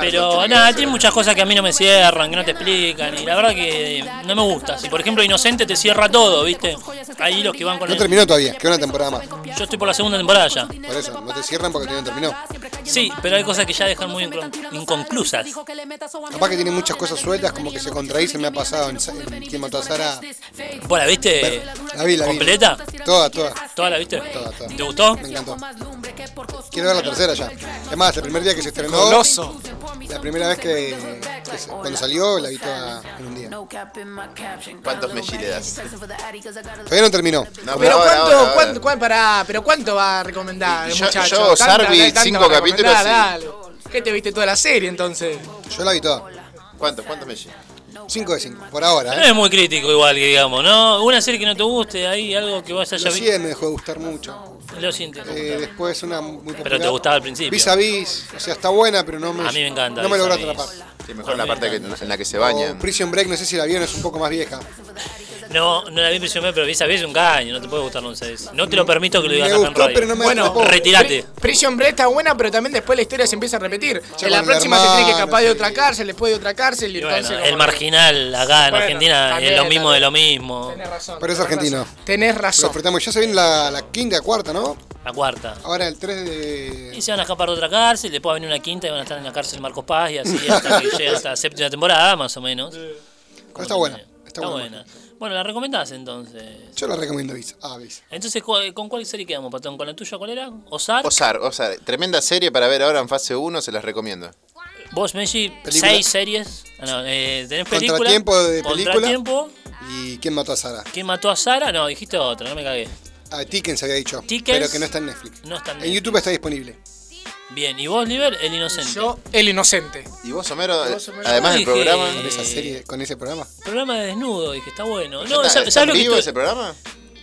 S4: Pero nada, tiene muchas cosas que a mí no me cierran, que no te explican, y la verdad que no me gusta. Si por ejemplo Inocente te cierra todo, ¿viste? Ahí los que van con
S8: No
S4: el-
S8: terminó todavía, queda una temporada más. Por
S4: Yo estoy por la segunda temporada ya.
S8: eso, no te cierran porque todavía no terminó.
S4: Sí, pero hay cosas que ya dejan muy incon- inconclusas.
S8: Capaz que tiene muchas cosas sueltas, como que se contradicen, me ha pasado en, Sa- en ¿Quién mató a Sara?
S4: ¿Vos la viste?
S8: La vi, la vi.
S4: ¿Completa?
S8: Toda, toda.
S4: ¿Toda la viste?
S8: Toda, toda.
S4: ¿Te gustó?
S8: Me encantó. Quiero ver la tercera ya. Es más, el primer día que se estrenó.
S5: Goloso.
S8: La primera vez que, que se- cuando salió la vi toda en un día.
S7: ¿Cuántos melliles le das?
S8: Todavía no terminó.
S7: No,
S5: Pero
S7: ahora,
S5: cuánto,
S7: ahora,
S5: cuánto, cuán- pará, pero cuánto va a recomendar, el
S7: Yo-
S5: muchacho.
S7: yo,
S5: Tanta-
S7: Sarvi,
S5: tanta
S7: cinco
S5: va a recomendar,
S7: capítulos, sí.
S5: dale. ¿Qué te viste toda la serie entonces?
S8: Yo la vi toda.
S7: ¿Cuántos, cuántos melliles?
S8: 5 de 5, por ahora. ¿eh?
S4: No es muy crítico igual, que digamos, ¿no? Una serie que no te guste, hay algo que vos
S8: La
S4: hayas visto.
S8: 100 me dejó de gustar mucho.
S4: Lo siento.
S8: Eh, después una muy
S4: Pero te
S8: popular.
S4: gustaba al principio.
S8: Vis a vis, o sea, está buena, pero no me,
S4: A mí me encanta
S8: no me
S4: Vis a
S8: logró
S4: Vis.
S8: atrapar.
S7: Sí, mejor la parte que- en la que se bañan.
S8: O Prison Break, no sé si la vieron, es un poco más vieja.
S4: No, no la vi prisionero, pero vis a vis es un caño, no te puede gustar un 6. No te lo permito que lo digas
S8: Me
S4: acá en
S8: gustó,
S4: radio.
S8: pero no me
S4: bueno,
S8: atrapó.
S4: retirate.
S5: Prison Break está buena, pero también después la historia se empieza a repetir. en la
S8: con el
S5: próxima se tiene que
S8: hermano,
S5: escapar de otra cárcel, después de otra cárcel y,
S4: Bueno,
S5: entonces...
S4: el marginal acá en
S5: Bueno,
S4: Argentina
S5: también,
S4: es lo mismo
S5: también.
S4: de lo mismo.
S8: Pero es argentino.
S5: Tenés
S8: Lo enfrentamos. Ya se viene la, la quinta, cuarta, ¿no?
S4: La cuarta.
S8: Ahora el 3 de.
S4: Y se van a escapar de otra cárcel, después va a venir una quinta y van a estar en la cárcel Marcos Paz y así hasta que llega hasta la séptima temporada, más o menos.
S8: Pero está buena.
S4: Está buena. Bueno, Bueno, la recomendás entonces.
S8: Yo la recomiendo Visa. Ah, Visa.
S4: Entonces, ¿cu- ¿con cuál serie quedamos, Patón? ¿Con la tuya cuál era? ¿Osar?
S7: Osar, Osar. Tremenda serie para ver ahora en fase 1, se las recomiendo.
S4: Vos, Messi,
S8: Película.
S4: seis series. Ah, no, eh, tenés película.
S8: Contratiempo de película.
S4: Contratiempo.
S8: ¿Y quién mató a Sara?
S4: ¿Quién mató a Sara? No, dijiste otra, no me cagué.
S8: A Ah, Tickens había dicho.
S4: Tickets.
S8: Pero que no está en Netflix.
S4: No está en
S8: En YouTube está disponible.
S4: Bien, ¿y vos, Liber? El inocente. Yo,
S5: El Inocente.
S7: ¿Y vos, Homero?
S4: vos, Homero? además del Dije- programa.
S8: Con esa serie, con ese programa.
S4: Programa de desnudo, dije, está bueno.
S8: ¿Está-
S4: ¿sab-
S8: está
S4: ¿sabes
S8: en
S4: lo que
S8: vivo
S4: estoy-
S8: ese programa?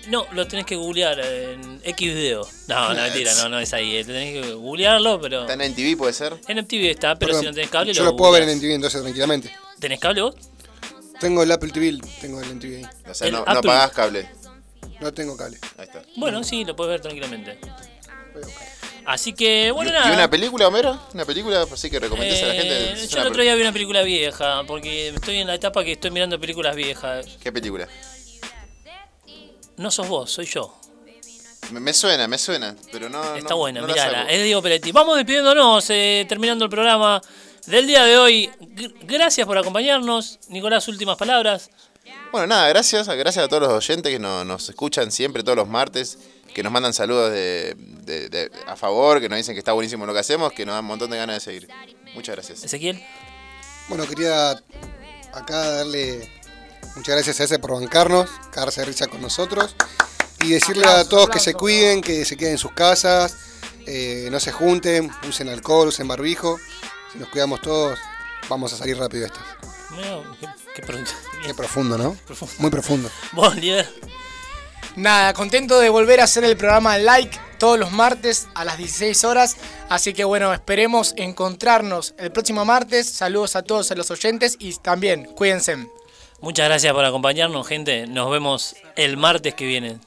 S4: No, lo tenés que googlear en X video. No, no, mentira, no, no es ahí. eh, Tenés que googlearlo, pero. ¿Está
S7: en MTV, puede ser?
S4: En MTV está, pero
S8: Perdón,
S4: si no tenés cable,
S8: Yo lo puedo ver en
S4: googleás.
S8: MTV entonces tranquilamente.
S4: ¿Tenés cable vos?
S8: Tengo el Apple TV, tengo el MTV ahí.
S7: O sea,
S4: El
S7: no, no
S4: Apple.
S7: pagás cable.
S8: No tengo cable.
S7: Ahí está.
S4: Bueno, sí, lo puedes ver tranquilamente. Así que, bueno,
S7: ¿Y,
S4: nada.
S7: y una película, Homero? ¿Una película? Así que recomendés a la
S4: Eh,
S7: gente. Es
S4: yo
S7: una
S4: el
S7: pel-
S4: otro día vi una película vieja, porque estoy en la etapa que estoy mirando películas viejas.
S7: ¿Qué película?
S4: No sos vos, soy yo.
S7: Me, me suena, me suena, pero no.
S4: Está
S7: no-
S4: buena,
S7: no la
S4: mirala.
S7: saco.
S4: Es de Diego Peretti. Vamos despidiéndonos, eh, terminando el programa del día de hoy. Gr- gracias por acompañarnos. Nicolás, últimas palabras.
S7: Bueno, nada, gracias. Gracias a todos los oyentes que no- nos escuchan siempre, todos los martes, que nos mandan saludos de, de- de- a favor, que nos dicen que está buenísimo lo que hacemos, que nos dan un montón de ganas de seguir. Muchas gracias.
S4: Ezequiel.
S8: Bueno, quería acá darle muchas gracias a ese por bancarnos, cagarse de risa con nosotros y decirle a todos que se cuiden, que se queden en sus casas, eh, no se junten, usen alcohol, usen barbijo. Si nos cuidamos todos, vamos a salir rápido de esto.
S4: Mira, qué- qué pro-
S8: Qué profundo, ¿no? Muy profundo. [laughs]
S4: Vos, líder.
S5: Nada, contento de volver a hacer el programa Like todos los martes a las 16 horas. Así que bueno, esperemos encontrarnos el próximo martes. Saludos a todos a los oyentes y también cuídense.
S4: Muchas gracias por acompañarnos, gente. Nos vemos el martes que viene.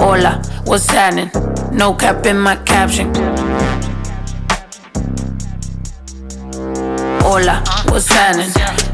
S18: Hola, what's happening? No cap in my caption. Hola, what's happening?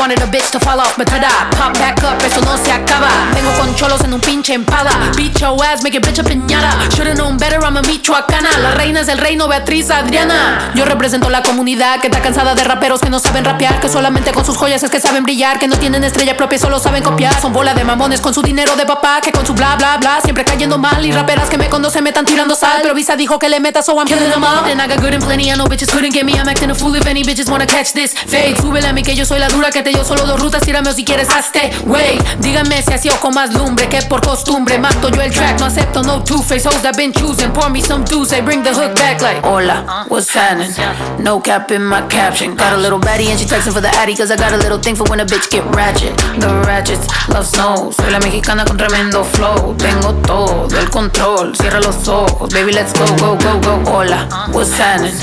S18: wanted a bitch to fall off. But tada, pop back up, eso no se acaba. Vengo con cholos en un pinche empada. Beat your ass, make it bitch a piñata. Should've known better, I'm a michoacana. La reina es el reino, Beatriz Adriana. Yo represento la comunidad que está cansada de raperos que no saben rapear. Que solamente con sus joyas es que saben brillar. Que no tienen estrella propia, y solo saben copiar. Son bola de mamones con su dinero de papá. Que con su bla bla bla siempre cayendo mal. Y raperas que me conocen me están tirando sal. Pero Visa dijo que le metas, so I'm killing them all. And I got good and plenty, I know bitches couldn't get me. I'm acting a fool if any bitches wanna catch this. Fade, súbele a mí que yo soy la dura que te dio solo dos rutas. Tírame o si quieres, hazte, wey. Díganme si así o con más lumbre que por costumbre. Mato yo el track, no acepto no two-face hoes I've been choosing. Pour me some juice, they bring the hook back like. Hola, what's happening? No cap in my caption. Got a little baddie and she texting for the addy. Cause I got a little thing for when a bitch get ratchet. The ratchets love snow. Soy la mexicana con tremendo flow. Tengo todo el control. Cierra los ojos, baby, let's go, go, go, go. Hola, what's happening?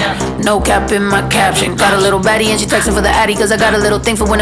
S18: No cap in my caption. Got a little baddie and she texting for the addy. Cause I got a little thing for when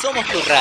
S1: Somos tu